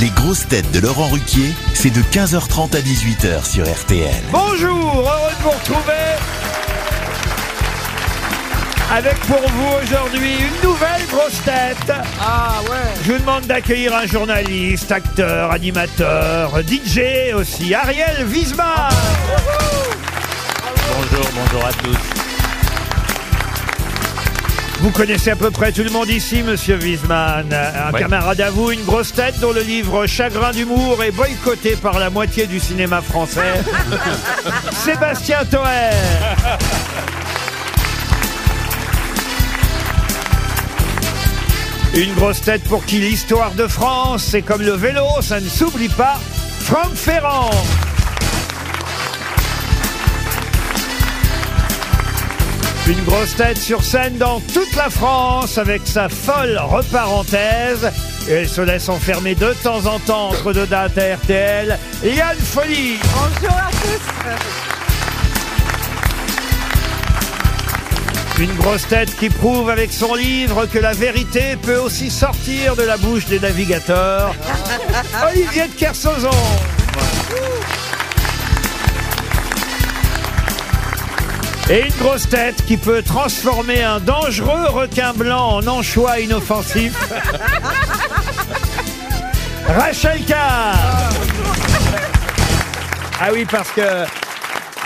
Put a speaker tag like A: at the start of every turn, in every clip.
A: Les grosses têtes de Laurent Ruquier, c'est de 15h30 à 18h sur RTL.
B: Bonjour, heureux de vous retrouver avec pour vous aujourd'hui une nouvelle grosse tête. Ah ouais. Je vous demande d'accueillir un journaliste, acteur, animateur, DJ aussi, Ariel Wiesmann.
C: Bonjour, bonjour à tous.
B: Vous connaissez à peu près tout le monde ici, monsieur Wiesmann. Un
C: Ouais.
B: camarade à vous, une grosse tête dont le livre Chagrin d'humour est boycotté par la moitié du cinéma français. Sébastien Toer. Une grosse tête pour qui l'histoire de France, c'est comme le vélo, ça ne s'oublie pas. Franck Ferrand. Une grosse tête sur scène dans toute la France avec sa folle reparenthèse. Et elle se laisse enfermer de temps en temps entre deux dates à RTL. Yann Folie.
D: Bonjour à tous.
B: Une grosse tête qui prouve avec son livre que la vérité peut aussi sortir de la bouche des navigateurs.
E: Ah.
B: Olivier de Kersauzon. Et une grosse tête qui peut transformer un dangereux requin blanc en anchois inoffensif. Rachel Carr. Ah oui, parce que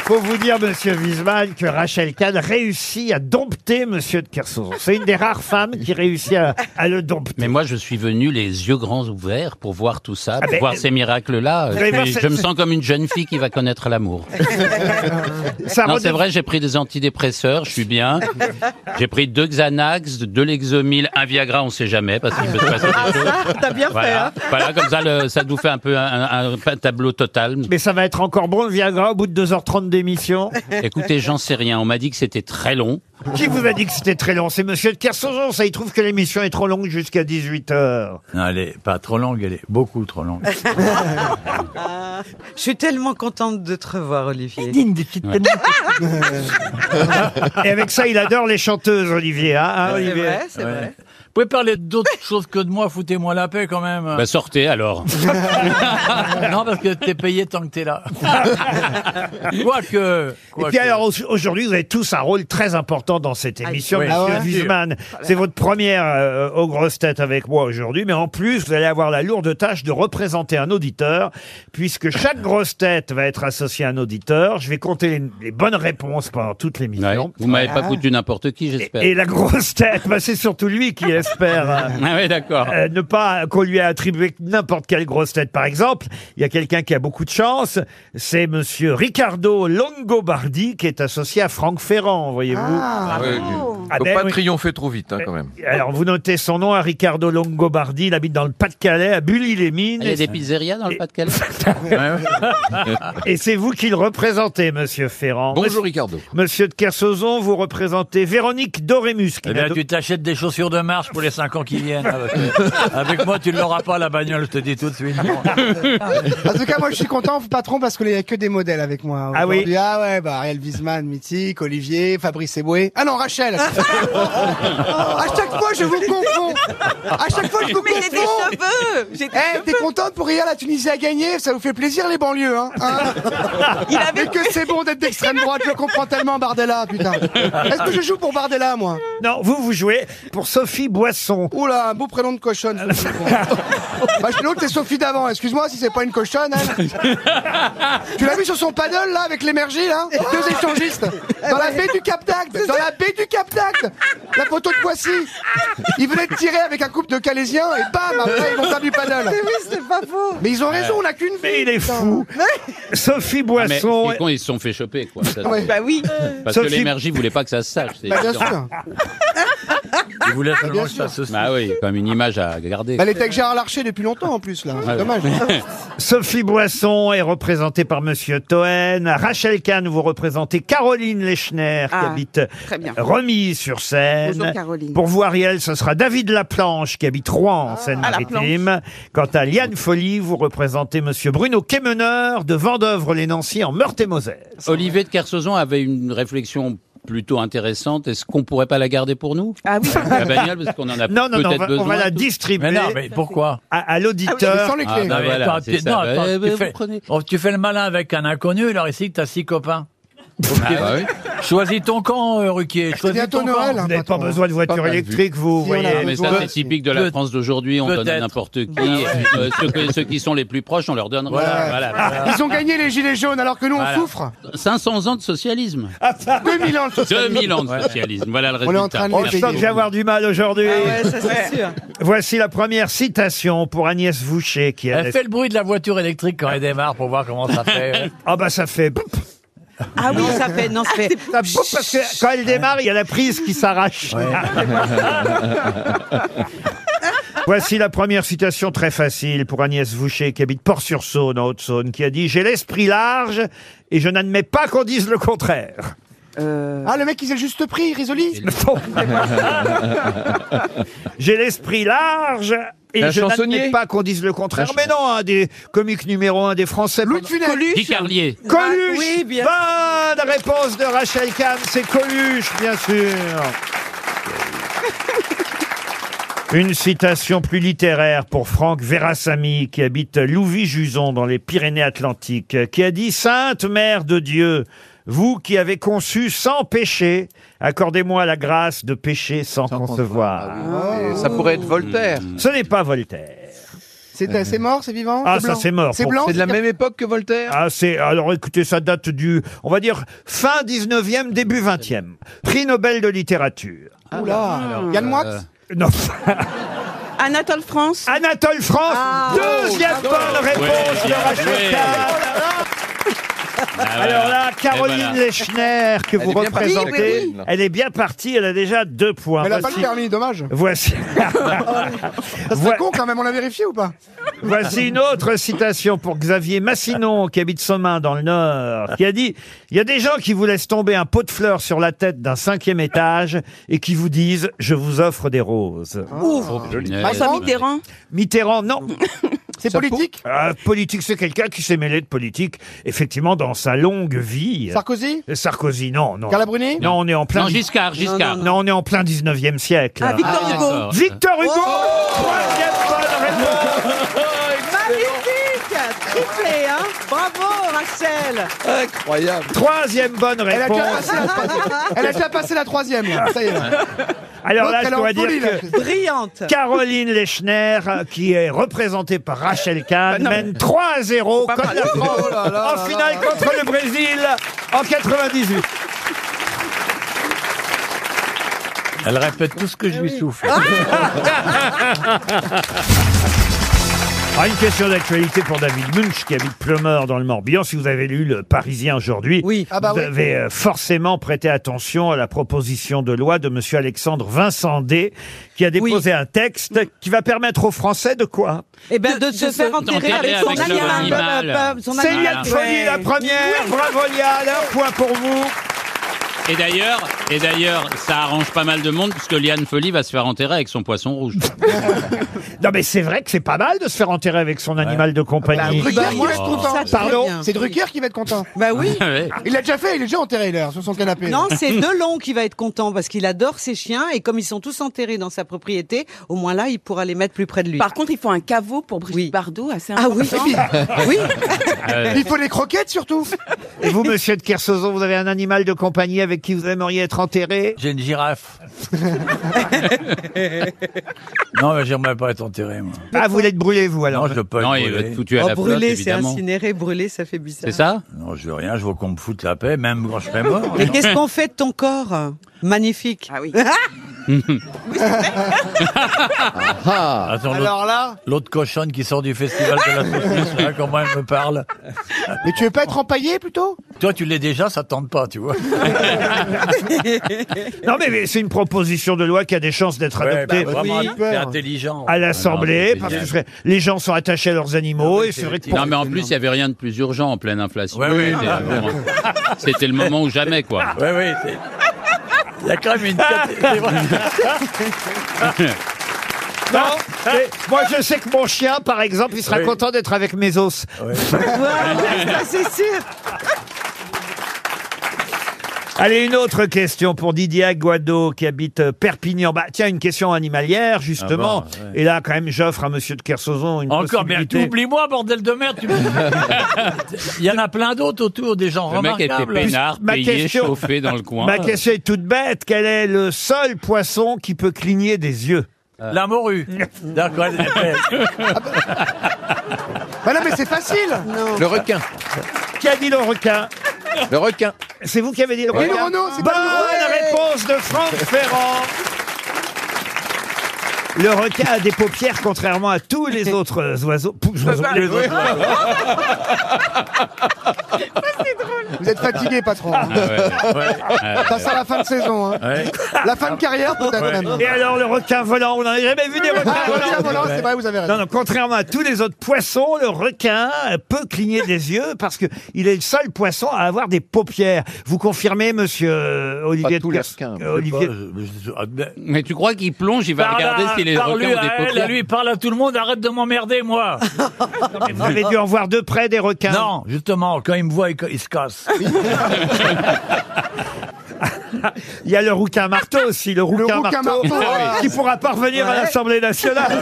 B: faut vous dire, monsieur Wiesmann, que Rachel Kahn réussit à dompter monsieur de Kersauzon. C'est une des rares femmes qui réussit à, à le dompter.
C: Mais moi, je suis venu les yeux grands ouverts pour voir tout ça, pour
B: ben,
C: voir
B: euh,
C: ces miracles-là.
B: vous allez voir,
C: Et
B: c'est-
C: Je me
B: c'est-
C: sens comme une jeune fille qui va connaître l'amour.
B: Ça
C: Non,
B: redonne-
C: c'est vrai, j'ai pris des antidépresseurs, je suis bien. J'ai pris deux Xanax, deux Lexomil, un Viagra, on sait jamais, parce qu'il peut se passer des choses.
D: Ah, T'as bien fait,
C: Voilà,
D: hein
C: voilà comme ça, le- ça nous fait un peu un, un- un tableau total.
B: Mais ça va être encore bon le Viagra au bout de 2h30 d'émission.
C: Écoutez, j'en sais rien. On m'a dit que c'était très long.
B: Qui vous a dit que c'était très long C'est monsieur de Kersauzon, ça il trouve que l'émission est trop longue jusqu'à 18h.
F: Non, elle est pas trop longue, elle est beaucoup trop longue.
D: hein. Je suis tellement contente de te revoir, Olivier.
G: Euh,
B: Et avec ça, il adore les chanteuses, Olivier. hein, hein,
D: C'est
B: Olivier
D: vrai, c'est vrai.
F: Vous pouvez parler d'autres choses que de moi, foutez-moi la paix quand même.
C: Bah, sortez alors.
F: non, parce que t'es payé tant que t'es là.
C: Eh
F: Quoique.
B: Et
F: quoique.
B: puis alors au- aujourd'hui, vous avez tous un rôle très important dans cette émission,
F: oui.
B: Monsieur
F: Ah ouais
B: Wiesmann. C'est votre première euh, aux grosses têtes avec moi aujourd'hui, mais en plus, vous allez avoir la lourde tâche de représenter un auditeur, puisque chaque grosse tête va être associée à un auditeur. Je vais compter les, les bonnes réponses pendant toute
C: Ouais.
B: l'émission.
C: Vous m'avez pas foutu n'importe qui, j'espère.
B: Ah. Et la grosse tête, bah, c'est surtout lui qui espère. euh,
C: Ah oui, d'accord.
B: euh, ne pas qu'on lui ait attribué n'importe quelle grosse tête. Par exemple, il y a quelqu'un qui a beaucoup de chance, c'est Monsieur Ricardo Longobardi qui est associé à Franck Ferrand, voyez-vous.
G: Ouais,
B: Ah
G: Faut
B: ben
G: pas
B: oui.
G: triompher trop vite, hein, quand même.
B: Alors vous notez son nom à Ricardo Longobardi, il habite dans le Pas-de-Calais, à
C: Il y a
B: Bully-les-Mines,
C: des pizzerias dans le Pas-de-Calais
H: Ah.
B: et c'est vous qui le représentez, Monsieur Ferrand.
G: Bonjour Ricardo.
B: Monsieur de Kersauzon, vous représentez Véronique Dorémus. qui
C: ben,
F: Eh
B: n'a
F: bien,
B: d'au-
F: tu t'achètes des chaussures de marche pour les 5 ans qui viennent. Avec, avec moi, tu ne l'auras pas, la bagnole, je te dis tout de suite.
H: En tout cas, moi, je suis content, patron, parce qu'il n'y a que des modèles avec moi.
B: Ah oui.
H: aujourd'hui. Ah ouais, bah, Ariel Wiesman, mythique, Olivier, Fabrice Eboué. Ah non, Rachel. à chaque fois, je vous confonds. À chaque fois, je vous
D: Mais j'ai des
H: confonds.
D: cheveux J'ai
H: Eh,
D: des cheveux.
H: t'es contente pour hier, la Tunisie a gagné, ça vous fait plaisir les banlieues, hein, hein
D: Il avait
H: Mais que c'est bon d'être d'extrême droite, je le comprends tellement Bardella, putain. Est-ce que je joue pour Bardella, moi
B: Non, vous, vous jouez pour Sophie Boisson.
H: Oula, un beau prénom de cochonne. Sophie. bah, je- l'autre, c'est Sophie d'avant. Excuse-moi si c'est pas une cochonne. elle. tu l'as vu sur son paddle, là, avec l'émergie, là
B: Eh
H: Deux échangistes. Dans la baie du Cap d'Agde. Dans la baie du Cap d'Agde. La photo de Poissy. Ils venaient de tirer avec un couple de Calaisiens et bam, après, ils vont faire du paddle.
D: oui, c'est pas faux.
H: Mais ils ont raison, on n'a qu'une vie.
B: Mais il est
H: putain.
B: fou. Sophie
C: Ah, Mais
B: Boisson.
C: ils, ils se sont fait choper, quoi. Ça,
H: Ouais.
D: Bah oui.
C: Parce
B: Sophie-
C: que l'énergie voulait pas que ça se sache. c'est
H: Bah, bien
C: évident.
H: sûr.
F: Je voulais
H: bien
F: seulement que je
H: sûr.
F: fasse ceci.
C: Bah oui, il y a quand même une image à garder.
H: Bah, Elle était avec Gérard Larcher depuis longtemps, en plus, là. C'est dommage.
B: Sophie Boisson est représentée par Monsieur Toen. Rachel Kahn, vous représentez Caroline Lechner, qui
D: Ah,
B: habite
D: très bien.
B: Remise sur Seine.
D: Bonjour, Caroline. Ah,
B: Pour vous, Ariel, ce sera David Laplanche, qui habite Rouen, en Seine-Maritime. Quant à Liane Folly, vous représentez Monsieur Bruno Quémeneur, de Vendœuvre-les-Nancy, en Meurthe-et-Moselle.
C: Olivier de Kersauzon avait une réflexion plutôt intéressante. Est-ce qu'on pourrait pas la garder pour nous
G: Ah oui.
C: La bagnole, parce qu'on en a
B: Non, non, non, on
C: peut-être
B: va, on
C: besoin.
B: va la
C: tout.
B: distribuer
F: Mais non, mais pourquoi
B: à, à
H: Mais
B: l'auditeur.
H: sans les
C: Ah,
H: clés.
C: bah,
F: Non, mais
C: voilà,
F: attends,
C: c'est
F: tu-
C: ça.
F: non,
C: Bah,
F: attends,
C: eh,
F: tu,
C: bah,
F: fais,
C: vous prenez.
F: oh, tu fais le malin avec un inconnu, alors ici que t'as six copains.
C: Ah, oui.
F: Choisis ton camp, euh, Ruquier.
H: C'est
F: Choisis
H: bientôt
F: ton camp.
H: Noël. hein,
B: Vous n'avez pas
H: patron.
B: besoin de voiture
H: mal vu.
B: électrique, vous,
H: Si,
B: voyez.
H: on a-
C: Ah, Mais ça,
H: Peut-
C: c'est typique de la
F: peut-
C: France d'aujourd'hui. On donne à
F: peut-être. Ah
C: n'importe qui. et, euh, ceux, que- ceux qui sont les plus proches, on leur donne. Voilà, voilà.
H: Ils ont gagné les gilets jaunes alors que nous
C: Voilà.
H: on souffre.
C: 500 ans de socialisme.
H: 2000 ans. le socialisme.
C: 2000 ans de socialisme. Voilà le
H: On
C: résultat.
H: est en train de
B: On
H: les
B: sent
H: payer.
B: que je vais avoir du mal aujourd'hui.
D: Ah ouais, ça c'est sûr.
B: Voici la première citation pour Agnès Voucher qui a...
F: Elle fait le bruit de la voiture électrique quand elle démarre pour voir comment ça fait.
B: Ah bah ça fait...
D: Ah oui, ça fait. Non, ça fait.
B: Ça boum, parce que quand elle démarre, il y a la prise qui s'arrache. Voici la première citation très facile pour Agnès Voucher qui habite Port-sur-Saône en Haute-Saône qui a dit j'ai l'esprit large et je n'admets pas qu'on dise le contraire.
I: Euh.
H: Ah le mec il s'est juste pris, Risoli.
B: j'ai l'esprit large et
I: Un
B: je n'admets
I: chansonnier
B: pas qu'on dise le contraire. Mais non, un des comiques numéro un des Français.
H: Louis de Funès.
C: Guy Carlier.
B: Coluche
D: Oui, bien.
B: Bonne réponse de Rachel Kahn, c'est Coluche, bien sûr Une citation plus littéraire pour Franck Verrassamy, qui habite Louvis-Juson dans les Pyrénées-Atlantiques, qui a dit « Sainte Mère de Dieu, vous qui avez conçu sans péché, accordez-moi la grâce de pécher sans, concevoir. Ah
I: Et ça pourrait être Voltaire.
B: Ce n'est pas Voltaire.
H: C'est c'est mort, c'est vivant.
B: Ah,
H: blanc.
B: ça, c'est mort.
H: C'est
B: Pour-
H: blanc.
I: C'est de la même époque que Voltaire
B: Ah, c'est, alors écoutez, ça date du, on va dire, fin 19e, début 20e. Prix Nobel de littérature.
I: Ah,
H: Oula. Yann Moix.
B: euh, Non.
G: Anatole France.
B: Anatole France,
C: Ah.
B: deuxième bonne réponse de
C: bien
B: Rachel
C: joué.
B: Kahn.
C: Ah,
B: Alors là,
C: Et
B: Caroline
C: voilà.
B: Lechner, que vous
I: est bien partie,
B: représentez,
I: Caroline.
B: elle est bien partie, elle a déjà deux points.
H: Mais elle a pas le
B: Voici-
H: permis, Ah dommage.
B: Voici,
H: Ça
B: Voi-
H: serait con quand même, on l'a vérifié ou pas
B: voici une autre citation pour Xavier Massinon, qui habite Sommin dans le Nord, qui a dit « Il y a des gens qui vous laissent tomber un pot de fleurs sur la tête d'un cinquième étage et qui vous disent « Je vous offre des roses Bah,
G: François
B: Oh.
G: Mitterrand. ».
B: Mitterrand, non.
H: C'est politique
B: Ah, politique, c'est quelqu'un qui s'est mêlé de politique, effectivement, dans sa longue vie.
H: Sarkozy
B: Sarkozy, non, non.
H: Carla Bruni
B: Non, on est en plein...
C: Non, Giscard, Giscard.
B: Non, on est en plein 19e siècle.
G: Ah, Victor
C: Ah,
G: Hugo.
C: d'accord.
B: Victor Hugo Troisième bonne réponse
D: Magnifique Triplé, hein Bravo, Rachel
I: Incroyable.
B: Troisième bonne
H: Elle a, déjà
B: réponse
H: passé la troisième. elle a déjà passé la troisième. là. Ça y est. là.
B: Alors là,
H: L'autre,
B: je
H: elle est en
B: dois dire
H: folie, là.
B: que...
D: Brillante
B: Caroline Lechner, euh, qui est représentée par Rachel
H: Bah
B: Kahn, mène 3 à 0 contre la France
I: Oh là là
B: en
I: là
B: finale contre le Brésil en 98.
F: Elle répète tout ce que je lui souffle.
H: Ah
B: Ah, une question d'actualité pour David Munch qui habite Plumeur dans le Morbihan. Si vous avez lu le Parisien aujourd'hui,
D: Oui.
H: Ah bah
B: vous
H: oui.
B: avez euh, forcément prêté attention à la proposition de loi de Monsieur Alexandre Vincent D qui a déposé un texte qui va permettre aux Français de quoi
D: Et bien, Eh ben, de, se faire enterrer avec son
C: avec leur
D: animal.
C: animal.
D: Son
B: C'est
D: animal.
B: Liane Folie
D: Ouais.
B: la première. Bravo Liane, un point pour vous.
C: Et d'ailleurs, et d'ailleurs, ça arrange pas mal de monde puisque Liane Folly va se faire enterrer avec son poisson rouge.
B: Non mais c'est vrai que c'est pas mal de se faire enterrer avec son animal de
C: Ah
B: compagnie.
H: Bah,
C: Bah,
B: Oh.
H: Drucker qui va être
C: oh.
H: content.
D: Ça, c'est
B: Pardon
D: bien.
H: C'est Drucker qui va être content.
D: Bah oui
C: Ah Ouais.
H: Il l'a déjà fait, il est déjà enterré là, sur son canapé.
D: Non, c'est Delon qui va être content parce qu'il adore ses chiens et comme ils sont tous enterrés dans sa propriété, au moins là, il pourra les mettre plus près de lui.
G: Par contre, il faut un caveau pour Brigitte
D: Oui.
G: Bardot, assez
D: ah
G: important.
D: oui, oui.
H: Il faut les croquettes surtout.
B: Ah Et vous Monsieur de Kersozo, vous avez un animal de compagnie avec qui vous aimeriez être enterré
F: J'ai une girafe. non, mais j'aimerais pas être enterré, moi.
B: Ah vous l'êtes brûlé vous alors
F: Non, je veux pas
C: Non,
F: être
C: il va
F: brûlé.
C: tout tuer à la
D: Oh, brûler,
C: flotte,
D: c'est
C: évidemment.
D: incinérer, brûler, ça fait bizarre. Oh,
C: C'est ça
F: Non, je veux rien, je veux qu'on me foute la paix, même quand je serai mort.
D: Mais qu'est-ce qu'on fait de ton corps Magnifique.
G: Ah oui.
F: Ah, Attends, l'autre-
H: Alors là,
F: l'autre cochonne qui sort du festival de la saucisse, là, comment elle me parle.
H: mais tu veux pas être empaillé plutôt
F: Toi, tu l'es déjà, ça tente pas, tu vois.
B: Non mais, mais c'est une proposition de loi qui a des chances d'être
F: Ouais,
B: adoptée.
F: bah, vraiment,
H: Oui.
F: t'es intelligent.
B: à l'Assemblée,
C: Ah non,
B: parce
C: c'est
B: que c'est- les gens sont attachés à leurs animaux, et c'est vrai que pour-
C: Non, mais en plus, il n'y avait rien de plus urgent en pleine inflation.
F: Ouais, ouais,
C: C'était euh,
F: non,
H: Ah,
C: vraiment- C'était le moment ou jamais, quoi.
F: Oui, oui. c'est- Il y a quand même une catégorie.
B: Non, Ah, mais moi je sais que mon chien, par exemple, il sera
F: Ah. Oui.
B: content d'être avec mes os.
D: Ouais, ouais, ça, c'est sûr.
B: Allez, une autre question pour Didier Aguado qui habite Perpignan. Bah, tiens, une question animalière, justement.
F: Ah bon,
B: Et là, quand même, j'offre à Monsieur de Kersozon une
F: Encore bien.
B: possibilité.
F: Oublie-moi, bordel de merde. tu me- Il y en a plein d'autres autour, des gens
C: Le mec était
F: remarquables.
C: peinard,
B: Ma
C: payé,
B: question-
C: chauffé dans le coin.
B: Ma question est toute bête. Quel est le seul poisson qui peut cligner des yeux
F: Euh.
B: Ah
F: La morue. D'accord. elle était-
H: Bah non, mais c'est facile
I: Le requin.
B: Qui a dit le requin
I: Le requin.
B: C'est vous qui avez dit le
H: Mais le
B: requin
H: Renault, c'est
B: Bonne
H: pas le Renault.
B: réponse de Franck Ferrand. Le requin a des paupières contrairement à tous les autres oiseaux. Pou- oiseaux- les autres-
H: Vous êtes fatigué, patron. hein.
C: Ah ouais, ouais, ouais.
H: Passe à la fin de saison. hein.
F: Ouais.
H: La fin de carrière, peut-être
F: Ouais.
H: même.
B: Et alors le requin volant, on n'en a jamais vu des requins
H: Ah, voilà,
B: volants.
H: voilà, c'est vrai, vous avez
B: Non,
H: raison.
B: non, contrairement à tous les autres poissons, le requin euh, peut cligner des yeux parce que il est le seul poisson à avoir des paupières. Vous confirmez, monsieur euh, Olivier
I: tous
B: de
I: les
B: Kers-
I: requins,
B: euh, Olivier-
C: Mais tu crois qu'il plonge, il va regarder si les
F: parle
C: requins ont
F: lui
C: des
F: à elle,
C: paupières.
F: à lui, parle à tout le monde, arrête de m'emmerder, moi.
B: Vous avez dû en voir de près des requins.
F: Non, justement, quand il me voit, il, il se casse.
B: Il y a le rouquin marteau aussi, le rouquin,
H: rouquin
B: marteau,
H: marteau,
B: euh,
H: ouais.
B: qui pourra parvenir à l'Assemblée nationale.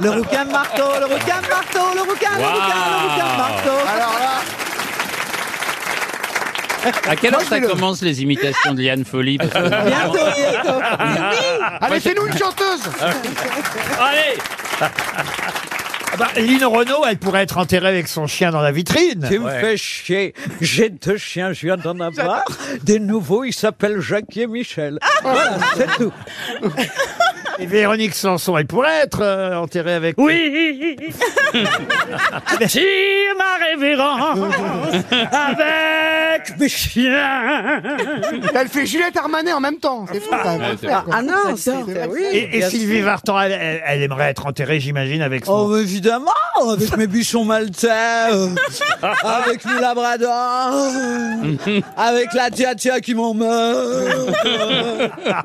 D: Le requin marteau, le requin marteau, le requin, le
C: Waouh.
D: requin, le requin marteau.
H: Alors là,
C: À quelle
H: Moi,
C: heure
H: je
C: ça
H: vais le- Euh,
C: commence les imitations de Liane Folly Parce que-
D: Bientôt, bientôt.
H: allez, fais-nous une chanteuse
F: Allez,
B: Ah bah, Lino Renault, elle pourrait être enterrée avec son chien dans la vitrine.
J: Tu me
F: Ouais.
J: fais chier. J'ai deux chiens, je viens d'en avoir. Des nouveaux, ils s'appellent Jacques et Michel.
K: Ah.
J: Voilà, c'est tout.
B: Et Véronique Sanson, elle pourrait être euh, enterrée avec.
K: Oui, Ah, si ma révérence avec mes chiens.
H: Elle fait Juliette Armanet en même temps. C'est fou, quand même. faut le faire, quoi.
D: Ah non, c'est
H: c'est vrai.
D: oui.
B: Et, et
D: bien
B: Sylvie
D: sûr.
B: Vartan, elle, elle- elle aimerait être enterrée, j'imagine, avec son.
J: Oh, mais évidemment, avec mes bichons maltais, euh, avec le labrador, euh, avec la tia-tia qui m'en meurt.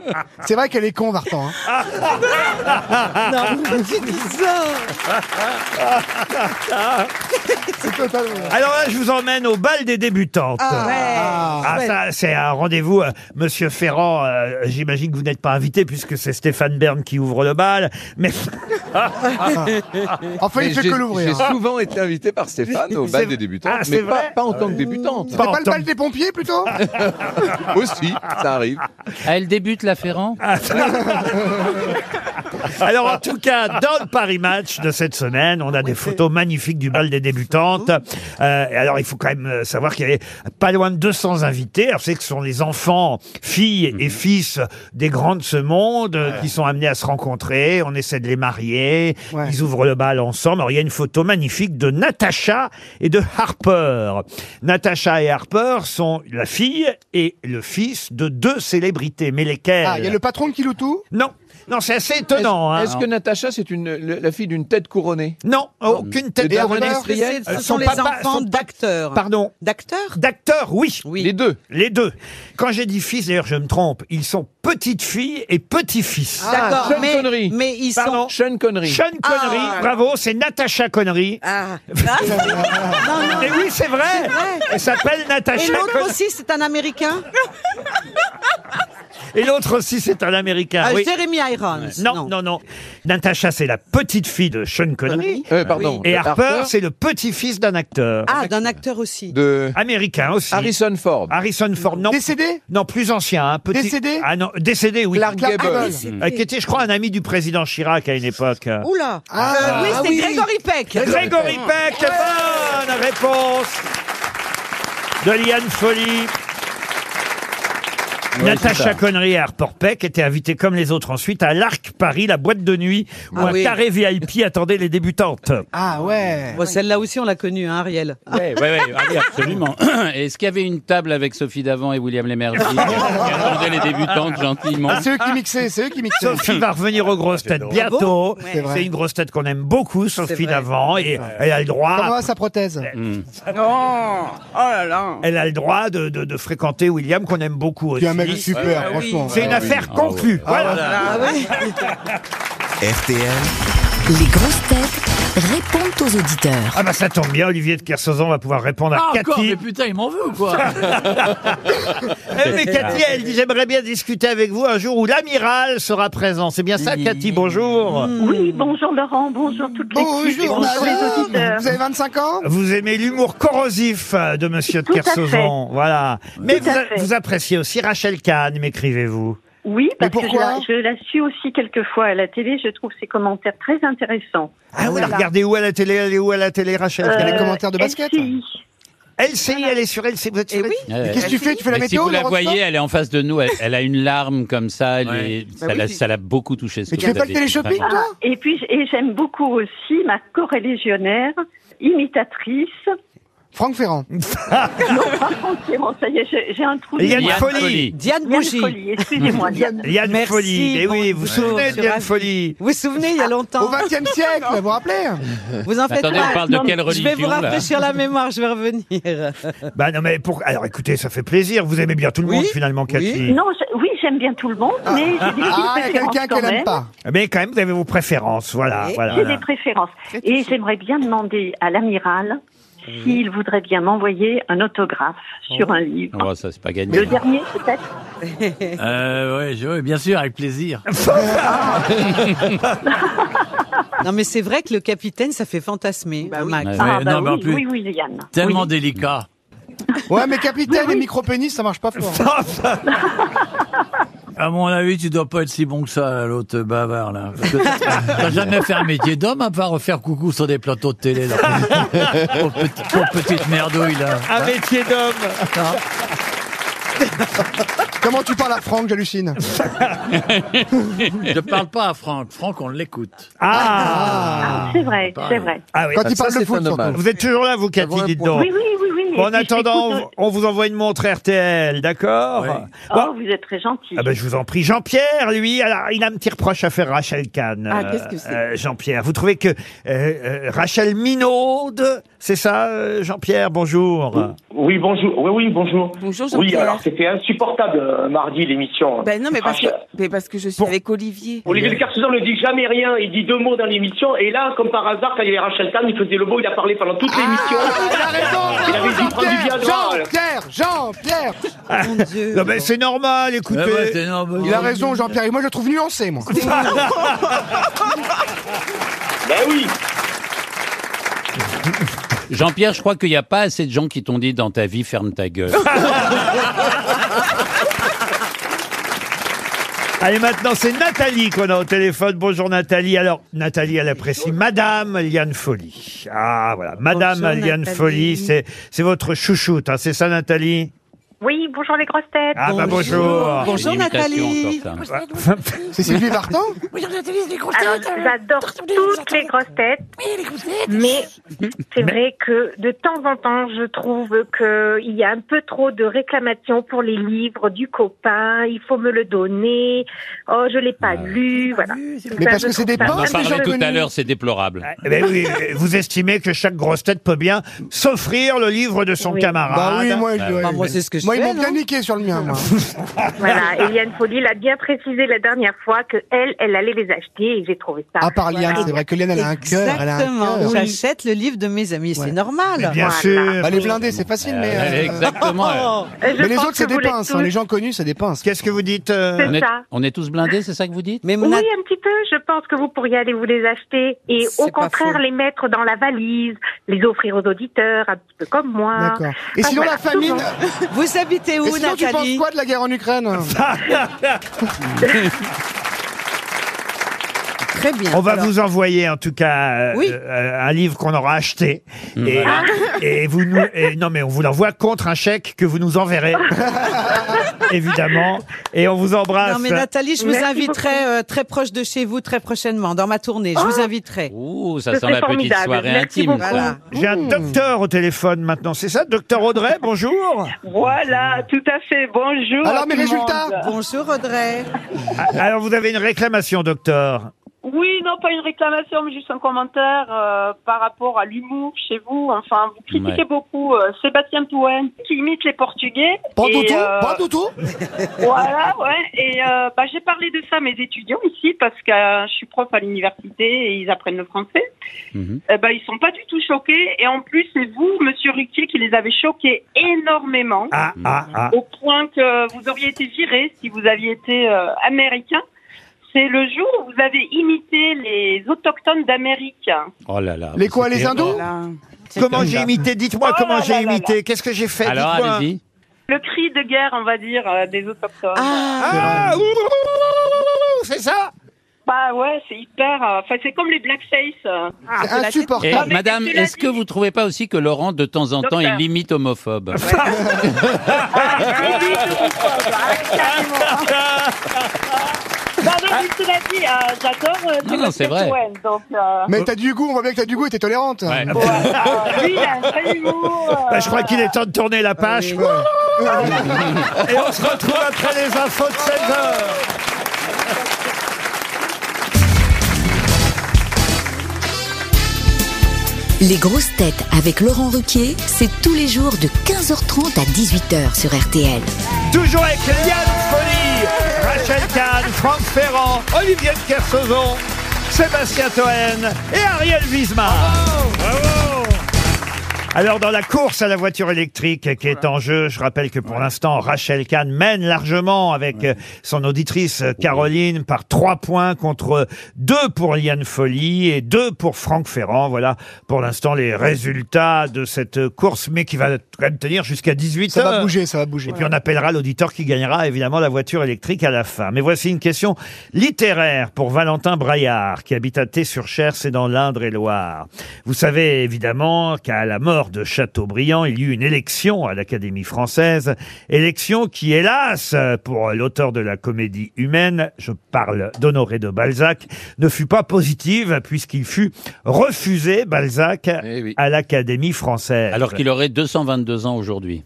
H: C'est vrai qu'elle est con, Vartan. hein.
J: Non, mais qui dit ça
H: C'est totalement-
B: Alors là, je vous emmène au bal des débutantes.
D: Ah,
B: Ah,
D: ouais.
B: ça, c'est un rendez-vous. euh, Monsieur Ferrand, euh, j'imagine que vous n'êtes pas invité puisque c'est Stéphane Bern qui ouvre le bal. Mais
C: Ah,
H: Enfin,
I: Mais
H: il fait
I: J'ai
H: que l'ouvrir.
I: j'ai
H: C'est
I: souvent été invité par Stéphane au bal
B: C'est-
I: des débutants,
B: Ah,
I: mais
B: c'est
I: pas,
B: vrai
I: pas en tant que débutante.
B: Pas en
H: pas le
B: tant-
H: bal des pompiers, plutôt
I: Aussi, ça arrive.
C: Ah, elle débute la Ferrand
B: Ah, Alors en tout cas, dans le Paris Match de cette semaine, on a des photos magnifiques du bal des débutantes.
H: Oh.
B: Euh, et alors il faut quand même euh, savoir qu'il y avait pas loin de 200 invités. Alors c'est que ce sont les enfants, filles
H: Mhm.
B: et fils des grands de ce monde euh, qui sont amenés à se rencontrer. On essaie de les marier.
H: Ouais.
B: Ils ouvrent le bal ensemble. Alors il y a une photo magnifique de Natacha et de Harper. Natacha et Harper sont la fille et le fils de deux célébrités. Mais lesquelles
H: Ah, il y a le patron de Kiloutou
B: Non. Non, c'est assez étonnant. hein.
I: Est-ce que Natacha, c'est une- le- la fille d'une tête couronnée
B: Non,
I: Mm.
B: aucune tête
I: Et
B: couronnée.
I: Harper
D: C'est- Ce
B: Son
D: sont les
B: papa-
D: enfants
B: son-
D: d'acteurs.
B: Pardon.
D: D'acteurs
B: D'acteurs, oui.
D: Oui.
I: Les deux.
B: Les deux. Quand j'ai dit fils, d'ailleurs, je me trompe. Ils sont petites filles et petits-fils.
D: Ah, D'accord,
I: Sean
D: mais,
I: Connery.
D: mais ils
B: Pardon.
D: sont.
I: Sean Connery.
B: Sean Connery,
D: Ah.
B: bravo, c'est Natacha Connery.
D: Ah. Ah. non, non.
B: Et oui, c'est vrai. Elle s'appelle
D: Et
B: Natacha
D: l'autre
B: Connery.
D: aussi, c'est un Américain
B: Et l'autre aussi, c'est un Américain.
D: Euh,
B: oui.
D: Jeremy Irons.
B: Non, non, non. Natacha, c'est la petite fille de Sean Connery.
I: Euh, pardon.
B: Et
I: le
B: Harper, c'est le petit-fils d'un acteur.
D: Ah, d'un acteur aussi.
I: de
B: Américain aussi.
I: Harrison Ford.
B: Harrison Ford, non.
H: Décédé
B: Non, plus ancien. Hein, petit...
H: Décédé
B: Ah non, décédé, oui.
I: Clark
H: Clark
I: Gable.
H: Gable.
B: Euh, qui était, je crois, un ami du président Chirac à une époque.
D: Oula
H: Ah.
D: Euh, Oui, c'est Grégory Peck
B: Grégory Peck, bonne réponse de Liane Folly. Natacha Connery et Harper Peck étaient invités comme les autres ensuite à l'Arc Paris, la boîte de nuit où
D: Ah
B: un
D: oui.
B: carré VIP attendait les débutantes.
H: Ah ouais
D: Bon, Celle-là aussi, on l'a connue, hein, Ariel.
C: Oui, ouais, ouais, ah oui, absolument. Et Est-ce qu'il y avait une table avec Sophie Davant et William Lémergie qui attendaient les débutantes gentiment
H: Ah, c'est eux qui mixaient, c'est eux qui mixaient.
B: Sophie va revenir aux grosses têtes bientôt.
H: Ah C'est vrai.
B: C'est une grosse tête qu'on aime beaucoup, Sophie
D: vrai.
B: Davant, et elle a le
H: Comment
B: droit, Mm.
H: va sa prothèse
G: Non. Oh là là.
B: elle a le droit de, de- de fréquenter William qu'on aime beaucoup aussi. euh,
H: Tu es un mec super, franchement. Ah
B: C'est une affaire conclue. Voilà.
A: RTL,
H: Ah
K: Les grosses têtes
B: répondent aux auditeurs. Ah bah ça tombe bien, Olivier de Kersauzon va pouvoir répondre à
F: Ah, encore,
B: Cathy.
F: mais putain, il m'en veut ou quoi
B: Eh, mais Cathy, elle dit j'aimerais bien discuter avec vous un jour où l'amiral sera présent. C'est bien ça, Cathy, bonjour.
G: Oui, bonjour Laurent, bonjour toute l'équipe. et
H: Bonjour,
G: bonjour
H: madame.
G: les auditeurs.
H: Vous avez 25 ans
B: Vous aimez l'humour corrosif euh, de Monsieur de
G: Tout à
B: Kersauzon,
G: fait.
B: voilà. Mais
G: Tout
B: vous,
G: à
B: a-
G: fait. Ah
B: vous appréciez aussi Rachel Kahn, m'écrivez-vous.
G: Oui, parce que je
B: pourquoi
G: la, je la suis aussi quelquefois à la télé, je trouve ses commentaires très intéressants.
B: Ah oui, regardez où à la télé, elle est où à la télé, Rachel
G: Euh,
B: Kahn
G: LCI.
B: LCI, elle est sur LCI. Vous êtes
G: Eh
B: sur LCI.
C: Ouais, ouais.
H: qu'est-ce que tu fais Tu fais la
C: Euh, Mais
H: météo
C: Si vous la
H: Laurent
C: voyez, elle est en face de nous. Elle, elle a une larme comme ça. elle
H: Ouais.
C: est- ça
H: Bah oui,
C: l'a-
H: si.
C: ça l'a beaucoup touché. ce
H: Mais
C: que
H: tu fais
C: vous
H: pas le
C: avez dit,
H: téléshopping,
C: vraiment.
G: Ah, et puis et j'aime beaucoup aussi ma corrélégionnaire, imitatrice.
H: Franck Ferrand.
G: non, pas Franck Ferrand, ça y est, j'ai- j'ai un trou.
B: Yann Yann Folly. Folly.
D: Diane Bougie.
G: Folly, excusez-moi, Diane.
B: Yann
D: Merci,
B: Folly, mais oui, vous vous
D: bonjour,
B: souvenez de
D: monsieur
B: Yann
D: Rafi.
B: Folly Ah,
D: Vous vous souvenez, il y a longtemps
H: Au 20 e siècle, vous vous rappelez
D: Vous en faites
C: Attendez,
D: pas.
C: on parle de quelle
D: Je vais
C: religion,
D: vous
C: là
D: rafraîchir la mémoire, je vais revenir.
B: Bah non, mais pour... Alors écoutez, ça fait plaisir. Vous aimez bien tout le monde finalement, Cathy.
G: Non, je- oui, j'aime bien tout le monde, mais j'ai des
H: Ah, il y a quelqu'un qui
G: petites préférences quand
H: l'aime
G: même.
H: pas.
B: Mais quand même, vous avez vos préférences. Voilà,
G: J'ai
B: Ah, voilà.
G: des préférences. Et j'aimerais bien demander à l'amiral s'il voudrait bien m'envoyer un autographe sur un livre.
C: Oh, ça, c'est pas gagné.
G: Le dernier, peut-être
F: Euh, ouais, je- ouais, bien sûr, avec plaisir.
D: non, mais c'est vrai que le capitaine, ça fait fantasmer, Max.
F: Ouais, Ah, bah non, mais en oui, plus- oui,
G: Yann.
F: Tellement délicat.
H: Ouais, mais capitaine et micro-pénis, ça marche pas fort.
F: À mon avis, tu dois pas être si bon que ça, l'autre bavard, là. Parce que T'as jamais fait un métier d'homme à part faire coucou sur des plateaux de télé, là. Pour, petit- pour petite merdouille, là.
B: Un métier d'homme.
H: Comment tu parles à Franck, j'hallucine.
F: Je parle pas à Franck. Franck, on l'écoute.
B: Ah
G: C'est vrai,
F: Pareil.
G: c'est vrai.
B: Ah oui.
H: Quand il
L: ça,
H: parle
L: c'est
H: le foot,
L: un hommage.
H: surtout.
B: Vous êtes toujours là, vous, Cathy, dites donc.
G: Oui, oui, oui, oui.
B: Bon,
G: Et
B: en
G: puis,
B: attendant,
G: j'écoute-
B: on on vous envoie une montre RTL,
D: Ah,
B: d'accord
F: Oui.
B: Bon.
G: Oh, vous êtes très gentil.
B: Ah ben, je vous en prie. Jean-Pierre, lui, alors, il a un petit reproche à faire Rachel Kahn.
E: Ah,
B: euh,
E: qu'est-ce que c'est
B: euh, Jean-Pierre, vous trouvez que euh, euh, Rachel Minaud, c'est ça, euh, Jean-Pierre Bonjour.
E: Oui, bonjour. Oui, oui, bonjour.
M: Bonjour Jean-Pierre.
E: Oui, alors c'était insupportable euh, mardi l'émission. Ah,
M: Ben non, mais parce, que,
E: Rachel-
M: mais parce que je suis avec Olivier.
E: Olivier de Kersauzon ne dit jamais rien, il dit deux mots dans l'émission, et là, comme par hasard, quand il y avait Rachel Kahn, il faisait le beau, il a parlé pendant toute l'émission.
H: Il a raison,
E: Il avait dit prendre du
H: Jean-Pierre,
E: Viagra.
H: Jean-Pierre, Jean-Pierre.
D: Mon Dieu.
B: Non, mais c'est normal, écoutez.
F: Ouais, ouais, t'es- non, bah,
H: Il a raison, Jean-Pierre. Et moi, je le trouve nuancé, moi.
E: Ben oui,
C: Jean-Pierre, je crois qu'il n'y a pas assez de gens qui t'ont dit dans ta vie, ferme ta gueule.
B: Allez, maintenant, c'est Nathalie qu'on a au téléphone. Bonjour, Nathalie. Alors, Nathalie, elle apprécie Madame Liane Folly. Ah, voilà. Madame
D: Bonjour,
B: Liane
D: Nathalie.
B: Folly, c'est, c'est votre chouchoute, hein. c'est ça, Nathalie?
G: Oui, bonjour les grosses têtes.
B: Ah, bah, bonjour.
D: Bonjour,
C: Une imitation
D: Nathalie.
C: encore, ça.
H: C'est
B: Ah,
H: Sylvie Vartan
G: Alors, j'adore toutes les grosses têtes. Mais c'est vrai que de temps en temps, je trouve qu'il y a un peu trop de réclamations pour les livres du copain. Il faut me le donner. Oh, je l'ai pas lu. Voilà.
H: Mais
G: Ça,
H: parce
G: je
H: que c'est des
G: trouve ça
C: Ah On en
H: pinces,
G: un peu
H: gens
C: parlait tout à
H: venus.
C: l'heure, c'est déplorable.
B: Eh ben oui, vous estimez que chaque grosse tête peut bien s'offrir le livre de son
G: Oui.
H: Bah
B: camarade.
H: oui, moi, je-
D: Bah,
H: ouais.
D: moi, c'est ce que je
H: Moi, ils
D: fais,
H: m'ont bien
D: non
H: niqué sur le mien, moi.
G: Voilà, et Yann Folly l'a bien précisé la dernière fois que elle, elle allait les acheter et j'ai trouvé ça.
H: À part Liane,
G: Voilà.
H: c'est vrai que Liane, elle a un cœur. Elle a un
D: Exactement.
H: cœur.
D: J'achète le livre de mes amis, c'est normal.
B: Mais bien
G: Voilà.
B: sûr.
H: Bah, les blindés, c'est facile, mais.
C: Euh,
H: euh,
C: Exactement. euh,
G: Et je
H: Mais les
G: pense
H: autres, c'est
G: que vous
H: des
G: l'êtes
H: pinces. hein.
G: tous.
H: Les gens connus, c'est des pinces.
B: Qu'est-ce que vous dites euh,
G: C'est
C: on, est,
G: ça.
C: on est tous blindés, c'est ça que vous dites
D: Mais
G: Oui,
D: Nat-
G: un petit peu. Je pense que vous pourriez aller vous les acheter et au
D: C'est pas faux.
G: contraire les mettre dans la valise, les offrir aux auditeurs, un petit peu comme moi.
H: D'accord. Et
G: Ah,
H: sinon,
G: voilà,
H: la famine.
G: souvent.
D: vous habitez
H: Et
D: où,
H: sinon, tu penses
D: Nathalie
H: quoi de la guerre en Ukraine
D: Très bien.
B: On va
D: Alors,
B: vous envoyer en tout cas euh,
D: Oui. Mm. Ah.
B: euh, un livre qu'on aura acheté et, et vous nous et non mais on vous l'envoie contre un chèque que vous nous enverrez évidemment et on vous
H: Ah,
B: embrasse.
D: Non mais Nathalie, je vous
G: Merci
D: inviterai euh, très proche de chez vous très prochainement dans ma tournée. Je vous inviterai.
C: Ouh, ça
G: Ce
C: sent la petite
G: serait formidable.
C: soirée
G: Merci
C: intime,
G: beaucoup.
C: ça.
B: J'ai un docteur au téléphone maintenant, c'est ça, docteur Audrey, bonjour.
N: Voilà, Ah, tout à fait. Bonjour.
H: Alors,
N: à
H: mes
N: tout le monde.
H: résultats
D: Bonjour Audrey.
B: Ah, Alors vous avez une réclamation, docteur.
G: Oui, non, pas une réclamation, mais juste un commentaire euh, par rapport à l'humour chez vous. Enfin, vous critiquez
K: Ouais.
G: beaucoup euh, Sébastien Toen, qui imite les Portugais.
K: Pas du
G: Et,
K: tout,
G: euh,
K: pas du tout.
G: Voilà, ouais. Et euh, bah, j'ai parlé de ça à mes étudiants ici, parce que euh, je suis prof à l'université et ils apprennent le français. Eh ben, ils sont pas du tout choqués. Et en plus, c'est vous, Monsieur Ruquier, qui les avez choqués énormément.
B: Ah, ah, ah.
G: Au point que vous auriez été viré si vous aviez été euh, américain. C'est le jour où vous avez imité les autochtones d'Amérique.
B: Ah,
C: Oh là là.
B: Les quoi, les
C: C'était-
B: Hindous Comment j'ai imité
G: Oh
B: Dites-moi comment j'ai imité. Qu'est-ce que j'ai fait
C: Alors,
B: Dites-moi.
C: allez-y.
G: Le cri de guerre, on va dire, euh, des autochtones.
B: Ah, c'est ça
G: Bah ouais, c'est hyper. euh, Enfin, c'est comme les blackface.
B: Ah.
G: euh.
H: C'est insupportable.
C: Et,
G: Ah, mais
C: Eh, madame,
G: qu'est-ce que tu l'as
C: est-ce que vous trouvez pas aussi que Laurent, de temps en temps,
G: Docteur.
C: il limite homophobe Bah,
G: Non, Ah, non, mais cela dit, euh, j'adore. euh,
C: Non, non, c'est vrai.
G: Cohen, donc, euh,
H: Mais t'as Ah, du goût, on voit bien que t'as du goût et t'es tolérante.
G: euh, lui, il a un vrai humour. euh,
B: Bah, je crois qu'il est temps de tourner la page. Et on se retrouve après les infos de 16h.
O: Les grosses têtes avec Laurent Ruquier, c'est tous les jours de 15h30 à 18h sur RTL.
B: Toujours avec Liane Folie, Rachel Kahn, Franck Ferrand, Olivier de Kersauzon, Sébastien Toen et Ariel Wiesmann. Alors dans la course à la voiture électrique qui est en jeu, je rappelle que pour l'instant Rachel Kahn mène largement avec euh, son auditrice euh, Caroline par trois points contre deux pour Liane Folly et deux pour Franck Ferrand. Voilà pour l'instant les résultats de cette course, mais qui va quand même tenir jusqu'à 18
H: Ça
B: heures.
H: va bouger, ça va bouger.
B: Et puis on appellera l'auditeur qui gagnera évidemment la voiture électrique à la fin. Mais voici une question littéraire pour Valentin Braillard, qui habite à Thé-sur-Cher, c'est dans l'Indre-et-Loire. Vous savez évidemment qu'à la mort de Chateaubriand, il y eut une élection à l'Académie française, élection qui, hélas, pour l'auteur de la comédie humaine, je parle d'Honoré de Balzac, ne fut pas positive puisqu'il fut refusé, Balzac, à l'Académie française.
C: Alors qu'il aurait 222 ans aujourd'hui.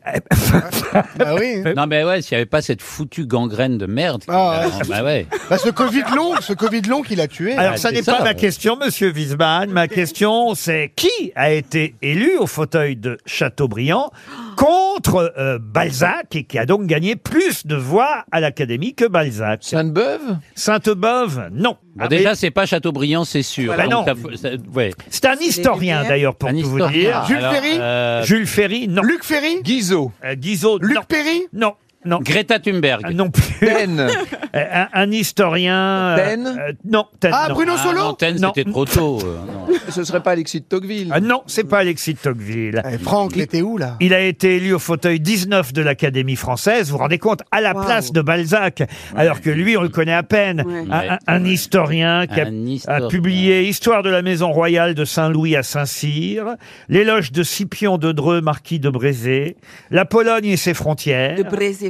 H: bah oui.
C: Non mais ouais, s'il n'y avait pas cette foutue gangrène de merde.
H: Ah ouais.
C: Bah ouais.
H: Bah, ce Covid long, ce Covid long qui l'a tué.
B: Alors,
C: Ah,
B: ça n'est pas ma question, monsieur Wiesmann. Ma question, c'est qui a été élu au fauteuil de Chateaubriand contre euh, Balzac et qui a donc gagné plus de voix à l'Académie que Balzac Sainte-Beuve Sainte-Beuve, non.
C: Bon, déjà, c'est pas Chateaubriand, c'est sûr.
B: Bah
C: Donc,
B: non.
C: t'as- ça- ouais.
B: C'est un historien, d'ailleurs, pour
C: Un
B: tout vous
C: historien.
B: dire.
C: Jules Alors, Ferry euh,
B: Jules Ferry, non. Luc Ferry Guizot. Guizot, Luc
H: Perry
B: Non. Non.
C: Greta Thunberg.
B: non plus.
C: Taine.
B: Euh, un, un historien. euh,
C: Taine
B: euh, Non. Taine, non.
C: Ah, non, Taine, c'était trop tôt. euh, non.
B: Ce serait pas Alexis de Tocqueville. Ah non, c'est pas Alexis de Tocqueville.
H: Franck, il était où là
B: Il a été élu au fauteuil 19 de l'Académie française, vous vous rendez compte, à la place de Balzac, alors que lui, on le connaît à peine. Un- Un, un historien qui a,
C: Un
B: a
C: historien.
B: publié Histoire de la maison royale de Saint-Louis à Saint-Cyr, L'éloge de Scipion de Dreux, marquis de Brézé, La Pologne et ses frontières.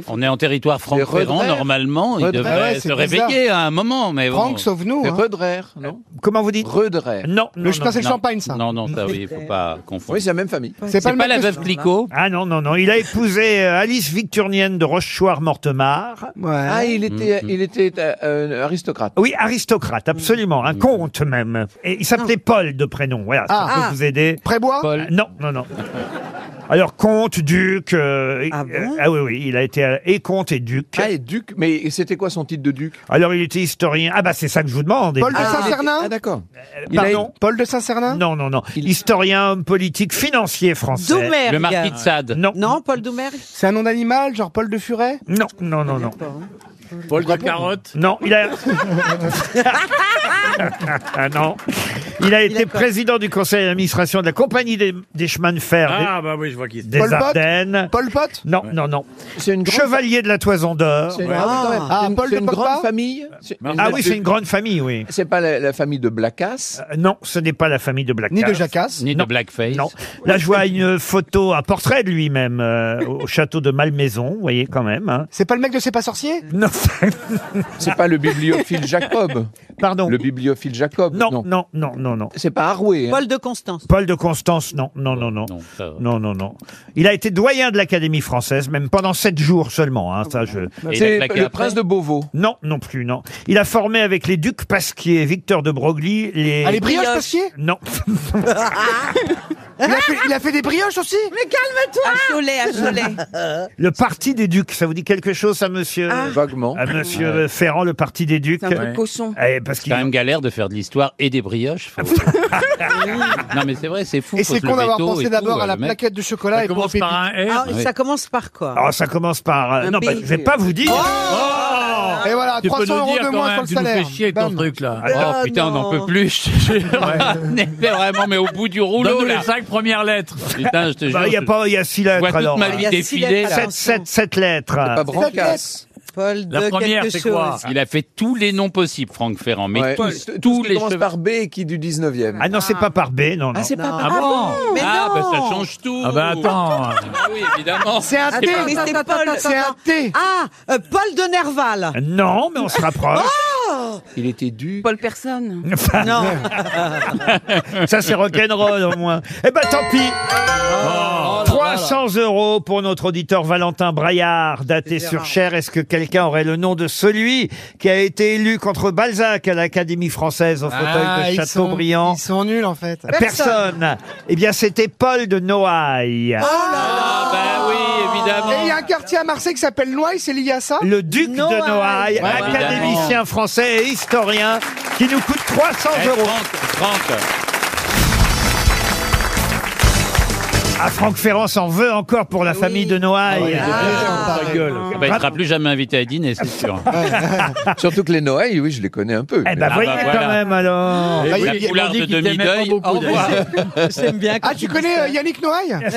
C: On est en territoire franc-ferrand,
B: Redrère.
C: normalement, il
B: Redrère.
C: devrait
B: Ah ouais,
C: se
B: c'est
C: réveiller
B: bizarre.
C: à un moment. Mais
B: Franck,
C: bon.
B: sauve-nous,
C: C'est
B: hein.
C: Redrère, non
B: Comment vous dites
C: Redrère.
B: Non,
C: non,
B: Le- je
C: non,
B: pensais le
C: non.
B: champagne, ça.
C: Non, non, ça, oui, il faut pas confondre.
I: Oui, c'est la même famille.
B: C'est pas,
C: la veuve Clicot
B: Ah non, non, non. Il a épousé euh, Alice Victurnienne de Rochechouart-Mortemart.
I: Ah, il
C: Mm,
I: était, il était euh, euh, aristocrate.
B: Oui, aristocrate, absolument.
C: Mm.
B: Un comte même. Et il s'appelait Paul de prénom. Voilà, ça
H: Ah.
B: peut vous aider.
H: Prébois
B: Euh, Non, non, non. Alors, comte, duc. euh, euh, ah oui, oui, il a été euh, et comte et duc.
I: Ah, et duc, mais c'était quoi son titre de duc
B: Alors, il était historien. Ah bah, c'est ça que je vous demande.
H: Paul de
B: Ah,
H: Saint-Cernin
I: Ah, d'accord.
B: il a- Pardon
H: Paul de Saint-Cernin
B: Non, non, non. Historien, homme politique, financier français.
D: Doumergue. Le marquis de
C: Sade.
B: Non.
D: Non, Paul Doumergue
H: C'est un nom d'animal, genre Paul de Furet
B: Non, non, non, non.
I: hein.
F: Paul de Carotte
B: Non, il a... Ah non. Il a été président du conseil d'administration de la compagnie des, des chemins de fer. des-
F: Ah, bah oui, je vois qui c'est.
B: des Ardennes.
H: Paul Pot
B: Non, non, non. Chevalier de la Toison d'Or.
I: C'est- Ah, ouais.
H: Ah,
I: C'est une-
H: Paul
I: c'est
H: de
I: une
H: Pogba
I: grande famille C'est-
B: Ah oui, c'est une grande famille, oui.
I: C'est pas la, la famille de Blacas
B: Euh, non, ce n'est pas la famille de Blackface.
I: Ni de Jacasse.
C: Ni de Blackface.
B: Non. Là, je vois une photo, un portrait de lui-même euh, au château de Malmaison, vous voyez quand même. hein.
H: C'est pas le mec de C'est pas sorcier
B: Non.
I: C'est pas le bibliophile Jacob
B: Pardon
I: Le bibliophile Jacob
B: Non, non, non, non. non, non.
I: C'est pas hein. Arouet.
D: Paul de Constance.
B: Paul de Constance, non, non, non, non. Non, non, non. Il a été doyen de l'Académie française, même pendant sept jours seulement. hein,
D: Ah
B: ça, je...
I: Et il a C'est claqué le après prince de Beauvau.
B: Non, non plus, non. Il a formé avec les ducs Pasquier, Victor de Broglie, les...
H: Ah, les brioches Pasquier
B: Non.
H: Il a, fait, il a fait des brioches aussi Mais calme-toi
P: À Cholet, à Cholet.
B: Le Parti des Ducs, ça vous dit quelque chose, ça, monsieur
I: Vaguement.
B: À monsieur euh, Ferrand, le Parti des Ducs.
P: C'est un truc Ouais. cochon.
B: Eh, parce
C: C'est quand même galère de faire de l'histoire et des brioches. faut- non mais c'est vrai, c'est fou.
H: Et
C: faut
H: c'est
C: se lever
H: con d'avoir
C: tôt
H: pensé
C: et
H: d'abord
C: tout,
H: à
C: euh,
H: la
C: le mec.
H: plaquette de chocolat et Ah,
C: commence
H: puis au
C: par un
H: pépite.
D: Ah,
C: Ouais.
D: Ça commence par quoi Oh
B: Alors, Ah. ça commence par. euh,
D: Un
B: non, bah,
D: B.
B: je vais pas vous dire.
H: Et voilà,
F: Tu peux
H: 300
F: nous
H: euros
F: dire
H: de
F: quand
H: moins sur
F: même,
H: le
F: tu nous fais
H: salaire. Ben.
F: chier avec ton
H: Bam.
F: truc là.
B: Ah,
C: Oh putain, on n'en peut plus. je te jure. On est vraiment, mais au bout du rouleau
F: Donne-nous les
C: là.
F: cinq premières lettres.
C: Putain, je te jure.
B: Bah, il y a
C: je-
B: pas, il y a six
C: je vois
B: lettres
C: toute
B: alors.
C: ma vie
D: Il y a six
C: défiler
D: lettres,
C: là.
D: attention.
B: Sept, sept, sept lettres.
I: Pas Brancasse.
H: Cette
D: Paul de
F: La première,
D: quelque
F: c'est
D: chose.
F: quoi
C: Il a fait tous les noms possibles, Franck Ferrand, mais
I: Ouais.
C: tous,
I: Tout- tout
C: tous
I: ce qui
C: les
I: commence
C: cheveux.
I: par B et qui est du 19e.
B: Ah non, c'est pas par B, non, non.
I: Ah, c'est pas
F: Ah
I: par
F: bon
D: Mais
C: ah,
D: non
C: bah ça change tout.
F: Ah bah attends.
C: Ah oui, évidemment. Ah,
H: C'est un T,
D: Attends, attends,
H: c'est
D: attends,
H: Paul,
D: attends,
H: c'est un Ah
D: attends.
H: T.
D: Ah, euh, Paul de Nerval. Oh
B: Non, mais on se rapproche.
I: Il était duc.
P: Paul Personne.
D: Non.
B: Ça, c'est rock'n'roll, au moins. Eh ben, tant pis.
H: Oh.
B: 300 euros pour notre auditeur Valentin Braillard, daté
H: hein.
B: sur Cher. Est-ce que quelqu'un aurait le nom de celui qui a été élu contre Balzac à l'Académie française au
H: Ah,
B: fauteuil de
H: ils sont-
B: Châteaubriand
H: Ils sont nuls en fait.
B: Personne. Eh bien, c'était Paul de Noailles.
H: Oh
C: Ah bah oui,
H: Et il y
C: évidemment.
H: a un quartier à Marseille qui s'appelle Noailles, c'est lié à ça
B: Le duc de Noailles,
C: Ouais,
B: académicien
C: évidemment.
B: français et historien, qui nous coûte 300
C: Eh,
B: euros.
C: Franck, Franck.
B: Ah, Franck Ferrand s'en veut encore pour la famille de Noailles.
C: Ah bah, il ne sera plus jamais invité à dîner, c'est sûr.
I: Surtout que les Noailles, oui, je les connais un peu. Ah
B: Eh ben,
C: bah,
B: voyez quand
C: voilà.
B: même, alors.
F: Eh oui,
C: La
F: ils m'ont
C: couleur
F: dit
C: de
F: qu'ils t'aimaient pas
C: demi-deuil,
F: beaucoup,
C: au revoir.
F: d'ailleurs.
D: J'aime bien. quand
H: Ah, tu connais euh, Yannick Noailles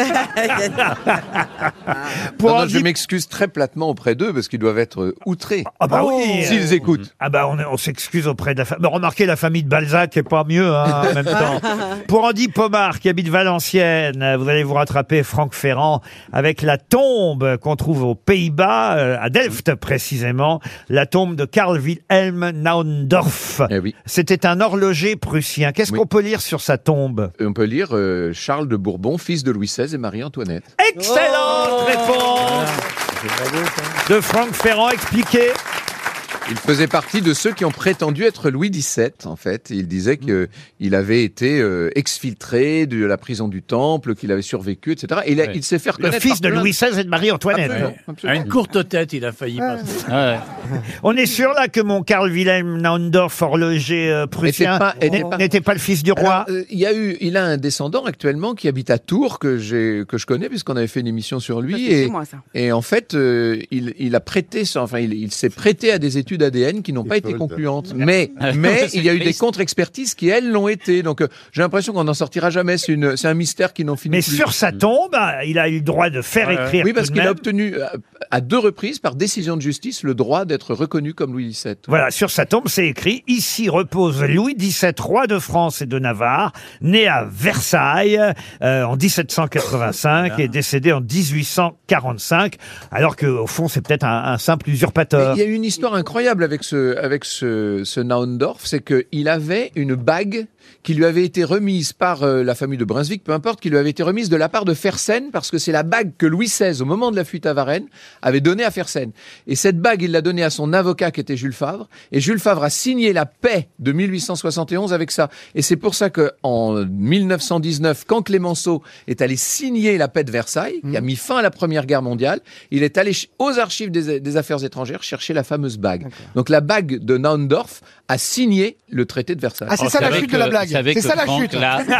B: Pour
I: Non, non,
B: Andy-
I: je m'excuse très platement auprès d'eux parce qu'ils doivent être euh, outrés
B: Ah bah oui.
I: s'ils écoutent.
B: Ah bah on, est- on s'excuse auprès de la famille. remarquez, la famille de Balzac est pas mieux hein, en même temps. Pour Andy Pomard, qui habite Valenciennes, euh, vous allez vous rattraper Franck Ferrand avec la tombe qu'on trouve aux Pays-Bas, euh, à Delft précisément, la tombe de Karl Wilhelm Naundorf.
I: Eh oui.
B: C'était un horloger prussien. Qu'est-ce
I: Oui.
B: qu'on peut lire sur sa tombe
I: Et on peut lire euh, Charles de Bourbon, fils de Louis XVI et Marie-Antoinette.
B: Excellente réponse de Franck Ferrand expliqué.
I: Il faisait partie de ceux qui ont prétendu être Louis XVII, en fait. Il disait qu'il avait été euh, exfiltré de la prison du Temple, qu'il avait survécu, etc. Et il, a-
C: Ouais.
I: il s'est fait
B: Le
I: reconnaître.
B: fils de
I: par plein
B: Louis XVI et de Marie-Antoinette.
I: Absolument,
F: À
I: absolument.
F: une courte tête, il a failli passer.
C: Ouais.
B: On est sûr là que mon Karl Wilhelm Naundorf, horloger euh, prussien,
I: N'était pas-
B: n'est-
I: était
B: n'était pas,
I: pas-
B: le fils du roi.
I: Alors, euh, il y a eu, il a un descendant actuellement qui habite à Tours que j'ai, que je connais puisqu'on avait fait une émission sur
P: Ça,
I: lui
P: c'est chez
I: et,
P: moi, ça.
I: et en fait euh, il, il a prêté, son- enfin il, il s'est prêté à des études ADN qui n'ont pas été concluantes, mais mais
C: C'est
I: il y a eu des
C: triste.
I: contre-expertises qui elles l'ont été, donc euh, j'ai l'impression qu'on n'en sortira jamais. C'est une, c'est un mystère qui n'en finit
B: mais
I: plus.
B: sur sa tombe, euh, il a eu le droit de faire écrire.
I: oui, parce
B: tout de
I: qu'il a
B: même.
I: obtenu euh, à deux reprises par décision de justice le droit d'être reconnu comme Louis XVII.
B: Voilà, sur sa tombe, c'est écrit Ici repose Louis XVII, roi de France et de Navarre, né à Versailles euh, en 1785 et décédé en 1845. Alors que, au fond, c'est peut-être un, un simple
I: Mais
B: usurpateur.
I: Il y a eu une histoire incroyable avec ce, avec ce, ce Naundorf, c'est qu'il avait une bague qui lui avait été remise par euh, la famille de Brunswick, peu importe, qui lui avait été remise de la part de Fersen, parce que c'est la bague que Louis XVI, au moment de la fuite à Varennes, avait donnée à Fersen. Et cette bague, il l'a donnée à son avocat qui était Jules Favre, et Jules Favre a signé la paix de 1871 avec ça. Et c'est pour ça que en 1919, quand Clémenceau est allé signer la paix de Versailles, qui a
H: Mm.
I: mis fin à la Première Guerre mondiale, il est allé ch- aux archives des, des affaires étrangères chercher la fameuse bague. Donc la bague de Naundorf a signé le traité de Versailles.
C: Oh,
H: Ah, c'est ça la chute de la blague. C'est ça la chute.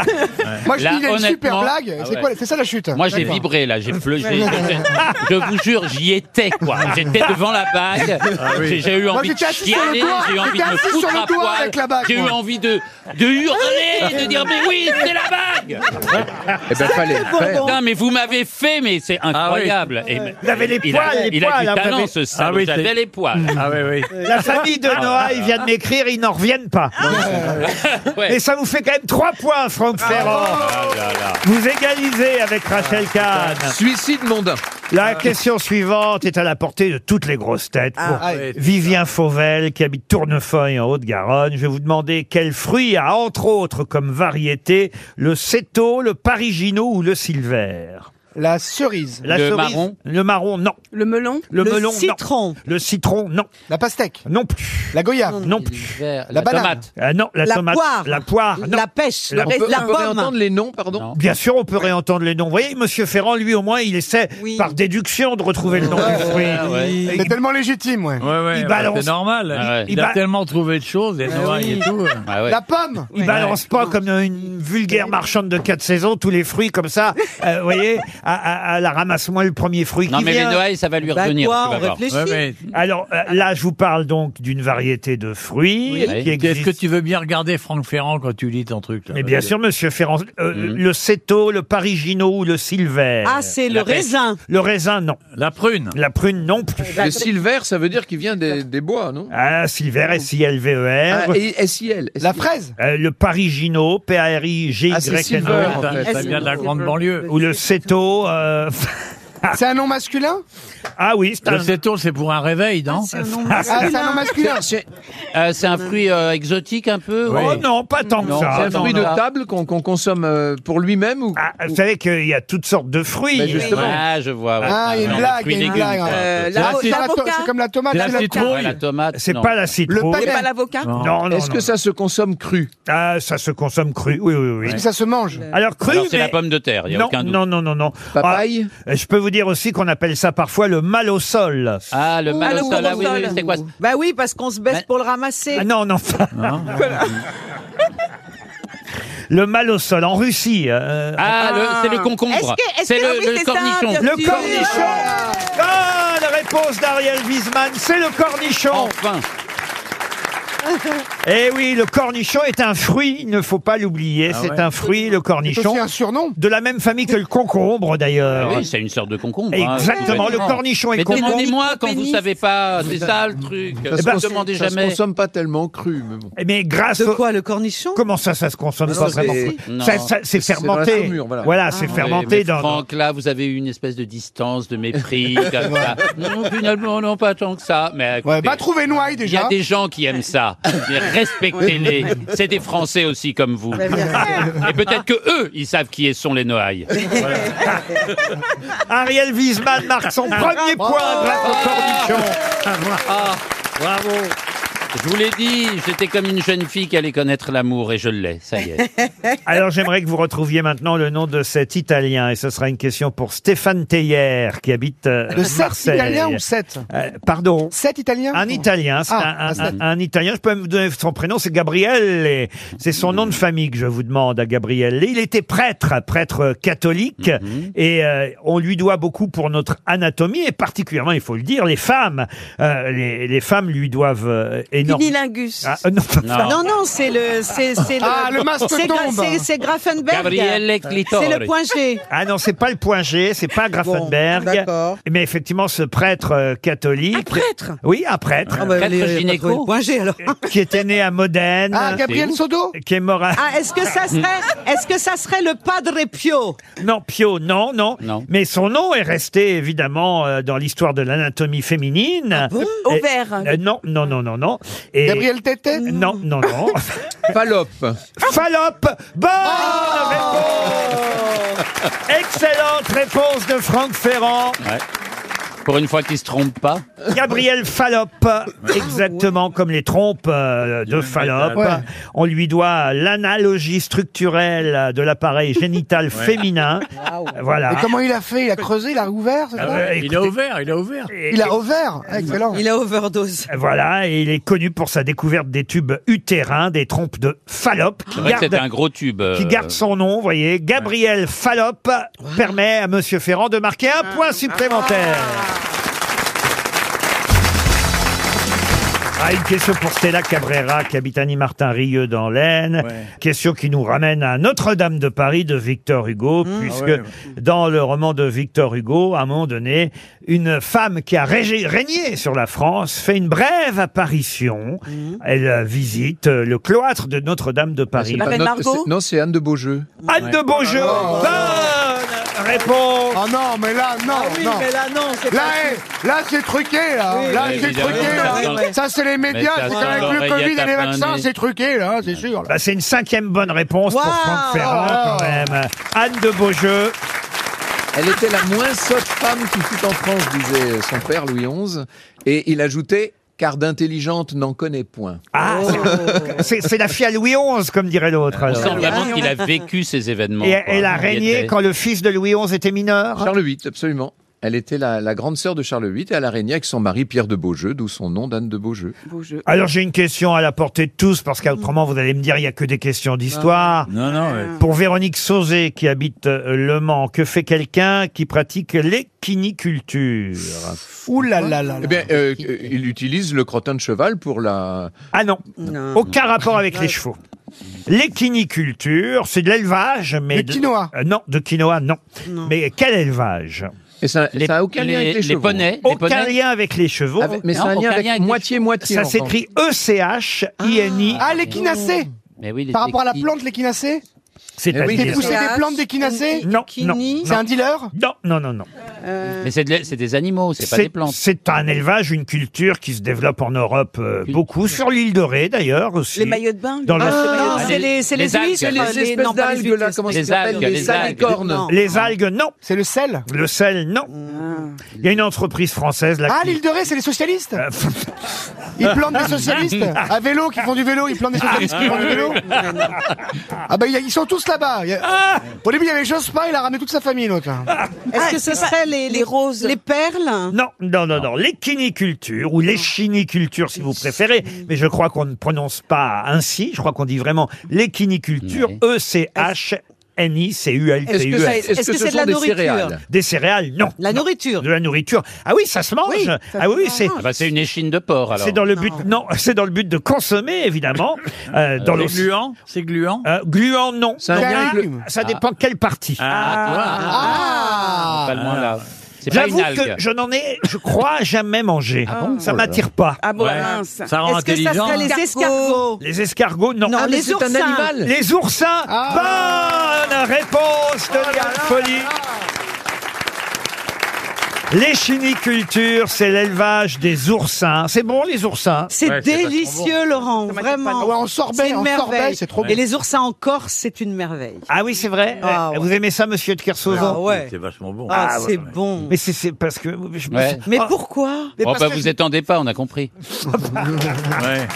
H: Moi, je
C: Là,
H: dis, il y a une super
C: honnêtement-
H: blague.
C: Ah
H: C'est
C: ouais.
H: quoi C'est ça la chute.
C: Moi, j'ai
H: D'accord.
C: vibré là, j'ai pleu. j'ai- j'ai- Je vous jure, j'y étais quoi. J'étais devant la bague. J'ai- J'ai eu
H: Ah Moi,
C: envie de
H: j'étais assis sur le
C: chialer,
H: toit.
C: j'ai eu envie de
H: J'étais
C: me
H: assis sur
C: foutre
H: le
C: à
H: toit avec la
C: poil.
H: bague, Ah
C: J'ai eu
H: moi.
C: envie de de hurler, de dire mais oui, c'est la bague.
I: Eh ben, fallait le faire.
C: Putain, mais vous m'avez fait,
H: Ah
C: mais c'est incroyable. Et-
B: Vous avez les
C: il a-
B: poils, les
C: il a
B: poils,
C: du
B: hein, vous
C: talent,
B: avez-
C: ce salaud.
F: Ah oui, c'est-
C: J'avais les poils.
F: Ah oui, oui.
B: La famille de Noah, ils viennent m'écrire, ils n'en reviennent pas. Mais ça vous fait quand même 3 points, Franck
I: Ah,
B: Ferrand. Vous égalisez avec Rachel Kahn.
I: Suicide mondain.
B: La question suivante est à la portée de toutes les grosses têtes. Pour
I: Ah, oui.
B: Vivien Fauvel, qui habite Tournefeuille en Haute-Garonne, je vais vous demander quel fruit a entre autres comme variété le céto, le parigino ou le silver
H: La cerise.
B: La cerise. Le marron, non.
P: Le melon
B: Le, melon, non.
H: citron.
B: Le citron, non.
H: La pastèque.
B: Non plus.
H: La goyave.
B: Non plus.
H: La la banane. tomate.
B: Ah non, la,
H: La
B: tomate.
H: poire.
B: La poire. non.
D: La pêche.
I: on peut, on peut réentendre les noms, pardon
B: Bien sûr, on peut réentendre les noms. Vous voyez, Monsieur Ferrand, lui, au moins, il essaie, par déduction, de retrouver le nom du fruit.
C: Ah
H: C'est tellement légitime, ouais.
F: ouais,
B: il
F: bah,
B: balance.
F: c'est normal.
B: Ah ouais.
F: Il,
B: Il
F: a
B: ba-
F: tellement trouvé de choses, les
B: Ah
F: oreilles
B: oui.
F: et tout.
H: La pomme
B: Il balance pas comme une vulgaire marchande de quatre saisons tous les fruits comme ça. euh, Vous voyez, à, à- à la ramasse-moi le premier fruit
C: Non,
B: qui
C: mais les
B: vient.
C: Noailles, ça va lui Bah revenir, quoi, tu vas on voir. réfléchit. Ouais,
B: Alors euh, là, je vous parle donc d'une variété de fruits qui
F: Est-ce
B: existe.
F: que tu veux bien regarder Franck Ferrand quand tu lis ton truc là
B: Mais bien
F: Parce que-
B: sûr, monsieur Ferrand, euh,
I: Hmm.
B: le céto, le parigino ou le silver.
D: Ah, c'est le La pêche. raisin.
B: Le raisin, non.
F: La prune.
B: La prune, non plus. Bah,
I: Le silver, ça veut dire qu'il vient des, des bois, non Oh.
B: Ah, silver, S-I-L-V-E-R.
I: Ah, et SIL.
H: La fraise
B: Euh, le Parigino, P-A-R-I-G-Y-N-O.
I: Ah, c'est Silver, en fait. Ça vient de la grande banlieue.
B: Ou le euh, Ceto.
H: C'est un nom masculin
B: Ah oui, c'est
F: Le céto, c'est pour un réveil, non
H: Ah, c'est un nom masculin.
C: C'est euh, c'est un fruit euh, exotique un peu
F: Oui.
B: Oh non, pas tant que
C: Non,
B: ça.
I: C'est un
B: non,
I: fruit
B: non.
I: de table qu'on qu'on consomme euh, pour lui-même ou
B: Ah, Vous savez qu'il y a toutes sortes de fruits.
I: Mais justement.
C: Ah, je vois. ouais.
H: Ah, il y a une
C: Non,
H: blague,
C: fruits,
H: il y a une
C: légumes,
H: blague.
C: quoi, un peu.
H: Euh, la-
C: Ah,
H: c'est la to-
P: l'avocat.
H: c'est comme la tomate,
F: C'est la
H: c'est la
F: citrouille.
C: Ouais, la tomate.
B: C'est
C: non.
B: pas la citrouille.
P: C'est pas l'avocat
B: Non, non,
I: Est-ce que ça se consomme cru
B: Ah, ça se consomme cru. Oui, oui, oui.
H: Est-ce que ça se mange
B: Alors cru,
C: Alors, c'est
B: mais-
C: la pomme de terre, il n'y a
B: non,
C: aucun doute.
B: non, non, non, non.
I: Papaye
B: Ah, je peux vous dire aussi qu'on appelle ça parfois le mal au sol.
C: Ah, le mal
D: Ah,
C: au
D: le
C: sol, ah oui,
D: mal au
C: oui,
D: sol.
C: c'est quoi ça
D: Bah oui, parce qu'on se baisse pour le ramasser.
B: Ah non, non. le mal au sol en Russie. euh,
C: Ah, le- c'est le
D: Est-ce
C: concombre.
D: que- est-ce
C: C'est
D: que-
C: le,
D: oui,
C: le
D: c'est ça, bien
C: cornichon.
B: Le
D: sûr.
B: cornichon Ah, la réponse d'Ariel Wiesman, c'est le cornichon
C: Enfin.
B: Eh oui, le cornichon est un fruit, il ne faut pas l'oublier. c'est
C: ouais.
B: un fruit, le
H: C'est
B: cornichon.
H: aussi un surnom.
B: De la même famille que le concombre, d'ailleurs.
C: Oui, c'est une sorte de concombre. hein,
B: Exactement, le
C: complètement.
B: cornichon est
C: Mais
B: concombre. Eh ben,
C: demandez-moi quand vous
P: Pénis.
C: savez pas, c'est ça le truc.
I: Ça
C: Ne
I: se
C: me
I: consomme-
C: ben, demandez
I: ça se
C: jamais.
I: consomme pas tellement cru, mais bon.
B: Mais grâce
D: De
B: au...
D: quoi, le cornichon
B: Comment ça, ça se consomme
I: Non,
B: pas
I: c'est-
B: vraiment
C: Non.
B: Ça- ça- C'est
I: C'est dans la
B: fermenté.
I: saumure, voilà.
D: Ah.
B: c'est
C: Oui,
B: fermenté
C: mais
B: dans...
C: Franck, là, vous avez eu une espèce de distance, de mépris, comme ça. Non, finalement, non, pas tant que ça. Mais
H: Ouais,
C: écoutez,
H: bah trouvez Noailles
C: il y a
H: déjà.
C: des gens qui aiment ça. Mais respectez-les. C'est des Français aussi, comme vous. Et peut-être que eux, ils savent qui sont les Noailles.
B: Ariel Wiesman marque son premier point grâce au cornichon.
C: Ah, bravo. Je vous l'ai dit, j'étais comme une jeune fille qui allait connaître l'amour et je l'ai, ça y est.
B: Alors j'aimerais que vous retrouviez maintenant le nom de cet Italien et ce sera une question pour Stéphane Teyer qui habite euh,
H: Le 7
B: Marseille.
H: italien ou 7
B: Euh, pardon.
H: 7 italien
B: Un Italien, c'est
H: Ah,
B: un-
H: un
B: un,
H: sept.
B: un Italien. Je peux même vous donner son prénom, c'est Gabriel. et C'est son nom de famille que je vous demande à Gabriel. Il était prêtre, prêtre catholique, et euh, on lui doit beaucoup pour notre anatomie et particulièrement, il faut le dire, les femmes. Euh, les, les femmes lui doivent euh, énormément.
P: Cunilingus.
B: Ah, euh, non.
D: Non, non, c'est le. C'est, c'est le
H: Ah, le masque
D: c'est gra-
H: tombe.
D: c'est- C'est Grafenberg.
C: Gabriele Clitori.
D: C'est le point G.
B: Ah non, c'est pas le point G, c'est pas Grafenberg.
D: d'accord.
B: mais effectivement, ce prêtre euh, catholique.
P: Prêtre.
B: Oui, un prêtre.
D: Ah, bah,
C: Prêtre
D: les- pas
C: gynéco.
D: trouvé le point G alors.
B: euh, Qui était né à Modène,
H: Ah,
C: C'est
H: Gabriel
C: ouf.
H: Sodo
B: qui est mort à...
D: Ah, est-ce que ça serait, est-ce que ça serait le Padre Pio
B: Non, Pio, non, non,
C: Non.
B: Mais son nom est resté, évidemment, euh, dans l'histoire de l'anatomie féminine.
P: Ah Au
B: Et-
P: vert.
B: Euh, non, non, non, non, non. Et...
H: Gabriel Tété
B: Non, non, non.
I: Palop.
B: Fallope Bonne réponse Excellente réponse de Franck Ferrand.
C: Pour une fois qu'ils se trompent pas.
B: Gabriel Fallope, exactement comme les trompes euh, de Fallope.
H: métal. Ouais.
B: On lui doit l'analogie structurelle de l'appareil génital féminin. Voilà.
H: Et comment il a fait Il a creusé, il a rouvert c'est ça
B: Euh,
F: Il a ouvert, il a ouvert.
H: Il a ouvert Ah, Excellent.
D: Il a overdose.
B: Voilà, et il est connu pour sa découverte des tubes utérins, des trompes de Fallope, qui
C: C'est vrai que
B: gardent
C: c'était un gros tube. euh,
B: qui garde son nom, vous voyez. Gabriel Fallope permet à Monsieur Ferrand de marquer un
Q: Ah.
B: point supplémentaire. Ah, une question pour Stella Cabrera, qui habite Annie-Martin-Rieux dans l'Aisne. Question qui nous ramène à Notre-Dame de Paris de Victor Hugo, puisque
Q: Ah ouais,
B: dans le roman de Victor Hugo, à un moment donné, une femme qui a régé- régné sur la France fait une brève apparition.
Q: Mmh.
B: Elle euh, visite euh, le cloître de Notre-Dame de Paris.
I: c'est pas La reine Notre- Margot c'est-
B: non, c'est Anne de Beaujeu. Oh. Anne de Beaujeu Bah, Bonne Euh, réponse
H: Oh non, mais là, non,
J: Ah oui,
H: non.
J: mais là, non, c'est
H: Là,
J: pas
H: eh, là, c'est truqué, là.
J: Oui,
H: là,
J: oui,
H: c'est
J: évidemment.
H: truqué, là.
J: Oui, oui.
H: Ça, c'est les médias,
B: Mais
H: c'est
B: ça,
H: avec
B: ça,
H: le
B: l'oreillette
H: Covid et
B: à
H: les
B: plein
H: vaccin,
B: nez.
H: c'est truqué, là, c'est sûr. là.
B: Bah, c'est une cinquième bonne réponse pour Franck Ferrand, quand même. Anne de Beaujeu.
I: Elle était la moins sotte femme qui fut en France, disait son père Louis XI, et il ajoutait car d'intelligente n'en connaît point.
B: Ah, c'est c'est la fille à Louis XI, comme dirait l'autre.
C: On sent vraiment qu'il a vécu ces événements.
B: Et
C: quoi.
B: elle a
C: Il
B: régné
C: était-
B: quand le fils de Louis XI était mineur.
I: Charles VIII, absolument. Elle était la, la grande sœur de Charles VIII et elle a régné avec son mari Pierre de Beaujeu, d'où son nom d'Anne de Beaujeu.
B: Alors j'ai une question à la portée de tous, parce qu'autrement vous allez me dire il n'y a que des questions d'histoire.
F: Non, non, ouais.
B: Pour Véronique Sauzé, qui habite euh, Le Mans, que fait quelqu'un qui pratique l'équiniculture
H: Ouh là là là.
I: Eh bien, euh, euh, il utilise le crottin de cheval pour la.
B: Ah non, aucun rapport avec les chevaux. L'équiniculture, c'est de l'élevage, mais...
I: Du
B: de-
I: quinoa.
B: Euh, Non, de quinoa, non. Mais quel élevage
I: Et ça n'a aucun lien avec les chevaux.
B: Aucun lien avec les chevaux.
I: Avec- mais c'est un lien avec moitié-moitié.
B: Ça s'écrit E E-C-H-I-N-I.
H: Ah, l'équinacée
C: Mais oui,
H: Par rapport à la plante, l'équinacée
B: C'est à
H: T'es
B: dire-
H: poussé des plantes d'équinacée
B: Non, non, non.
H: C'est un dealer
B: Non, non, non, non.
J: Euh,
C: Mais c'est de- c'est des animaux, c'est pas des plantes.
B: C'est un élevage, une culture qui se développe en Europe euh, beaucoup, sur l'île de Ré d'ailleurs aussi.
P: Les maillots de bain.
B: Dans le-
P: Ah,
B: Ah,
P: non, c'est les, c'est les, huîtres,
B: algues.
P: les- non, pas les huîtres,
B: Les
P: espèces
B: algues,
P: d'algues.
B: les algues. Les algues, non.
H: C'est le sel
B: Le sel, non.
P: Ah.
B: Il y a une entreprise française là.
H: Ah,
B: qui-
H: l'île de Ré, c'est les socialistes Ils plantent des socialistes À vélo, qui font du vélo, ils plantent des socialistes qui font du vélo Ah bah, il y a- ils sont tous là-bas Il y a- Au début, il y avait Jospin, il a ramené toute sa famille, l'autre. là.
B: Ah,
D: Est-ce que ce serait Ah, les, les roses Les perles Oh.
B: Non, non, non, non. L'équiniculture ou l'échiniculture, si vous préférez. Mais je crois qu'on ne prononce pas ainsi. Je crois qu'on dit vraiment E l'équiniculture, E-C-H. N-I-C-U-L-T-U-S.
D: Est-ce que ça- est-ce Est-ce que que ce c'est de sont la des nourriture céréales
B: Des céréales, non.
D: La nourriture.
B: De la nourriture. Ah oui, ça se mange. ah oui, c'est.
C: Ah bah, c'est une échine de porc alors.
B: C'est dans le but, non, c'est dans le but de consommer évidemment. euh,
F: C'est
B: dans le
F: gluant
B: c'est gluant. gluant, non.
F: un
B: Non,
F: glu-
B: glu- Ça dépend
C: Ah.
B: quelle partie. Ah.
H: Ah.
C: Pas
E: Ah.
C: loin là. C'est pas
B: J'avoue
C: une algue.
B: que je n'en ai, je crois, jamais mangé. ça m'attire pas.
P: Ah bon,
C: Ouais.
P: mince.
B: Ça rend
P: Est-ce que ça
B: intelligent.
P: serait les escargots
B: Les escargots, non.
P: Non, Ah, mais les c'est Ah. un oursins. animal.
B: Les oursins. Bonne
P: Oh
B: réponse de Liane Folie. L'échiniculture, c'est l'élevage des oursins. C'est bon, les oursins
D: C'est délicieux, Laurent, vraiment.
H: Ouais, en sorbet,
D: C'est une
H: en sorbet,
D: merveille.
H: c'est trop
D: Et
H: bon.
D: les oursins en Corse, c'est une merveille.
B: Ah oui, c'est vrai
D: Ah
B: Vous aimez ça, monsieur de Kersauzon
D: Ah ouais.
F: C'est vachement bon.
D: Ah, c'est
B: ouais.
D: bon.
B: Mais c'est- c'est parce que... je me
C: Ouais.
B: suis-
D: Mais
B: Ah,
D: pourquoi
C: Oh, bah, vous étendez pas, on a compris.
F: ouais.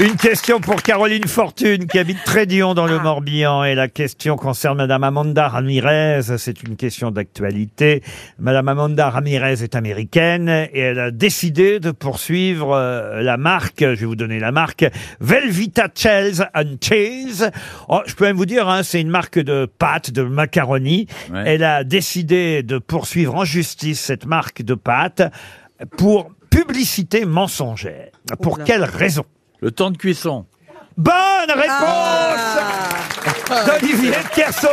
B: Une question pour Caroline Fortune qui habite Trédion dans le Morbihan et la question concerne Madame Amanda Ramirez. C'est une question d'actualité. Madame Amanda Ramirez est américaine et elle a décidé de poursuivre euh, la marque. Je vais vous donner la marque Velvita Cheese and Cheese. Oh, je peux même vous dire, hein, c'est une marque de pâtes, de macaroni. Elle a décidé de poursuivre en justice cette marque de pâtes pour publicité mensongère. Pour
F: Oula.
B: quelle raison
F: Le temps de cuisson.
B: Bonne
H: Ah.
B: réponse d'Olivier de Kersauzon.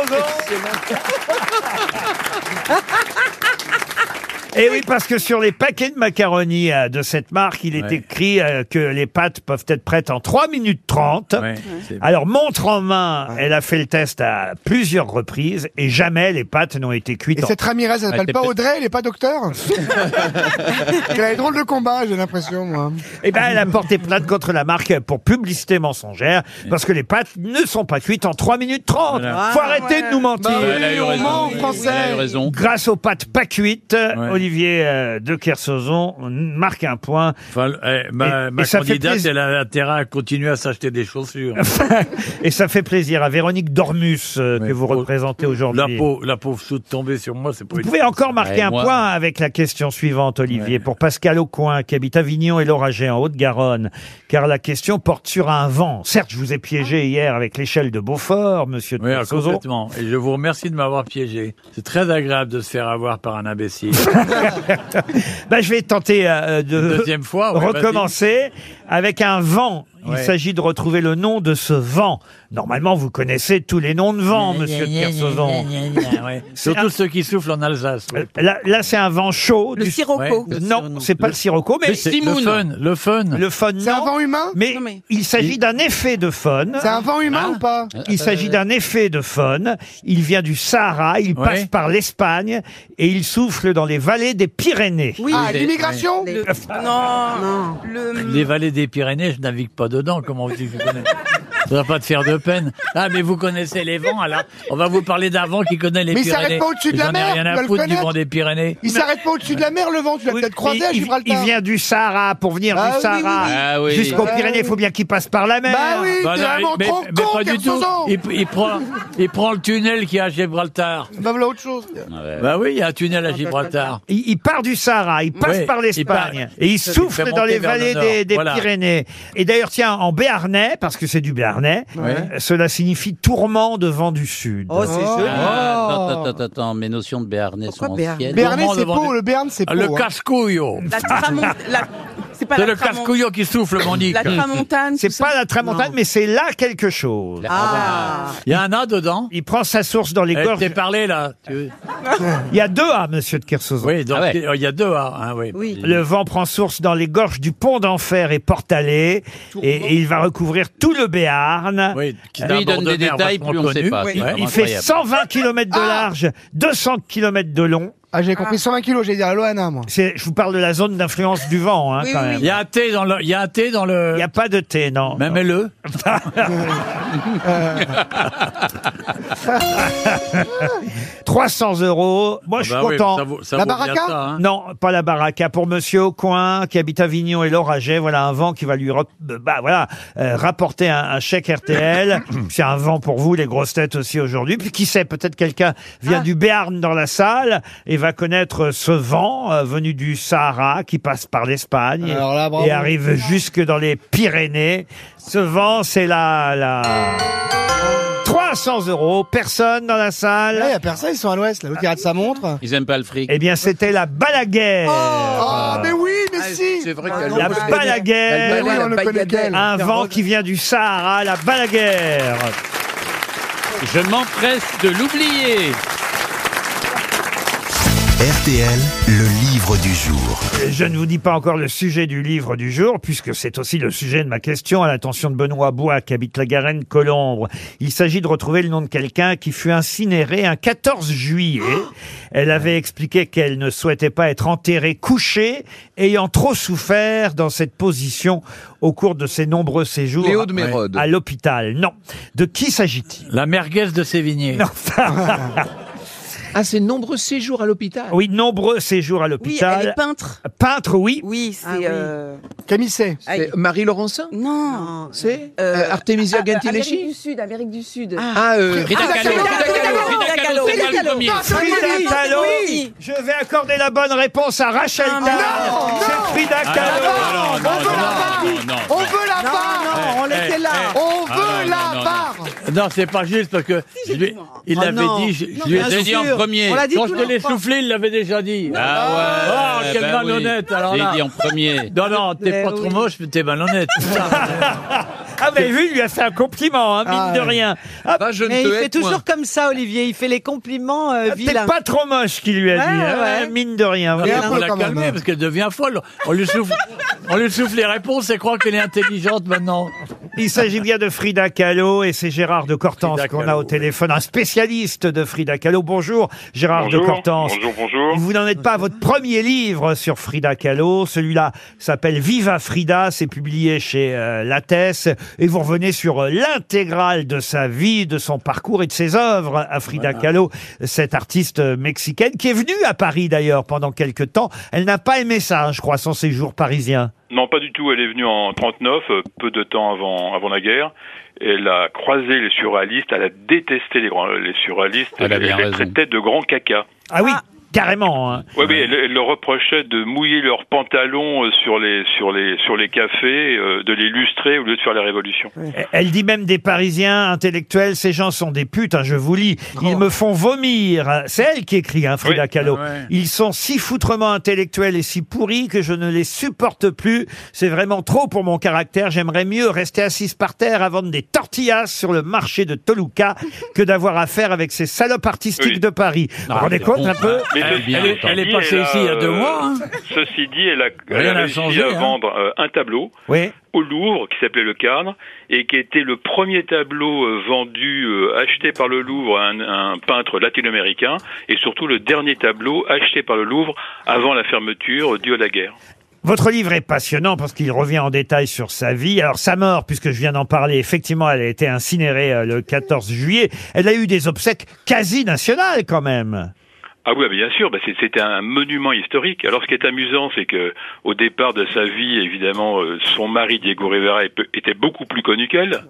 B: Et Eh oui, parce que sur les paquets de macaroni euh, de cette marque, il est
F: Ouais.
B: écrit euh, que les pâtes peuvent être prêtes en 3 minutes 30.
F: c'est-
B: Alors, montre en main,
H: Ah.
B: elle a fait le test à plusieurs reprises et jamais les pâtes n'ont été cuites.
H: Et cette Ramirez, elle
F: Ah,
B: Ah,
H: s'appelle pas Audrey, elle est pas docteur Elle a des drôles de combat, j'ai l'impression, moi.
B: Eh ben, elle a porté plainte contre la marque pour publicité mensongère parce que les pâtes ne sont pas cuites en 3 minutes 30.
F: Voilà.
B: Faut
F: Ah,
B: arrêter de nous mentir.
F: Bah oui, Elle a eu on raison. ment aux Français. Elle a eu raison.
B: Grâce aux pâtes pas cuites, Olivier euh, de Kersauzon marque un point.
F: Enfin, eh, ma
B: Et-
F: ma
B: et ça fait
F: candidate,
B: plaisir.
F: elle a intérêt à continuer à s'acheter des chaussures.
B: Et ça fait plaisir à Véronique Dormus euh, que vous représentez
F: la,
B: aujourd'hui.
F: pauvre, la pauvre soude tombée sur moi, c'est pas
B: Vous pouvez encore marquer
F: Ouais,
B: un
F: moi.
B: point avec la question suivante, Olivier, pour Pascal Aucoin, qui habite Avignon et l'Oragé, en Haute-Garonne, car la question porte sur un vent. Certes, je vous ai piégé hier avec l'échelle de Beaufort, monsieur de
F: Oui, ah,
B: Kersauzon.
F: complètement. Et je vous remercie de m'avoir piégé. C'est très agréable de se faire avoir par un imbécile.
B: Bah, je vais tenter euh, de
F: deuxième fois, ouais,
B: recommencer avec un vent. Il
F: Ouais.
B: s'agit de retrouver le nom de ce vent. Normalement, vous connaissez tous les noms de vents, monsieur de Kersauzon.
F: Surtout ceux qui soufflent en Alsace.
B: Là, là, c'est un vent chaud.
F: Le sirocco.
B: Ouais. Non, c'est pas le, sirocco, mais
F: Le simoun. Le fun,
B: Le fun. Le fun.
H: C'est un
B: non.
H: vent humain
B: Mais il s'agit d'un effet de fun.
H: C'est un vent humain ou pas
B: Il
H: euh,
B: s'agit d'un effet de fun. Il vient du Sahara, il passe par l'Espagne et il souffle dans les vallées des Pyrénées.
H: Ah, l'immigration
B: Ah.
Q: Non,
B: Euh.
F: Les vallées des Pyrénées, je navigue pas dedans, comment vous dites que je connais Ça va pas te faire de peine. Ah, mais vous connaissez les vents, alors on va vous parler d'un vent qui connaît les
H: Mais il
F: Pyrénées.
H: s'arrête pas au-dessus de la
F: J'en ai
H: mer,
F: rien
H: tu vas
F: à
H: le
F: foutre du
H: connaître.
F: vent des Pyrénées.
H: Il s'arrête pas au-dessus de la mer, le vent. Tu l'as peut-être croisé à
B: il, il
H: Gibraltar.
B: vient du Sahara pour venir
H: Ah
B: du
H: oui, oui,
B: Sahara
H: oui. Ah oui.
B: jusqu'aux
H: Ah
B: Pyrénées. Il faut bien qu'il passe par la mer.
F: Bah non, mais, mais pas du tout. Il, il prend, il prend le tunnel qui est à Gibraltar.
H: Bah voilà autre chose.
F: Bah oui, il y a un tunnel
B: Ah,
F: à Gibraltar.
B: Il, il part du Sahara, il passe
F: Oui,
B: par
F: il
B: l'Espagne
F: part-
B: et il
F: Ça
B: souffle
F: fait
B: dans les
F: monter vers le
B: vallées
F: nord,
B: des, des
F: voilà.
B: Pyrénées. Et d'ailleurs, tiens, en béarnais, parce que c'est du béarnais,
C: Ouais. Oh,
B: euh, cela signifie tourment de vent du sud. Oh.
Q: Oh,
F: Oh.
C: Ah, Attends, attends, attends, attends, mes notions de Béarnais sont anciennes.
H: Béarn,
C: c'est Le peau, hein.
F: cascouillo.
Q: La tramon- la- C'est pas
F: C'est
Q: la
F: le
Q: tramon-
F: cascouillo qui souffle, Mandic.
Q: La tramontane.
B: C'est pas la tramontane, mais c'est là quelque chose.
Q: Ah.
F: Il y a un A dedans.
B: Il prend sa source dans les
F: Eh,
B: gorges.
F: t'es parlé, là.
B: Il y a deux A, monsieur de Kersauzon.
F: Oui, donc, il y a deux A. hein, oui.
B: Le vent prend source dans les gorges du pont d'enfer et Portalé, et, et il va recouvrir tout le Béarn.
F: Oui, qui
C: Plus il donne des détails, plus on ne sait pas. C'est
B: Il,
C: vraiment
B: il fait
C: incroyable.
F: Ah.
B: 120 km de large, 200 km de long.
H: Ah, j'ai compris 120 kilos, j'ai dit à Loana, moi.
B: C'est- Je vous parle de la zone d'influence du vent, hein,
H: Oui,
B: quand
H: oui,
B: même.
H: oui.
F: Il y a un T dans le. Il y a un T dans le.
B: Il n'y a pas de thé, non.
F: Même le.
B: Euh, 300 euros. Moi,
F: Ah
B: je
F: bah
B: suis
F: oui,
B: content.
F: ça vaut- ça La vaut bien baraka ça, hein.
B: Non, pas la baraka. Pour Monsieur Aucoin, qui habite Avignon et l'Oraget, voilà un vent qui va lui rep- bah, voilà, euh, rapporter un, un chèque RTL. C'est un vent pour vous, les grosses têtes aussi aujourd'hui. Puis qui sait, peut-être quelqu'un
J: Ah.
B: vient du Béarn dans la salle et va connaître ce vent euh, venu du Sahara qui passe par l'Espagne
J: Alors là, bravo.
B: et arrive jusque dans les Pyrénées. Ce vent, c'est la... la... 300 euros, personne dans la salle. Il
H: n'y a personne, ils sont à l'ouest, là, l'autre de sa montre.
C: Ils aiment pas le fric.
B: Eh bien, c'était la
Q: Eh.
B: balaguerre.
H: Ah, mais oui, mais si
I: C'est vrai
H: qu'elle
B: la balaguerre.
H: Oui, on le connaît qu'elle.
B: Un vent qui vient du Sahara, la balaguerre.
C: Je m'empresse de l'oublier.
A: RTL, le livre du jour.
B: Je ne vous dis pas encore le sujet du livre du jour, puisque c'est aussi le sujet de ma question à l'attention de Benoît Bois, qui habite la Garenne Colombre. Il s'agit de retrouver le nom de quelqu'un qui fut incinéré un 14 juillet. Elle avait expliqué qu'elle ne souhaitait pas être enterrée couchée, ayant trop souffert dans cette position au cours de ses nombreux séjours
I: Léo de Mérode.
B: à l'hôpital. Non. De qui s'agit-il
F: La merguez de Sévigné.
I: Ah, c'est nombreux séjours à l'hôpital.
B: Oui, nombreux séjours à
Q: Oui,
B: l'hôpital.
Q: elle est peintre.
B: Peintre, oui.
Q: Oui,
H: Ah,
Q: c'est. euh,
H: Camille c'est
Q: Aïe.
I: Marie Laurencin
Q: Non. ah,
I: C'est euh, Artemisia
Q: Amérique
I: Gentileschi
Q: du Sud, Amérique du Sud.
I: Ah, euh,
Q: Frida
I: Frida
Q: Kahlo.
I: Kahlo,
Q: Frida Kahlo, Frida Kahlo,
B: Frida
Q: Frida
B: Kahlo.
Q: Kahlo.
B: Frida Kahlo. Je vais accorder la bonne réponse à Rachel
Q: Ah,
B: Kahn.
Q: non,
B: C'est Frida
Q: Ah,
B: Kahlo.
Q: non, non, non, non, non,
H: On veut la barre
F: non, on Eh, l'était eh, là. eh.
H: On
F: Ah,
H: veut
F: non, non,
H: la
F: non,
H: barre
F: Non, c'est pas juste parce que je lui- il
C: Ah
F: l'avait
C: non.
F: dit. Je,
C: Non,
F: je lui ai
C: bien
F: dit
C: sûr.
F: en premier.
C: On l'a dit
F: Quand
C: tout
F: je te l'ai
C: l'enfant.
F: soufflé, il l'avait déjà dit.
C: Ah
F: Oh,
C: ouais,
F: quel
C: bah oui.
F: malhonnête alors
C: J'ai
F: là.
C: dit en premier.
F: Non, non, t'es pas trop moche, mais t'es malhonnête.
B: Ah, vous avez vu, il lui a fait un compliment, hein, mine
F: Ah,
B: de
F: ouais.
B: rien.
D: Mais il fait toujours comme ça, Olivier. Il fait les compliments euh,
B: T'es
D: vilains.
B: pas trop moche, qu'il lui a
D: Ouais,
B: dit. hein,
D: ouais.
B: Mine de rien.
F: Non,
B: Voilà.
F: mais faut la calmer parce qu'elle devient folle. On lui souffle, on lui souffle les réponses et croit qu'elle est intelligente maintenant.
B: Il s'agit bien de Frida Kahlo et c'est Gérard de Cortance
F: Frida
B: qu'on a
F: Kahlo,
B: au téléphone, un spécialiste de Frida Kahlo. Bonjour Gérard de
R: Bonjour,
B: Cortance.
R: bonjour, bonjour.
B: Vous n'en êtes pas à votre premier livre sur Frida Kahlo. Celui-là s'appelle Viva Frida, c'est publié chez euh, Lattès et vous revenez sur euh, l'intégrale de sa vie, de son parcours et de ses œuvres à Frida Kahlo, cette artiste euh, mexicaine qui est venue à Paris d'ailleurs pendant quelques temps. Elle n'a pas aimé ça, hein, je crois, son séjour parisien.
R: Non, pas du tout. Elle est venue en 39, euh, peu de temps avant, avant la guerre. Elle a croisé les surréalistes, elle a détesté les, grands, les surréalistes,
C: Elle a bien
R: les
C: raison.
R: traitait de grands caca.
B: Ah oui Carrément. hein.
R: Oui, mais elle, elle leur reprochait de mouiller leurs pantalons euh, sur les, sur les, sur les cafés, euh, de les lustrer au lieu de faire la révolution.
B: Elle dit même des Parisiens intellectuels, ces gens sont des putes, hein, je vous lis. Ils me font vomir. C'est elle qui écrit, hein, Frida
R: Oui.
B: Kahlo.
R: Ah ouais.
B: Ils sont si foutrement intellectuels et si pourris que je ne les supporte plus. C'est vraiment trop pour mon caractère. J'aimerais mieux rester assise par terre à vendre des tortillas sur le marché de Toluca que d'avoir affaire avec ces salopes artistiques de Paris. Vous vous rendez compte un peu
R: Mais
F: hein. Elle
R: ceci
F: est bien,
R: dit,
F: elle est passée
R: a,
F: ici il y a deux
R: euh,
F: mois, hein.
R: Ceci dit, elle a, elle
F: Rien
R: a
F: n'a
R: réussi
F: changé,
R: à
F: hein.
R: vendre euh, un tableau
B: Oui.
R: au Louvre qui s'appelait Le Cadre et qui était le premier tableau euh, vendu, euh, acheté par le Louvre à un, un peintre latino-américain et surtout le dernier tableau acheté par le Louvre avant la fermeture euh, due à la guerre.
B: Votre livre est passionnant parce qu'il revient en détail sur sa vie. Alors sa mort, puisque je viens d'en parler, effectivement, elle a été incinérée euh, le 14 juillet. Elle a eu des obsèques quasi nationales quand même.
R: Ah oui, bien sûr, bah, c'est- c'était un monument historique. Alors ce qui est amusant, c'est que au départ de sa vie, évidemment, euh, son mari Diego Rivera est peu- était beaucoup plus connu qu'elle,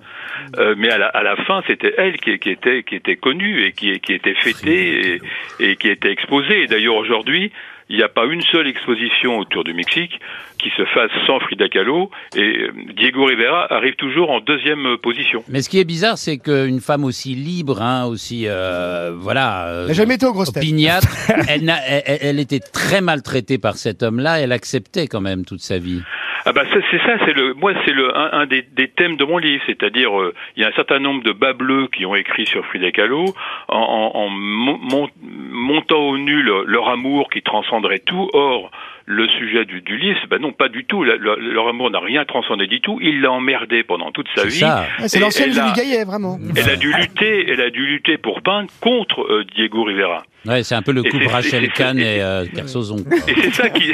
R: Euh, mais à la, à la fin, c'était elle qui, qui était qui était connue et qui, qui était fêtée et, et qui était exposée. Et d'ailleurs aujourd'hui, il n'y a pas une seule exposition autour du Mexique qui se fasse sans Frida Kahlo et euh, Diego Rivera arrive toujours en deuxième position.
C: Mais ce qui est bizarre, c'est qu'une femme aussi libre, hein, aussi, euh, voilà, euh,
H: J'ai jamais été aux grosses têtes.
C: opiniâtre, elle, n'a- elle- elle- elle était très maltraitée par cet homme-là. Elle acceptait quand même toute sa vie.
R: Ah bah ça, c'est ça, c'est le moi c'est le un, un des, des thèmes de mon livre, c'est-à-dire euh, il y a un certain nombre de bas bleus qui ont écrit sur Frida Kahlo en, en, en mon- mon- montant au nul leur, amour qui transcenderait tout. Or le sujet du, du livre, c'est, bah non pas du tout. La- leur- leur amour n'a rien transcendé du tout. Il l'a emmerdé pendant toute sa vie.
H: Ouais, Ah, C'est
R: Et
H: l'ancienne
R: elle a-
H: Julie Gaillet, vraiment. Ah,
R: Elle a dû lutter, elle a dû lutter pour peindre contre euh, Diego Rivera.
C: Ouais, c'est un peu le
R: Et c'est-
C: couple
R: et
C: Rachel
R: c'est-
C: Kahn et euh, Kersozon. quoi.
R: Et c'est ça qui,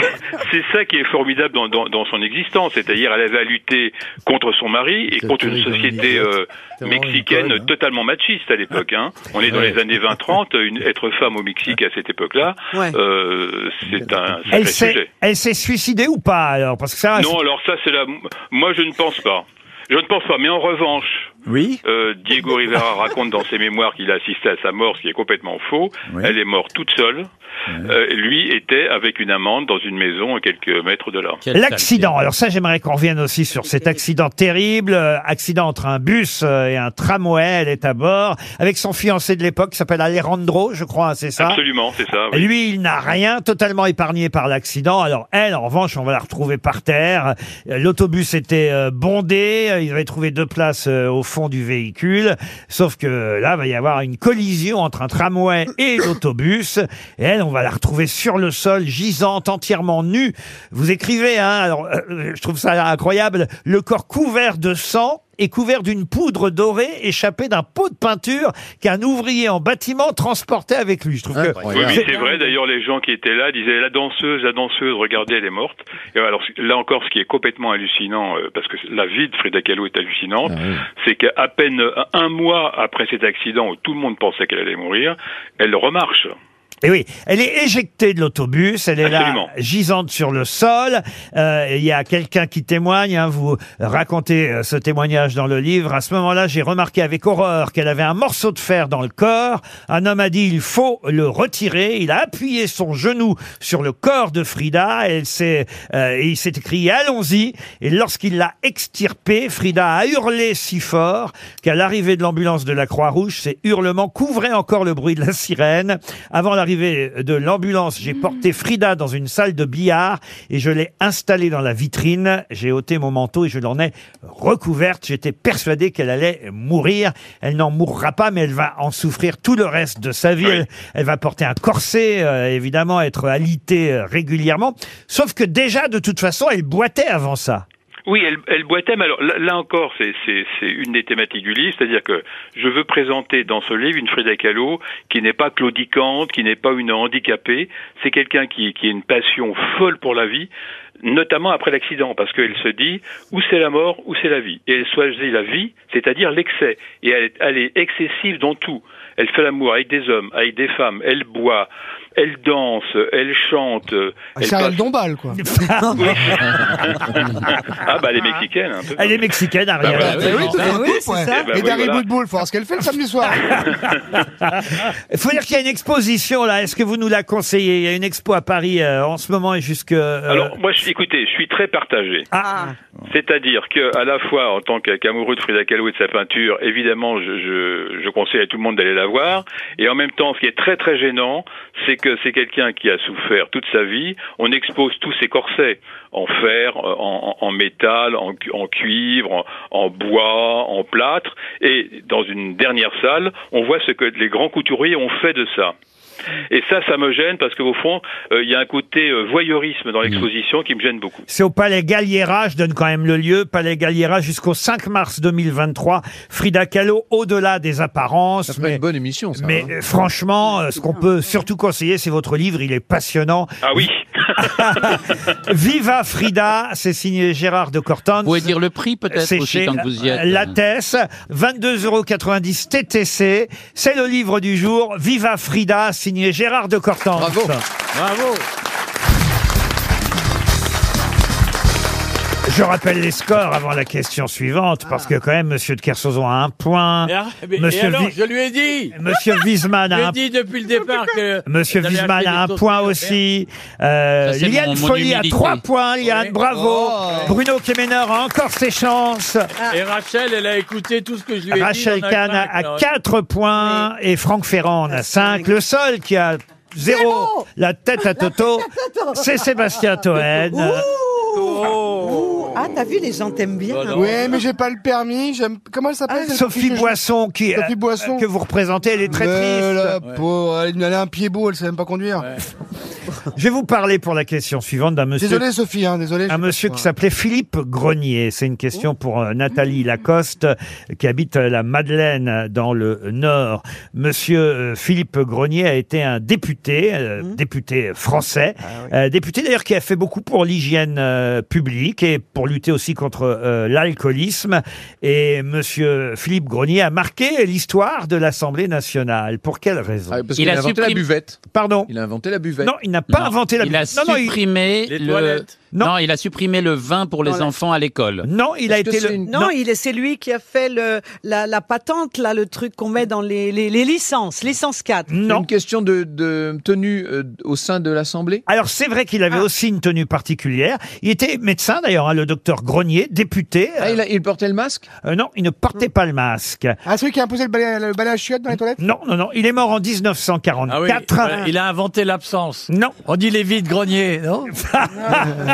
R: c'est ça qui est formidable dans, dans, dans son existence, c'est-à-dire elle avait à lutter contre son mari et contre une société euh, mexicaine totalement machiste à l'époque. Hein. On est dans les années 20-30, une- être femme au Mexique à cette époque-là, euh, c'est un sacré
B: Elle s'est,
R: sujet.
B: elle s'est suicidée ou pas alors Parce que ça,
R: Non, alors ça c'est la, moi je ne pense pas. Je ne pense pas, mais en revanche, euh,
F: oui.
R: Diego Rivera raconte dans ses mémoires qu'il a assisté à sa mort, ce qui est complètement faux. Elle est morte toute seule. Euh, lui était avec une amante dans une maison à quelques mètres de là.
B: L'accident. Alors ça, j'aimerais qu'on revienne aussi sur cet accident terrible, euh, accident entre un bus euh, et un tramway. Elle est à bord avec son fiancé de l'époque, qui s'appelle Alejandro, je crois, hein, c'est ça
R: Absolument, c'est ça. Ah oui.
B: Lui, il n'a rien, totalement épargné par l'accident. Alors elle, en revanche, on va la retrouver par terre. Euh, L'autobus était euh, bondé, euh, ils avaient trouvé deux places euh, au fond du véhicule. Sauf que euh, là, va y avoir une collision entre un tramway et l'autobus. Et elle, on va la retrouver sur le sol, gisante, entièrement nue. Vous écrivez, hein, alors euh, je trouve ça incroyable, le corps couvert de sang et couvert d'une poudre dorée échappée d'un pot de peinture qu'un ouvrier en bâtiment transportait avec lui. Je trouve que
R: Oui, oui, c'est vrai. D'ailleurs, les gens qui étaient là disaient la danseuse, la danseuse, regardez, elle est morte. Et alors là encore, ce qui est complètement hallucinant, euh, parce que la vie de Frida Kahlo est hallucinante, c'est qu'à à peine euh, un mois après cet accident où tout le monde pensait qu'elle allait mourir, elle remarche.
B: Et oui, elle est éjectée de l'autobus, elle est
R: Absolument.
B: là, gisante sur le sol. Euh, Il y a quelqu'un qui témoigne, hein, vous racontez euh, ce témoignage dans le livre. À ce moment-là, j'ai remarqué avec horreur qu'elle avait un morceau de fer dans le corps. Un homme a dit, il faut le retirer. Il a appuyé son genou sur le corps de Frida. Elle s'est, euh, et il s'est écrit, allons-y. Et lorsqu'il l'a extirpée, Frida a hurlé si fort qu'à l'arrivée de l'ambulance de la Croix-Rouge, ses hurlements couvraient encore le bruit de la sirène. Avant l'arrivée de l'ambulance,
R: Hmm.
B: j'ai porté Frida dans une salle de billard et je l'ai installée dans la vitrine. J'ai ôté mon manteau et je l'en ai recouverte. J'étais persuadé qu'elle allait mourir. Elle n'en mourra pas, mais elle va en souffrir tout le reste de sa vie. Elle, elle va porter un corset, euh, évidemment, être alitée euh, régulièrement. Sauf que déjà, de toute façon, elle boitait avant ça.
R: Oui, elle, elle boitait, mais alors là, là encore, c'est- c'est c'est une des thématiques du livre, c'est-à-dire que je veux présenter dans ce livre une Frida Kahlo qui n'est pas claudicante, qui n'est pas une handicapée, c'est quelqu'un qui, qui a une passion folle pour la vie, notamment après l'accident, parce qu'elle se dit ou c'est la mort ou c'est la vie, et elle choisit la vie, c'est-à-dire l'excès, et elle, est- elle est excessive dans tout. Elle fait l'amour avec des hommes, avec des femmes, elle boit, elle danse, elle chante. euh, Elle
H: C'est un
R: passe-
H: dombal, quoi.
R: Oui. ah bah elle est mexicaine un peu.
B: Elle est mexicaine, Ariel.
R: Bah, bah, oui, oui,
H: Ah oui, c'est ça.
R: Eh ben,
H: Et Dari
R: voilà.
H: Boudboul, faut voir ce qu'elle fait le samedi soir.
B: Il faut dire qu'il y a une exposition là. Est-ce que vous nous la conseillez Il y a une expo à Paris euh, en ce moment et jusque. euh, Ah.
R: Alors moi, je, écoutez, je suis très partagé. C'est-à-dire que à la fois en tant que- qu'amoureux de Frida Kahlo et de sa peinture, évidemment, je, je, je conseille à tout le monde d'aller la voir. Et en même temps, ce qui est très très gênant, c'est que c'est quelqu'un qui a souffert toute sa vie. On expose tous ses corsets en fer, euh, en, en- en métal, en, cu- en cuivre, en, en bois, en plâtre. Et dans une dernière salle, on voit ce que les grands couturiers ont fait de ça. Et ça, ça me gêne parce qu'au fond, euh, il y a un côté euh, voyeurisme dans l'exposition qui me gêne beaucoup.
B: C'est au Palais Galliera, je donne quand même le lieu, Palais Galliera jusqu'au 5 mars 2023. Frida Kahlo, au-delà des apparences. C'est une bonne émission, Mais euh, franchement, euh, ce qu'on peut surtout conseiller, c'est votre livre, il est passionnant.
R: Ah oui
B: Viva Frida, c'est signé Gérard de Cortance. Vous pouvez dire
C: le prix peut-être
B: C'est
C: aussi,
B: chez
C: tant que vous y êtes.
B: La Tesse, 22,90 TTC. C'est le livre du jour, Viva Frida, signé Gérard de Cortance. Bravo.
F: Bravo.
B: Je rappelle les scores avant la question suivante, parce que quand même, Monsieur de Kersauzon a un point.
F: Et ar- mais- Eh et
B: Monsieur
F: alors,
B: Vi-
F: je lui ai dit.
B: Monsieur Wiesmann
F: Je
B: a
F: lui
B: un-
F: ai dit depuis le départ que.
B: Monsieur
F: j'avais
B: Wiesmann
F: acheté
B: a un
F: des sauces
B: point
F: pour
B: aussi. Euh,
F: Ça, c'est
B: Liane
F: mon- mon
B: Folly a
F: humilité.
B: trois points. Liane,
F: Oui.
B: bravo.
F: Oh. Ah.
B: Bruno Kemener a encore ses chances.
F: faire. Et Rachel, elle a écouté tout ce que je lui ai
B: Rachel
F: dit. on a
B: Kahn
F: cinq, là,
B: bah, a
F: ouais.
B: 4 points et Franck Ferrand en a 5. Le seul qui a 0, la tête à Toto, c'est Sébastien Toen.
H: Ah, t'as vu, les gens t'aiment bien.
D: hein.
B: Voilà.
H: Ouais, mais j'ai pas le permis. J'aime. Comment elle s'appelle cette
B: Euh, Ah, Sophie
H: fille que je-
B: Boisson, qui,
H: Sophie
B: euh,
H: Boisson.
B: que vous représentez, elle est très
H: Mais la
B: triste.
H: pauvre, elle elle a un pied beau, elle sait même pas conduire.
B: Je vais vous parler pour la question suivante d'un monsieur.
H: Désolé, Sophie, hein, désolé.
B: Un monsieur qui s'appelait Philippe Grenier. C'est une question pour euh, Nathalie Lacoste, euh, qui habite euh, la Madeleine, euh, dans le Nord. Monsieur euh, Philippe Grenier a été un député, euh,
I: Mmh.
B: député
I: Ah
B: français, Euh, député d'ailleurs qui a fait beaucoup pour l'hygiène euh, publique et pour lutter aussi contre euh, l'alcoolisme. Et monsieur Philippe Grenier a marqué l'histoire de l'Assemblée nationale. Pour quelle raison
I: parce qu'il Il a a inventé la supprimé-
B: buvette. Pardon Il
I: a inventé la buvette.
B: Non, il n'a pas inventé la
C: Il a
B: buvette. Non, non, il-
C: supprimé le... Non. il a supprimé le vin pour les
D: Dans la-
C: enfants à l'école.
B: Non, il a été le...
D: Non, il est c'est lui qui a fait le la, la patente là, le truc qu'on met dans les, les, les licences, licence 4.
I: C'est Une question de, de tenue euh, au sein de l'Assemblée Ah.
B: Alors c'est vrai qu'il avait aussi une tenue particulière. Il était médecin d'ailleurs, hein, le docteur Grenier, député.
I: Ah,
B: il, portait le masque Non, il ne portait pas le masque.
H: Ah, celui qui a imposé le balai, le balai à chiottes dans les toilettes
B: Non, non, non, il est mort en 1944.
F: Ah oui, voilà, il a inventé l'absence.
B: Non.
F: On dit les vides greniers, non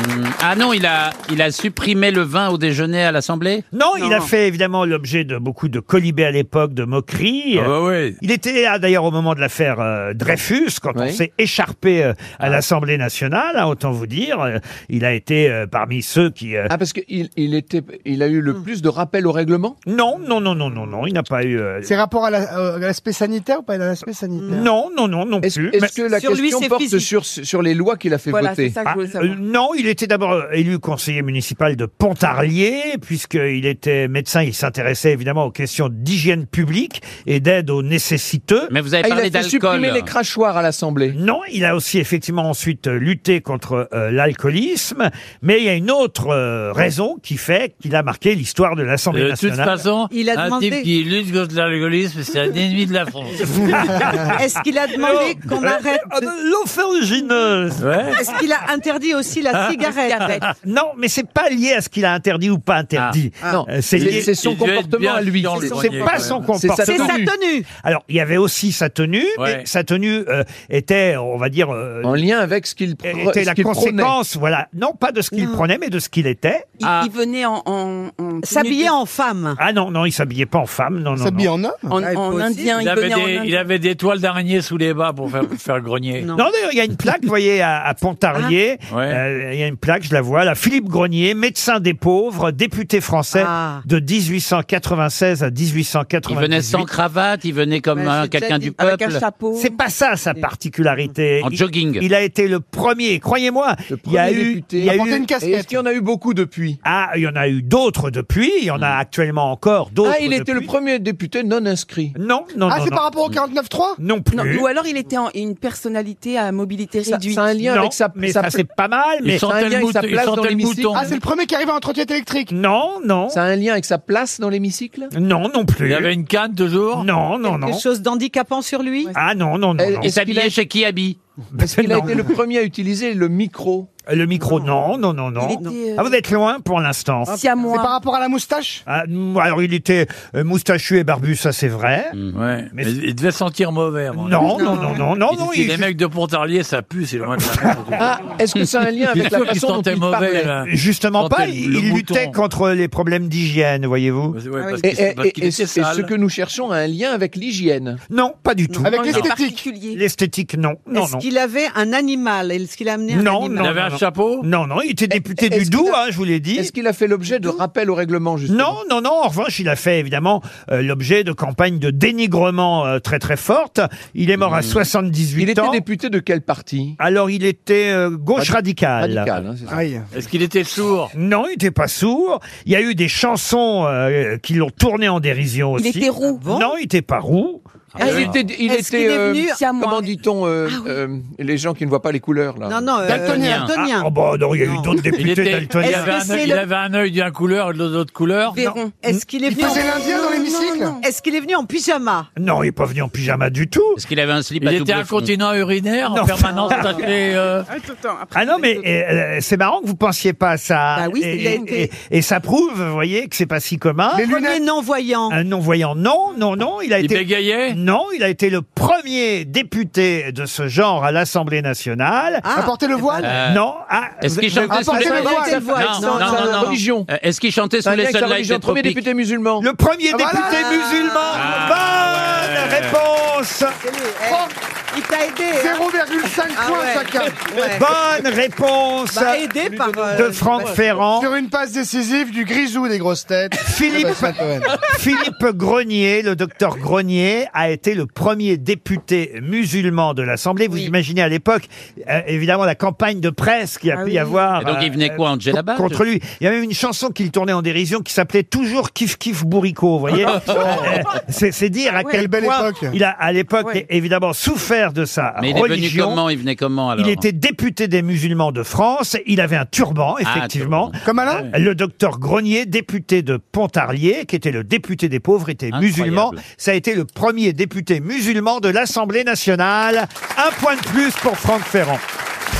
C: Hmm. Ah non, il a, il a supprimé le vin au déjeuner à l'Assemblée
B: Non, il a fait évidemment l'objet de beaucoup de colibés à l'époque, de moqueries.
F: Ah bah oui.
B: Il était là d'ailleurs au moment de l'affaire euh, Dreyfus, quand on s'est écharpé euh, à
I: Ah.
B: l'Assemblée nationale, hein, autant vous dire. Euh, Il a été euh, parmi ceux qui... euh,
I: Ah, parce qu'il il était, il a eu
Q: Hmm.
I: le plus de rappels au règlement
B: Non, non, non, non, non, non, il n'a pas eu. euh,
H: C'est rapport à la- euh, à l'aspect sanitaire ou pas à l'aspect sanitaire
B: Non, non, non, non plus.
I: Est-ce que la question porte sur, sur les lois qu'il a fait voter
B: Ah, euh, non, il était d'abord euh, élu conseiller municipal de Pontarlier, puisqu'il était médecin, il s'intéressait évidemment aux questions d'hygiène publique et d'aide aux nécessiteux.
C: Mais vous avez Ah, il a parlé fait d'alcool. supprimer les
B: crachoirs à l'Assemblée. Non, il a aussi effectivement ensuite euh, lutté contre euh, l'alcoolisme, mais il y a une autre euh, raison qui fait qu'il a marqué l'histoire de l'Assemblée
F: Euh, De toute
B: nationale.
F: façon, un type qui lutte contre l'alcoolisme, c'est un ennemi de la France.
D: Est-ce qu'il a demandé qu'on
B: Euh,
D: arrête
B: L'ophérgineuse
D: Est-ce qu'il a interdit aussi la cigarette
B: Ah. Non, mais c'est pas lié à ce qu'il a interdit ou pas interdit.
D: Ah.
B: Non,
D: Ah.
B: c'est
D: Il
B: lié-
D: devait être bien chiant, le
B: C'est-
D: grenier,
B: C'est
D: quand
B: pas
D: même.
B: son
D: C'est
B: comportement.
D: sa tenue. C'est sa tenue.
B: Alors, il y avait aussi sa tenue,
I: Ouais.
B: mais sa tenue euh, était, on va dire, euh,
I: En lien avec ce qu'il pro-
B: était
I: ce
B: la
I: qu'il prônait.
B: conséquence, voilà. Non pas de ce qu'il prenait, mais de ce qu'il était.
P: Il, il venait en. en, en
D: S'habiller en femme.
B: Ah non, non, il s'habillait pas en femme, non, non. non.
P: En,
D: Ah,
P: en indien, il,
F: il, avait
P: venait
F: des,
P: en
F: il
P: indien.
F: avait des toiles d'araignée sous les bas pour faire, pour faire le grenier.
B: Non, d'ailleurs, il y a une plaque, vous voyez, à, à Pontarlier.
F: Ah. Ouais.
B: Euh, il y a une plaque, je la vois, là. Philippe Grenier, médecin des pauvres, député français
C: Ah.
B: de 1896 à 1898.
C: Il venait sans cravate, il venait comme un- quelqu'un du peuple.
B: C'est pas ça sa particularité.
C: En
B: Il-
C: jogging.
B: Il, a été le premier, croyez-moi. Le
I: premier député.
B: Il y a
I: À porter
B: eu
I: une casquette. Et est-ce
B: qu'il y en a eu beaucoup depuis Ah, il y en a eu d'autres depuis. Il y en a actuellement encore d'autres.
I: Hmm. Ah, il était le premier député non inscrit.
B: Non, non,
P: Ah,
B: non,
P: c'est
B: non.
P: par rapport au
H: 49.3
B: Non plus.
P: Non, ou alors il était en- une personnalité à mobilité
B: Ça-
P: réduite.
B: ça a un lien Non, avec sa- mais sa- ça, c'est pas mal, mais- Ils sentait le bouton, ils sentaient le bouton.
H: Ah, c'est le premier qui arrive en trottinette électrique.
B: Non, non.
I: Ça a un lien avec sa place dans l'hémicycle
B: Non, non plus.
F: Il avait une canne toujours
B: Non, non,
D: Quelque chose d'handicapant sur lui
B: Ah non, non, non.
I: Et-
C: Il
I: est-ce qu'il
C: s'habillait
I: a-
C: chez qui habille
I: Parce qu'il a
B: Non.
I: été le premier à utiliser le micro.
B: Le micro, non, non, non, non.
I: Il était, euh, Ah.
B: Ah, vous êtes loin pour l'instant.
H: C'est par rapport à la moustache
B: Ah, mm, alors, il était euh, moustachu et barbu, ça c'est vrai.
F: Mm. Ouais. Mais il devait sentir mauvais. moi.
B: Non, non, non, non, non,
F: Il
B: non,
F: disait,
B: il-
F: Les mecs de Pontarlier, ça pue, c'est loin de la merde.
I: Ah, est-ce que ça a un lien
F: Bien
I: avec la
F: sûr qu'il
I: façon dont
F: sentait
I: il
F: mauvais,
I: parlait
F: là.
B: Justement pas,
F: Sentait
B: il,
F: le
B: il luttait
F: mouton.
B: contre les problèmes d'hygiène, voyez-vous.
F: ouais,
D: Ah,
F: parce
I: Et,
F: qu'il-
I: et-
F: parce
I: et-
F: qu'il
I: et
F: était
I: ce
F: sale.
I: que nous cherchons a un lien avec l'hygiène.
B: Non, pas du tout.
I: Avec
B: L'esthétique, non. Non,
D: Est-ce
B: non.
D: qu'il avait un animal Est-ce qu'il a amené un
B: Non,
D: animal
B: non. non, non. Non, non, il était député du
I: Est-ce
B: Doubs,
I: qu'il a-
B: hein, je vous l'ai dit.
I: Est-ce qu'il a fait l'objet de rappel au règlement justement
B: Non, non, non. En revanche, il a fait évidemment euh, l'objet de campagnes de dénigrement euh, très très fortes. Il est mort à 78
I: Mmh. Il était
B: ans.
I: député de quel parti
B: Alors, il était euh, gauche radicale.
I: Radical, hein, c'est ça.
F: Est-ce qu'il était sourd
B: Non, il n'était pas sourd. Il y a eu des chansons euh, qui l'ont tourné en dérision
P: Il
B: aussi.
P: était roux.
B: Non, il n'était pas roux. Euh,
I: Ah, il était, il
P: Est-ce
I: était,
P: qu'il est
I: euh,
P: venu-
I: comment dit-on, euh, euh, les gens qui ne voient pas les couleurs là.
D: Ah, Non, non, euh,
I: Daltonien.
D: daltonien.
B: Ah, oh, bah, non, il y a eu d'autres
F: il,
B: députés
F: était-
B: daltoniens.
F: il avait
D: Est-ce que
F: un œil-
D: c'est
F: il
D: le-
F: avait un œil d'une couleur et de l'autre couleur.
P: Véron.
D: Est-ce qu'il est
H: Il
D: venu
H: faisait l'Indien dans l'hémicycle
D: Est-ce qu'il est venu en pyjama
B: Non, il n'est pas venu en pyjama du tout.
C: Est-ce qu'il avait un slip
F: Il
C: à
F: était
C: double fond
F: incontinent urinaire
B: Non.
F: en permanence taché. euh,
B: Ah non, mais euh, c'est marrant que vous pensiez pas à ça.
D: Bah oui,
B: et,
D: il a été-
B: et- et ça prouve, vous voyez, que c'est pas si commun.
D: Les Premier non-voyant.
B: Un non-voyant, non, non, non. Il a
F: Il
B: été.
F: bégayait
B: Non, il a été le premier député de ce genre à l'Assemblée nationale.
H: Ah, Apporter le voile
C: Euh,
B: non. ah,
C: Est-ce qu'il
B: vous-
C: chantait sous
H: Apporter
C: les
H: le voile,
C: Non,
H: le voile,
C: non,
H: sans-
C: non,
H: sans
C: non, non.
I: religion.
C: Euh, Est-ce qu'il chantait
I: C'est un
C: sous
I: lien
C: les
I: avec sa
C: sunlights
I: religion.
C: des
I: Le premier
C: tropiques
I: député musulman.
B: Le premier
H: Ah, voilà.
B: député musulman.
E: Ah, euh.
B: Bonne réponse.
D: Il t'a aidé. hein
H: 0,5
D: Ah
H: points
D: ouais.
H: chacun.
D: Ouais.
B: Bonne réponse
D: Bah, aidé par.
B: de
D: euh,
B: Franck Ferrand.
H: Sur une passe décisive du grisou des grosses têtes.
B: Philippe,
H: Sébastien Toen.
B: Philippe Grenier, le docteur Grenier, a été le premier député musulman de l'Assemblée. Vous imaginez à l'époque, euh, évidemment, la campagne de presse qui a
P: Ah
B: pu
P: oui.
B: y avoir. euh,
C: Et donc, il venait quoi, Angela
B: co-
C: Barr
B: Contre lui. Il y a même une chanson qu'il tournait en dérision qui s'appelait toujours Kif Kif Bourricot, vous voyez
P: Oh.
B: Euh, C'est c'est dire
P: Ah
B: à quel
H: belle
B: point
H: époque.
B: il a, à l'époque,
P: Ouais.
B: évidemment, souffert de sa
C: Mais il est venu
B: Ah, religion.
C: comment Il venait comment alors
B: Il était député des musulmans de France. Il avait un turban,
C: Ah,
B: effectivement.
H: Comme Alain
B: Le docteur Grenier, député de Pontarlier, qui était le député des pauvres, était
C: Incroyable.
B: musulman. Ça a été le premier député musulman de l'Assemblée nationale. Un point de plus pour Franck Ferrand.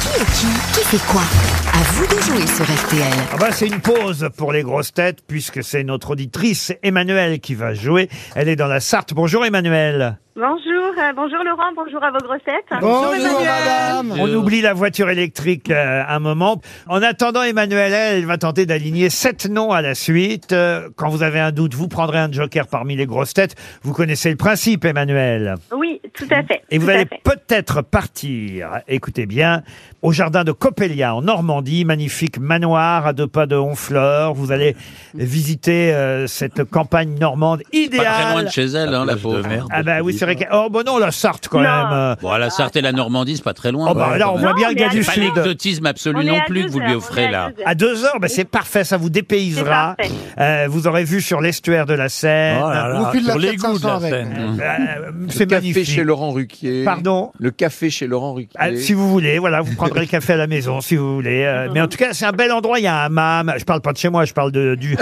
O: Qui est qui Qui fait quoi À vous de jouer sur RTL.
B: Ah bah, c'est une pause pour les grosses têtes, puisque c'est notre auditrice Emmanuelle qui va jouer. Elle est dans la Sarthe. Bonjour Emmanuelle.
S: Bonjour, euh, bonjour Laurent, bonjour à vos grossettes.
H: Bonjour madame.
B: On oublie la voiture électrique euh, un moment. En attendant, Emmanuel, elle va tenter d'aligner sept noms à la suite. Euh, quand vous avez un doute, vous prendrez un joker parmi les grosses têtes. Vous connaissez le principe, Emmanuel.
S: Oui, tout à fait.
B: Et vous
S: tout à
B: allez
S: fait.
B: peut-être partir, écoutez bien, au jardin de Coppelia en Normandie, magnifique manoir à deux pas de Honfleur. Vous allez visiter euh, cette campagne normande
C: Pas très loin de
B: idéale.
C: chez elle, hein, la pauvre.
B: Ah bah oui, c'est vrai que... Oh bah non, la Sarthe quand
S: Non.
B: même. euh.
C: Bon, la Sarthe et la Normandie, c'est pas très loin.
B: Oh bah là, on voit
S: Non,
B: bien le
S: mais
B: gars
S: à
B: du
S: deux
C: Pas
B: Sud.
C: l'exotisme absolu
S: On est
C: non
S: à
C: plus que
S: deux
C: vous lui
S: heures, on
C: offrez
S: est
C: là.
S: deux heures.
B: À deux heures, bah, c'est parfait, ça vous dépaysera.
S: C'est parfait.
B: Euh, vous aurez vu sur l'estuaire de la Seine.
F: Oh là là,
H: Vous file la
F: sur les
H: 700
F: goûts de la
H: avec.
F: scène. Mm.
B: Euh,
I: Le
B: c'est
I: café
B: magnifique.
I: chez Laurent Ruquier.
B: Pardon
I: Le café chez Laurent Ruquier.
B: Ah, si vous voulez, voilà, vous prendrez le café à la maison si vous voulez.
C: Mhm.
B: Euh, mais en tout cas, c'est un bel endroit. Il y a un hammam. Je parle pas de chez moi, je parle de, du,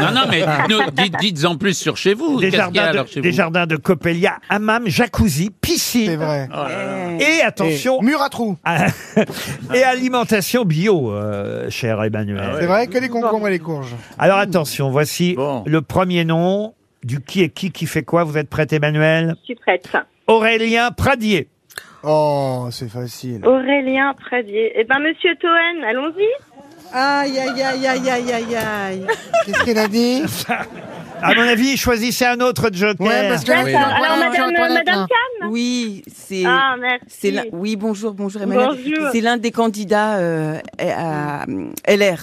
C: Non, non, mais dites-nous- dites, dites en plus sur chez vous.
B: Ah. des,
C: Qu'est-ce qu'il y a
B: jardins de,
C: alors chez
B: des
C: vous
B: jardins de Coppelia. Hammam, jacuzzi,
H: C'est
B: piscine.
C: Oh
H: vrai.
B: Et attention,
H: Et Mur à trous.
B: à- et alimentation bio, euh, cher Emmanuel.
H: Ah C'est vrai que les concombres et les courges.
B: Alors attention, voici
F: Bon.
B: le premier nom du qui est qui qui fait quoi. Vous êtes prête, Emmanuel
S: Je suis prête.
B: Aurélien Pradier.
H: Oh, c'est facile.
S: Aurélien Pradier. Eh ben, monsieur Toen, allons-y.
D: Aïe, aïe, aïe, aïe, aïe, aïe, aïe.
H: Qu'est-ce qu'elle a dit
B: À mon avis, choisissez un autre joker.
H: Ouais, parce que
S: D'accord.
H: Antoinette,
S: Alors,
H: là.
S: madame, euh, madame Kahn
P: Oui, c'est.
S: Ah, merci.
P: c'est l'un- oui, bonjour, bonjour Emmanuel.
S: Bonjour.
P: C'est l'un des candidats euh, à à LR.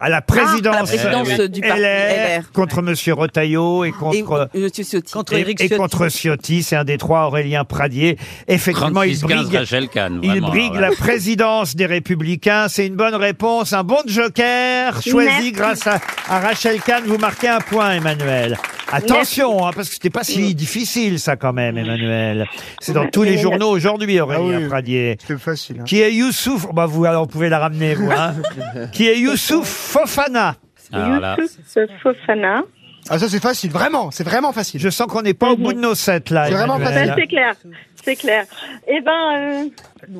B: À la présidence,
P: Ah, à la présidence
B: Eh oui.
P: du parti LR.
B: contre Monsieur Retailleau et contre
P: Et Monsieur Ciotti.
B: et- et contre Ciotti, c'est un des trois Aurélien Pradier. Effectivement, il
C: 36, 15,
B: brigue,
C: Rachel Kahn,
B: il
C: vraiment,
B: brigue
C: alors là.
B: la présidence des Républicains. C'est une bonne réponse, un bon joker choisi
K: Merci.
B: grâce à, à Rachel Kahn. Vous marquez un point, Emmanuel. Attention, hein, parce que c'était pas si difficile ça quand même, Emmanuel. C'est dans tous les journaux aujourd'hui, Aurélien Pradier.
H: C'est Ah facile. hein.
B: Qui est Youssouf Bah vous, alors vous pouvez la
E: Eh,
B: ramener, vous. hein. qui est Youssouf Fofana.
G: Youssouf Fofana.
H: Ah, ça, c'est facile, vraiment, c'est vraiment facile.
B: Je sens qu'on n'est pas au bout de nos sept, là.
H: C'est vraiment
B: Ah, Emmanuel.
H: facile.
G: C'est clair, c'est clair. Eh ben, euh,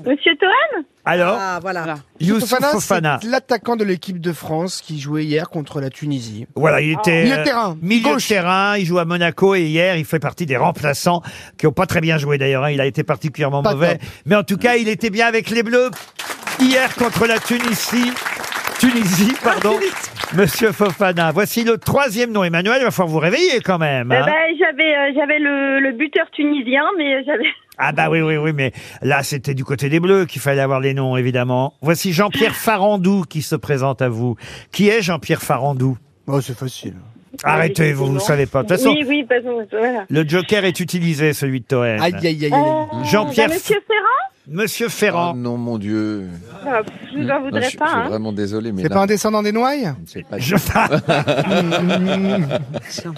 G: Monsieur Tohan
B: Alors
P: voilà.
B: Youssouf Fofana.
H: c'est l'attaquant de l'équipe de France qui jouait hier contre la Tunisie. Ah.
B: Voilà, il était
H: Milieu de
B: euh,
H: terrain.
B: milieu de terrain, il joue à Monaco et hier, il fait partie des remplaçants qui ont pas très bien joué d'ailleurs, hein. il a été particulièrement
H: Pas
B: mauvais,
H: top.
B: mais en tout cas, il était bien avec les Bleus hier contre la Tunisie. Tunisie, pardon. Monsieur Fofana, voici le troisième nom. Emmanuel, il va falloir vous réveiller quand même.
G: Eh
B: hein.
G: ben, j'avais, euh, j'avais le, le buteur tunisien, mais j'avais.
B: Ah bah oui, oui, oui, mais là, c'était du côté des Bleus qu'il fallait avoir les noms, évidemment. Voici Jean-Pierre Farandou qui se présente à vous. Qui est Jean-Pierre Farandou
H: Oh, c'est facile.
B: Arrêtez, vous ne savez pas. De toute façon,
G: Oui, oui, parce que voilà.
B: le joker est utilisé, celui de Toen.
H: Aïe, aïe, aïe, aïe.
G: Euh,
B: Eh ben. Jean-Pierre
G: bah, Monsieur Ferrand
B: Monsieur Ferrand.
I: Oh non, mon Dieu.
G: Ah, Je n'en
I: Non,
G: voudrais
I: je,
G: pas.
I: je suis
G: hein.
I: vraiment désolé, mais
H: C'est
I: là,
H: pas un descendant des Noailles
I: c'est pas-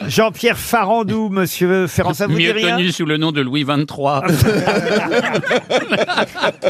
B: Jean-Pierre Farandou, monsieur Ferrand, ça vous dit
C: Mieux
B: rien
C: connu sous le nom de Louis Bah, XXIII.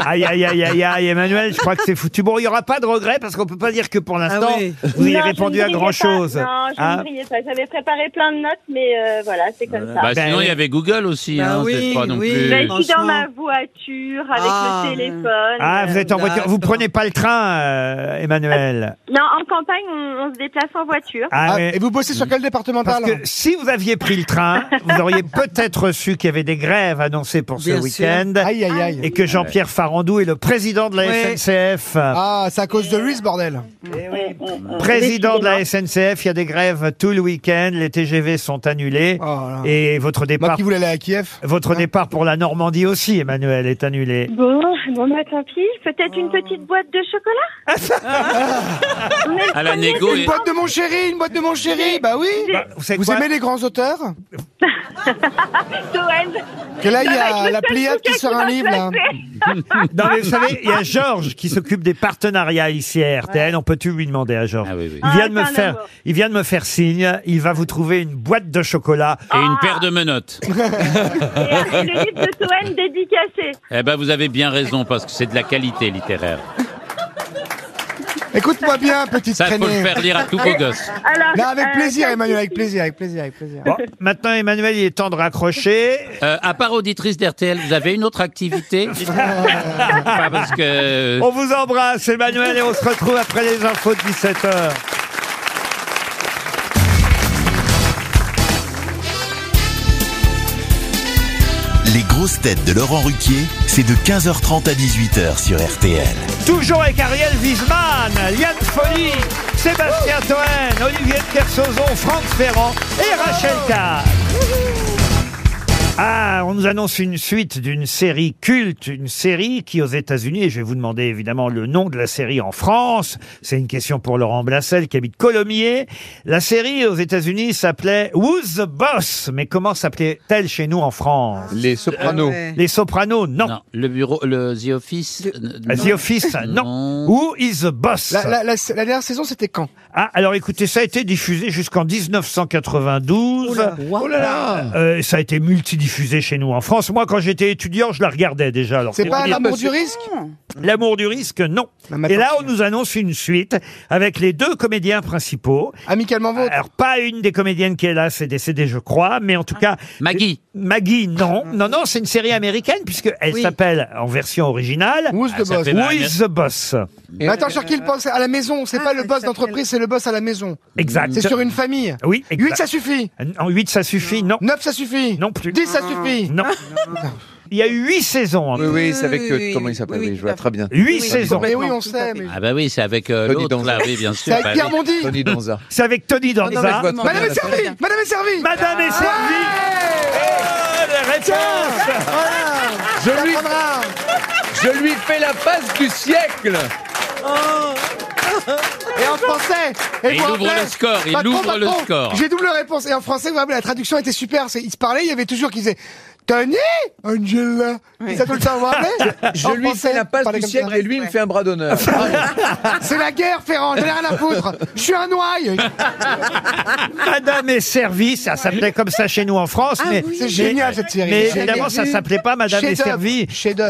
B: Aïe, aïe, aïe, aïe, aïe, Emmanuel, je crois que c'est foutu. Bon, il n'y aura pas de regret parce qu'on peut pas dire que pour
H: Ah
B: l'instant, vous ayez
G: Non, je
B: répondu
G: ne
B: à
G: brillais
B: grand chose. Hein
G: pas. Non, je ne brillais pas. J'avais préparé plein de notes, mais euh, voilà, c'est comme ça.
C: Bah, sinon,
B: Ben,
C: il y avait Google aussi.
G: Ben Bah
C: hein,
G: oui,
C: c'est pas non
G: oui,
C: plus.
G: bah, je suis dans ma voiture avec
C: Ah,
G: le téléphone. euh,
B: ah, vous êtes en voiture. Vous prenez pas le train, euh, Emmanuel.
G: Non, en campagne, on, on se déplace en voiture.
H: Ah,
B: Et vous bossez sur
H: quel départemental
B: Ah, Parce que si vous aviez pris le train, vous auriez peut-être reçu qu'il y avait des grèves annoncées pour ce
H: Bien sûr.
B: week-end.
H: Aïe, aïe, aïe.
B: Et que Jean-Pierre Farandou est le président de la
H: Ouais.
B: SNCF.
H: Ah, c'est à cause de lui, ce bordel.
B: Euh, Président de la SNCF, il y a des grèves tout le week-end, les TGV sont
H: Oh
B: annulés et votre départ.
H: qui voulais aller à Kiev. Hein
B: Votre départ pour la Normandie aussi, Emmanuel, est annulé.
G: Bon, bon, bah tant pis. Peut-être une petite boîte de
B: Ah.
G: chocolat On est le
B: À la
G: premier
B: négo
G: de-
B: et-
H: Une boîte de mon chéri, une boîte de mon chéri, bah oui.
B: Bah, vous savez
H: vous
B: quoi
H: aimez les grands auteurs
G: Toen.
H: Que là, il y
G: Ça va
H: a
G: être
H: la
G: le seul
H: Pléiade qui
G: bouquin
H: sort un
G: va
H: livre, là.
G: passer.
B: Non, mais vous savez, il y a Georges qui s'occupe des partenariats ici à RTL. On peut-tu lui demander à Georges Il vient de me
G: Ah, c'est un
B: faire,
G: amour.
B: il vient de me faire signe. Il va vous trouver une boîte de chocolat.
C: Et une paire de menottes.
G: Et le livre de Toen dédicacé.
C: eh ben, vous avez bien raison parce que c'est de la qualité littéraire.
H: Écoute-moi bien, petite
C: Ça, faut
H: traînée.
C: le faire lire à tous vos gosses.
H: Non, avec
G: euh,
H: plaisir, Emmanuel, avec plaisir, avec plaisir, avec plaisir.
B: Bon, maintenant, Emmanuel, il est temps de raccrocher.
C: Euh, à part auditrice d'RTL, vous avez une autre activité
H: Ah.
C: Pas parce que. euh,
B: On vous embrasse, Emmanuel, et on se retrouve après les infos de 17h.
A: Les grosses têtes de Laurent Ruquier, c'est de 15h30 à 18h sur RTL.
B: Toujours avec Ariel Wiesman, Liane Folly, Sébastien Toen, Olivier de Kersauzon, Franck Ferrand et Rachel Kahn. Ah, on nous annonce une suite d'une série culte, une série qui aux États-Unis, et je vais vous demander évidemment le nom de la série en France, c'est une question pour Laurent Blassel qui habite Colomiers. La série aux États-Unis s'appelait Who's the Boss, mais comment s'appelait-elle chez nous en France
I: Les Sopranos.
C: Ah ouais.
B: Les Sopranos, non.
C: Le bureau, le The Office.
B: Ah, The Office, non. Who is the boss
H: La, la- la- la dernière saison, c'était quand
B: Ah, alors écoutez, ça a été diffusé jusqu'en 1992.
H: Oh là, oh là là.
B: Euh, ça a été multidiffusé chez nous en France. Moi, quand j'étais étudiant, je la regardais déjà. Alors,
H: C'est
B: pour
H: pas
B: vous dire-
H: l'amour du risque
B: L'amour du risque, non. Et là, on nous annonce une suite avec les deux comédiens principaux.
H: Amicalement vôtre.
B: Alors, pas une des comédiennes qui est là, c'est décédée, je crois, mais en tout cas. Maggie. Maggie, non. Non, non, c'est une série américaine, puisqu'elle
H: Ah. Oui.
B: s'appelle, en version originale, Who's
H: the Ah, ça boss fait
B: Who
H: mal.
B: is the boss
H: Mais attends, sur qui le boss à la maison
D: Ah,
H: C'est pas le boss d'entreprise, c'est le boss à la maison.
B: Exact.
H: C'est sur une famille.
B: Oui,
H: 8, ça suffit.
B: En 8, ça suffit, non.
H: 9, ça suffit.
B: Non plus.
H: 10, ça suffit.
B: Non. Il y a eu 8 saisons. en
I: Oui,
B: tout.
I: oui, c'est avec. euh, comment il s'appelle Oui, je vois très bien. Oui,
B: Huit saisons.
H: Mais oui, on sait. mais-
C: Ah bah oui, c'est avec euh,
I: Tony
C: l'autre
I: Danza.
C: là, oui, bien sûr.
I: C'est avec
C: bah
I: Pierre
C: oui.
H: Bondy.
I: Tony Danza.
B: C'est avec Tony
I: non, mais je
B: Danza.
I: vois très bien la
H: Madame est servie Madame est servie
B: Madame est servie
H: Ouais
E: Eh,
B: Bonne réponse
I: je, lui, je lui fais la passe du siècle
H: Et en français
C: Et il
H: vous
C: ouvre
H: rappelez-
C: le score, il ouvre le score.
H: J'ai double réponse. Et en français, vous rappelez, la traduction était super. c'est- Ils se parlaient, il y avait toujours qui disaient Tony Angela Ils tout le temps, vous vous rappelez
I: Je
H: En
I: lui
H: français,
I: fais la passe
H: parler
I: du
H: comme
I: siècle
H: ça.
I: et lui il me fait un bras d'honneur.
H: C'est la guerre, Ferrand, j'en ai rien à foutre Je suis un noaille
B: Madame et servie, ça s'appelait comme ça chez nous en France.
H: Ah
B: mais
H: oui. C'est
B: mais-
H: génial, cette série.
B: Mais
H: J'avais
B: évidemment, ça
H: vu.
B: s'appelait pas Madame et
H: Chef-d'œuvre.
B: servie.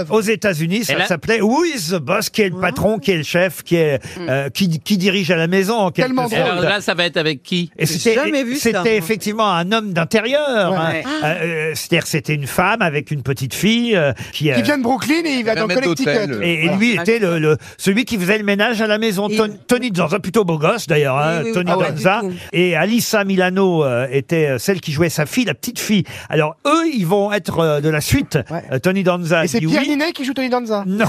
B: Aux États-Unis,
H: Et
B: ça
H: là-
B: s'appelait Who is the boss, qui est le patron, qui est le chef, qui est
H: Mm.
B: euh, qui, qui dirige à la maison en quelque
C: Et alors
B: sorte.
C: là, ça va être avec qui
B: Et c'était, c'était effectivement un homme d'intérieur. hein.
H: Ah.
B: Euh, euh, c'est-à-dire que c'était une femme avec une petite fille euh, qui, euh,
H: Qui vient de Brooklyn et il va dans
B: Permet
H: Connecticut.
B: d'hôtel. Et, et lui était le, le- celui qui faisait le ménage à la maison. Ton- Tony Danza, plutôt beau gosse d'ailleurs, hein,
H: Oui, oui, oui,
B: Tony
H: ah ouais.
B: Danza. Et Alissa Milano euh, était euh, celle qui jouait sa fille, la petite fille. Alors eux, ils vont être euh, de la suite. Euh, Tony Danza
H: Et c'est
B: dit
H: Pierre
B: oui.
H: Ninet qui joue Tony Danza.
B: Non.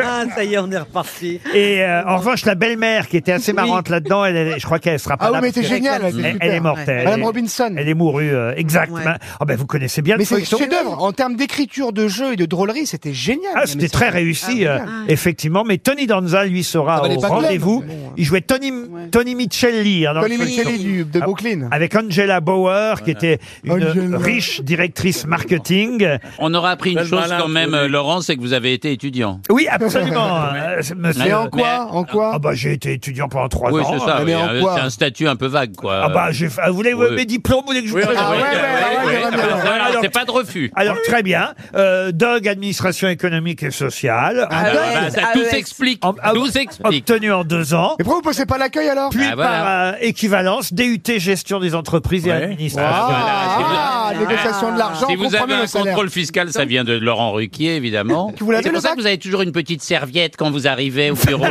D: Ah, ça y est, on est reparti.
B: Et euh, en revanche, la belle-mère qui était assez marrante là-dedans, elle, elle- je crois qu'elle sera pas
H: Ah oui,
B: là.
H: mais
B: parce
H: t'es
B: que-
H: géniale, elle
B: Elle,
H: était
B: elle
H: super.
B: est morte.
H: Ouais.
B: elle
H: Madame
B: est-
H: Robinson.
B: Elle est mourue, euh, exactement.
H: Ouais.
B: Ah ben, vous connaissez bien
H: Mais
B: le
H: c'est
B: truc.
H: chef-d'œuvre. En termes d'écriture de jeu et de drôlerie, c'était génial.
B: Ah, c'était très réussi, euh, effectivement. Mais Tony Danza, lui,
C: Ah,
B: sera
H: valait
B: au
H: pas de
B: rendez-vous.
H: blême.
B: Il jouait Tony, Tony Michelli. hein, dans
H: hein. Tony
B: le film.
H: Michelli du- de
B: Ah,
H: Brooklyn.
B: Avec Angela Bauer, qui était une
H: Angela.
B: riche directrice marketing.
C: On aura appris une
B: Quel
C: chose
B: malin,
C: quand même, euh, Laurent, c'est que vous avez été étudiant.
B: Oui, absolument. euh, c'est- monsieur-
C: Mais en quoi
B: en quoi bah, J'ai été étudiant pendant trois
C: Oui,
B: ans.
C: c'est ça.
B: Mais
C: oui,
B: en
C: euh,
B: quoi
C: C'est un statut un peu vague, quoi.
B: Ah bah, j'ai- vous voulez euh,
C: Oui.
B: mes diplômes, vous voulez que je vous
C: Oui, oui,
B: présente
C: oui, oui, oui, oui.
B: ouais, ouais,
C: Voilà,
B: alors-
C: C'est pas de refus.
B: Alors très bien, euh, DOG, administration économique et sociale.
C: Ah, Ah, bah, bah, ça tout AES. s'explique, Ah, tout s'explique.
B: Obtenu en deux ans.
H: Et pourquoi vous passez pas l'accueil alors
C: bah, Ah,
B: Puis par euh, équivalence, DUT gestion des entreprises et administration.
H: Ah, négociation de l'argent,
C: Si vous avez
H: compromis
C: un
H: le salaire.
C: contrôle fiscal, ça vient de Laurent Ruquier, évidemment.
H: Que vous l'avez,
C: Et C'est
H: le
C: pour ça
H: bac
C: que vous avez toujours une petite serviette quand vous arrivez au bureau.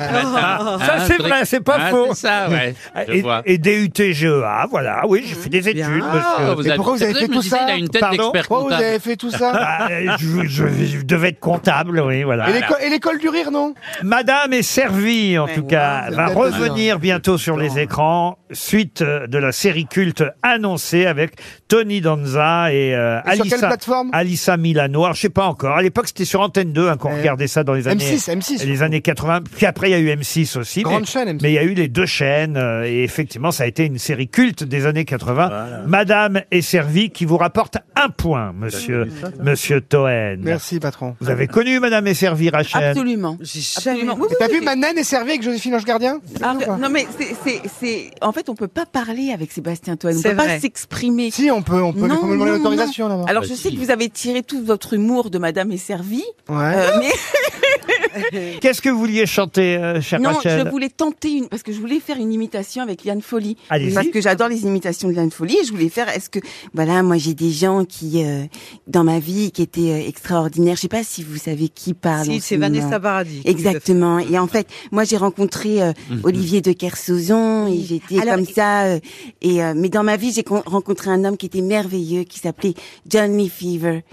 B: Ah, ça
C: hein,
B: c'est vrai, c'est pas faux.
C: Ah,
B: Ah,
C: ça, ouais. Je
B: Et,
C: vois.
B: et DUT GEA, E voilà, oui, j'ai fait des études, monsieur.
C: Ah, vous Et avez- pourquoi vous avez c'est fait pour ça que je me tout disais, ça il a une tête
B: Pardon
C: d'expert Pourquoi vous comptable. avez fait tout ça
B: Bah, euh, je, je- je devais être comptable, oui, voilà.
H: Et l'école- Et l'école du rire, non
B: Madame est servie, en tout cas,
H: c'est
B: va
H: peut-être
B: revenir bientôt sur les écrans, suite euh, de la série culte annoncée avec Tony Danza et, euh,
H: Et sur
B: Alissa,
H: quelle plateforme
B: Alissa Milano. Alors, je sais pas encore. À l'époque, c'était sur Antenne 2 hein, qu'on regardait ça dans les années,
H: M6, M6,
B: les années 80. Puis après, il y a eu M6 aussi.
H: Grande
B: mais,
H: chaîne, M6.
B: mais il y a eu les deux chaînes. euh, et effectivement, ça a été une série culte des années 80. Madame est servie, qui vous rapporte un point, monsieur, monsieur Toen.
H: Merci, patron.
B: Vous avez connu Madame est servie, Rachel
M: Absolument. Absolument. Oui, oui,
H: T'as
M: oui.
H: vu ma naine est servie avec Joséphine Ange Gardien
M: Ah, non mais c'est- c'est- c'est en fait on peut pas parler avec Sébastien Toine, on
H: C'est
M: peut
H: vrai.
M: pas s'exprimer.
H: Si on peut, on peut, mais
M: Non,
H: faut me demander
M: non,
H: l'autorisation,
M: non.
H: là-bas.
M: Alors
H: Bah,
M: je
H: si.
M: sais que vous avez tiré tout votre humour de Madame est servie.
D: Euh,
H: Ouais.
B: Qu'est-ce que vous vouliez chanter, euh, chère
M: Non,
B: Rachel
M: je voulais tenter une parce que je voulais faire une imitation avec Liane Folly
B: Allez-y.
M: parce que j'adore les imitations de Liane Folly et je voulais faire est-ce que voilà moi j'ai des gens qui euh, dans ma vie qui étaient euh, extraordinaires. Je sais pas si vous savez qui parle.
D: Si,
M: en ce
D: c'est Vanessa
M: moment.
D: Paradis qui le
M: Exactement. Et en fait moi j'ai rencontré euh,
B: Mhm.
M: Olivier de Kersauzon et j'étais
T: Alors,
M: comme ça euh, et euh, mais dans ma vie j'ai con- rencontré un homme qui était merveilleux qui s'appelait Johnny Fever.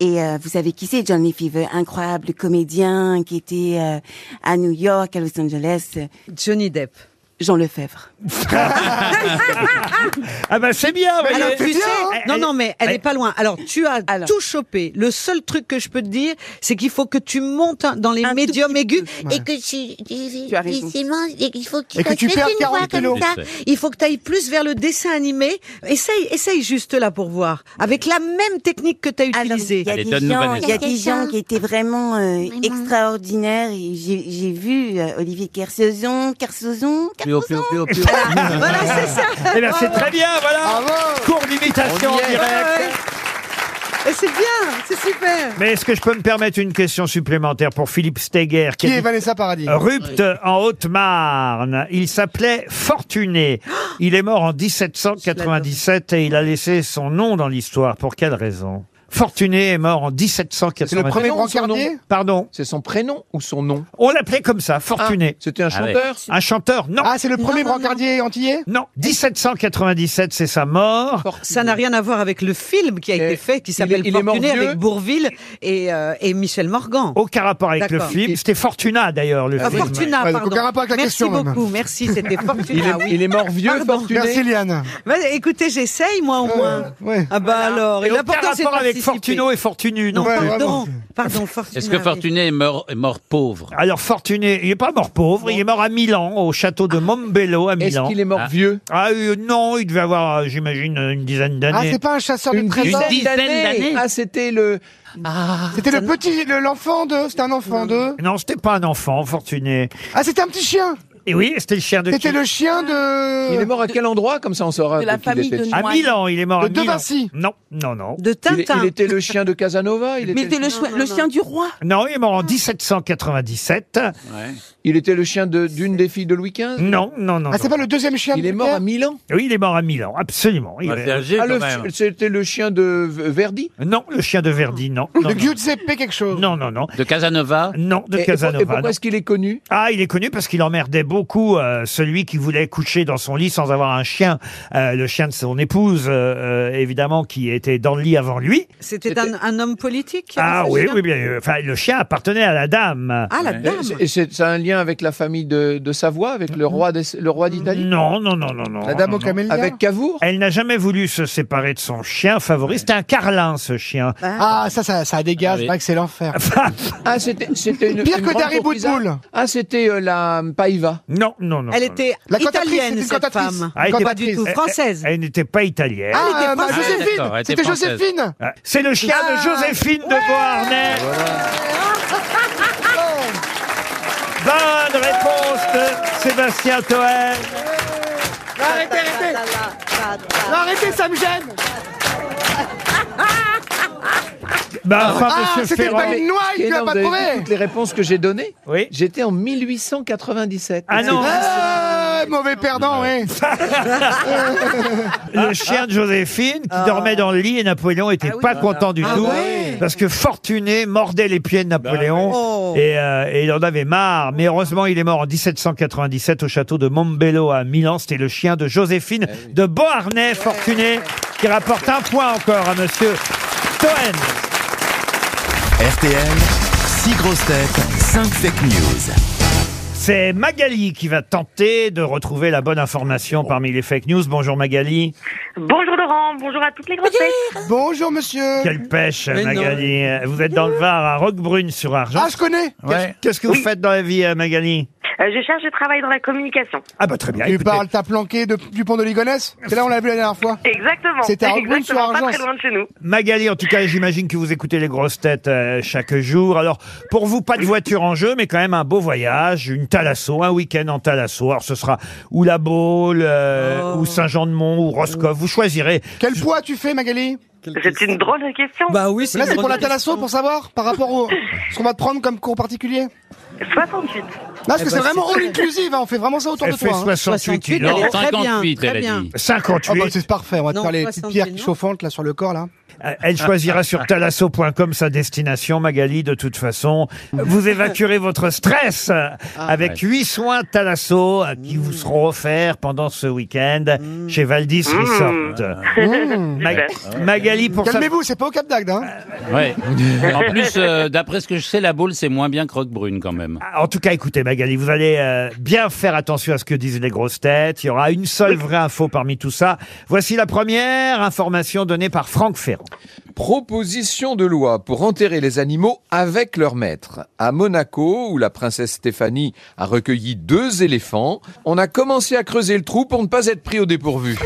M: Et euh, vous savez qui c'est Johnny Fever, incroyable comédien qui était euh, à New York, à Los Angeles. Johnny Depp. Jean Lefebvre.
B: Ah bah c'est bien.
M: vous
D: Alors
M: voyez.
D: tu
M: C'est
D: sais,
M: bien, hein.
D: non non mais elle
M: Elle-
D: est pas loin. Alors tu as tout chopé. Le seul truc que je peux te dire, c'est qu'il faut que tu montes dans les médiums aigus et que tu,
M: as raison.
D: c'est mince, et qu'il faut
M: Et que
D: fasses
M: tu perdes
D: une voix
M: 40
D: comme
M: kilos.
D: ça. Il faut que tu ailles plus vers le dessin animé. Essaye, essaye juste là pour voir avec la même technique que tu as utilisée.
M: Il y a des gens, il y a des gens qui étaient vraiment euh, extraordinaires. Et j'ai j'ai vu euh, Olivier Kersozon, Kersozon,
F: Pio, pio, pio, pio.
M: Voilà, c'est ça.
B: Eh bien, c'est très bien, voilà. Cours d'imitation
D: On y
B: en
D: est.
B: direct.
D: Ouais, Et c'est bien, c'est super.
B: Mais est-ce que je peux me permettre une question supplémentaire pour Philippe Steger
H: Qui est
B: habite
H: Vanessa Paradis
B: Rupt en Haute-Marne. Il s'appelait Fortuné. Il est mort en 1797 et il a laissé son nom dans l'histoire. Pour quelle raison Fortuné est mort en 1780.
I: C'est le premier brancardier
B: Pardon
I: C'est son prénom ou son nom
B: On l'appelait comme ça, Fortuné.
I: Ah, c'était un Ah ouais. chanteur
B: Un chanteur, non.
H: Ah, c'est le premier brancardier antillais Eh.
B: Non, 1797, c'est sa mort.
D: Oh, Ça n'a rien à voir avec le film qui a
M: Eh,
D: été fait, qui s'appelle
B: il est mort
D: Fortuné
B: vieux
D: avec Bourville et, euh, et Michel Morgan.
B: Aucun rapport avec le
D: D'accord.
B: film. C'était Fortuna d'ailleurs le
D: Ah,
B: film.
D: Fortuna, pardon. merci beaucoup, merci, c'était Fortuna. oui. Pardon. Mais écoutez, j'essaye moi au moins. Ah bah alors,
B: Et aucun
D: l'important, c'est de
B: rapport avec
D: participer.
B: Fortuno et Fortunu, non
D: Non, pardon, pardon, Fortuna.
C: Est-ce que
D: oui.
C: Fortuné est mort, est mort pauvre
B: Alors Fortuné, il n'est pas mort pauvre, il est mort à Milan, au château de Mombello à Milan.
I: qu'il est mort vieux
B: Ah euh, non, il devait avoir, euh, j'imagine, euh, une dizaine d'années.
H: Ah, c'est pas un chasseur de
B: Une
H: trésors
B: dizaine d'années. Ah,
I: Ah, c'était le.
H: C'était le petit, le- l'enfant de. C'était un enfant de.
B: Non, c'était pas un enfant, Fortuné.
H: Ah, c'était un petit chien
B: Et oui, c'était le chien de
H: C'était
B: qui
H: le chien de.
I: Il est mort à quel endroit Comme ça, on saura.
H: De la
I: qu'il
H: famille
I: était-
H: de
B: À
H: Noailles.
B: Milan, il est mort
H: De
B: à Milan.
H: De Vinci.
B: Non, non, non.
I: De
P: Tintin.
I: Il, était le chien de Casanova. Il
P: Mais
I: était
P: t'es le, choi- le chien du roi.
B: Non, il est mort en 1797.
I: Il était le chien de- d'une des filles de Louis XV.
B: Non, non, non.
I: Ah, c'est pas
B: non.
I: le deuxième chien Il de est mort Voltaire à Milan
B: Oui, il est mort à Milan, absolument. Il
I: Ah,
B: est-
I: c'est âgé, Ah, le quand chi- même. c'était le chien de Verdi
B: Non, le chien de Verdi, non. non, non.
H: Giuseppe quelque chose.
B: Non, non, non.
C: De Casanova
B: Non, de
I: Et- et pour- et
B: Casanova.
I: pourquoi est-ce
B: qu'il est connu Ah, il est connu parce qu'il emmerdait beaucoup euh, celui qui voulait coucher dans son lit sans avoir un chien. Euh, le chien de son épouse, euh, euh, évidemment, qui était dans le lit avant lui.
D: C'était un, un homme politique
B: Ah
D: ce
B: oui,
D: chien
B: oui, bien. euh, Enfin, le chien appartenait à la dame.
D: Ah, la Ouais. dame.
I: Et c'est- Et c'est ça a un lien avec la famille de, de Savoie, avec le roi des- le roi d'Italie
B: Non, non, non, non, non.
I: La dame
B: non,
I: aux
B: non.
I: camélias Avec Cavour
B: Elle n'a jamais voulu se séparer de son chien favori. C'était un carlin, ce chien.
H: Ah, ça, ça, ça dégage, c'est vrai que c'est l'enfer.
I: Ah, c'était c'était une.
H: Pire
I: une
H: que
I: grande
H: Dari
I: courtisane.
H: Boutboul.
I: Ah, c'était euh, la Paiva.
B: Non, non, non.
D: Elle
B: non,
D: était
H: La cantatrice,
D: italienne,
H: c'est une
D: cette
H: cantatrice.
D: femme.
B: Ah, elle était-
D: pas du tout
B: elle-
D: française.
B: Elle, elle n'était pas italienne.
H: Ah,
D: Elle était
H: ma
D: française.
H: Joséphine
B: d'accord, elle était
H: C'était
B: française.
H: Joséphine
B: Ah, C'est le chien de Joséphine de Beauharnais. Bonne réponse de Sébastien Toen.
H: Arrêtez, arrêtez Non, Arrêtez, ça me gêne
B: Bah, enfin,
H: Ah,
B: monsieur
H: c'était
B: Ferrand.
H: pas une noix, il
I: Et
H: l'a
I: non,
H: pas
I: vous avez
H: trouvé.
I: vu toutes les réponses que j'ai données
B: Oui.
I: J'étais en 1897.
B: Ah non.
H: Ah, Mauvais perdant, oui
B: Le chien de Joséphine qui dormait dans le lit et Napoléon était pas content du
H: Ah, Ah
B: tout
H: ouais. Bah
B: parce que Fortuné mordait les pieds de Napoléon
H: ouais.
B: et, euh, et il en avait marre. Mais heureusement, il est mort en 1797 au château de Mombello à Milan. C'était le chien de
H: Eh
B: Joséphine de Beauharnais, Fortuné, qui rapporte un point encore à Monsieur Toen.
A: RTL, 6 grosses têtes, 5 fake news.
B: C'est Magali qui va tenter de retrouver la bonne information parmi les fake news. Bonjour Magali.
G: Bonjour Laurent, bonjour à toutes les grosses têtes.
H: Bonjour, monsieur
B: Quelle pêche,
H: Mais non.
B: Magali. Vous êtes dans le Var, à Roquebrune sur Argent.
H: Ah, je connais
B: Qu'est-ce- Qu'est-ce que vous faites dans la vie, euh, Magali
G: Euh, je cherche du travail dans la communication.
B: Ah bah très bien.
H: Tu
B: écoutez.
H: parles, t'as planqué de- du pont de Ligonnès C'est là, on l'a vu la dernière fois.
G: Exactement.
H: C'était à Roquebrune sur
G: Exactement, pas
H: Argence.
G: très loin de chez nous.
B: Magali, en tout cas, j'imagine que vous écoutez les grosses têtes euh, chaque jour. Alors, pour vous, pas de voiture en jeu, mais quand même un beau voyage, une Thalasso, un week-end en Thalasso. Alors, ce sera ou La Baule,
G: Oh.
B: euh, ou Saint-Jean-de-Mont, ou Roscoff. Vous choisirez.
H: Quel poids tu fais, Magali
G: C'est une drôle de question.
J: Bah oui, c'est
H: Là, c'est
J: une
H: pour la
J: drôle de
H: thalasso, pour savoir, par rapport au... ce qu'on va te prendre comme cours particulier
G: 68.
H: Non, parce
G: Eh
H: que
G: ben,
H: c'est vraiment
G: c'est-
H: all inclusive, hein, on fait vraiment ça autour
B: Elle
H: de
B: fait
H: toi. hein.
B: 68 kilos.
H: elle est très bien,
C: 58,
H: très
C: elle a
H: bien.
C: dit.
B: 58.
H: Ah bah, c'est parfait, on va te
B: Non,
H: faire les petites
B: 68,
H: pierres qui
B: non
H: chauffantes là sur le corps là. Mmh.
B: Euh, Elle choisira sur talasso.com sa destination, Magali, de toute façon. Vous évacuerez votre stress euh, avec huit soins Talasso euh, qui vous seront offerts pendant ce week-end chez Valdis
H: Mm.
B: Resort. Ma- Mmh. Magali, pour sa...
H: Mmh. Calmez-vous, c'est pas au Cap d'Agde. Hein.
C: Ouais. En plus, euh, d'après ce que je sais, la boule, c'est moins bien que Roquebrune quand même.
B: En tout cas, écoutez, Magali, vous allez euh, bien faire attention à ce que disent les grosses têtes. Il y aura une seule vraie info parmi tout ça. Voici la première information donnée par Franck Ferrand.
I: Proposition de loi pour enterrer les animaux avec leur maître. À Monaco, où la princesse Stéphanie a recueilli deux éléphants, on a commencé à creuser le trou pour ne pas être pris au dépourvu.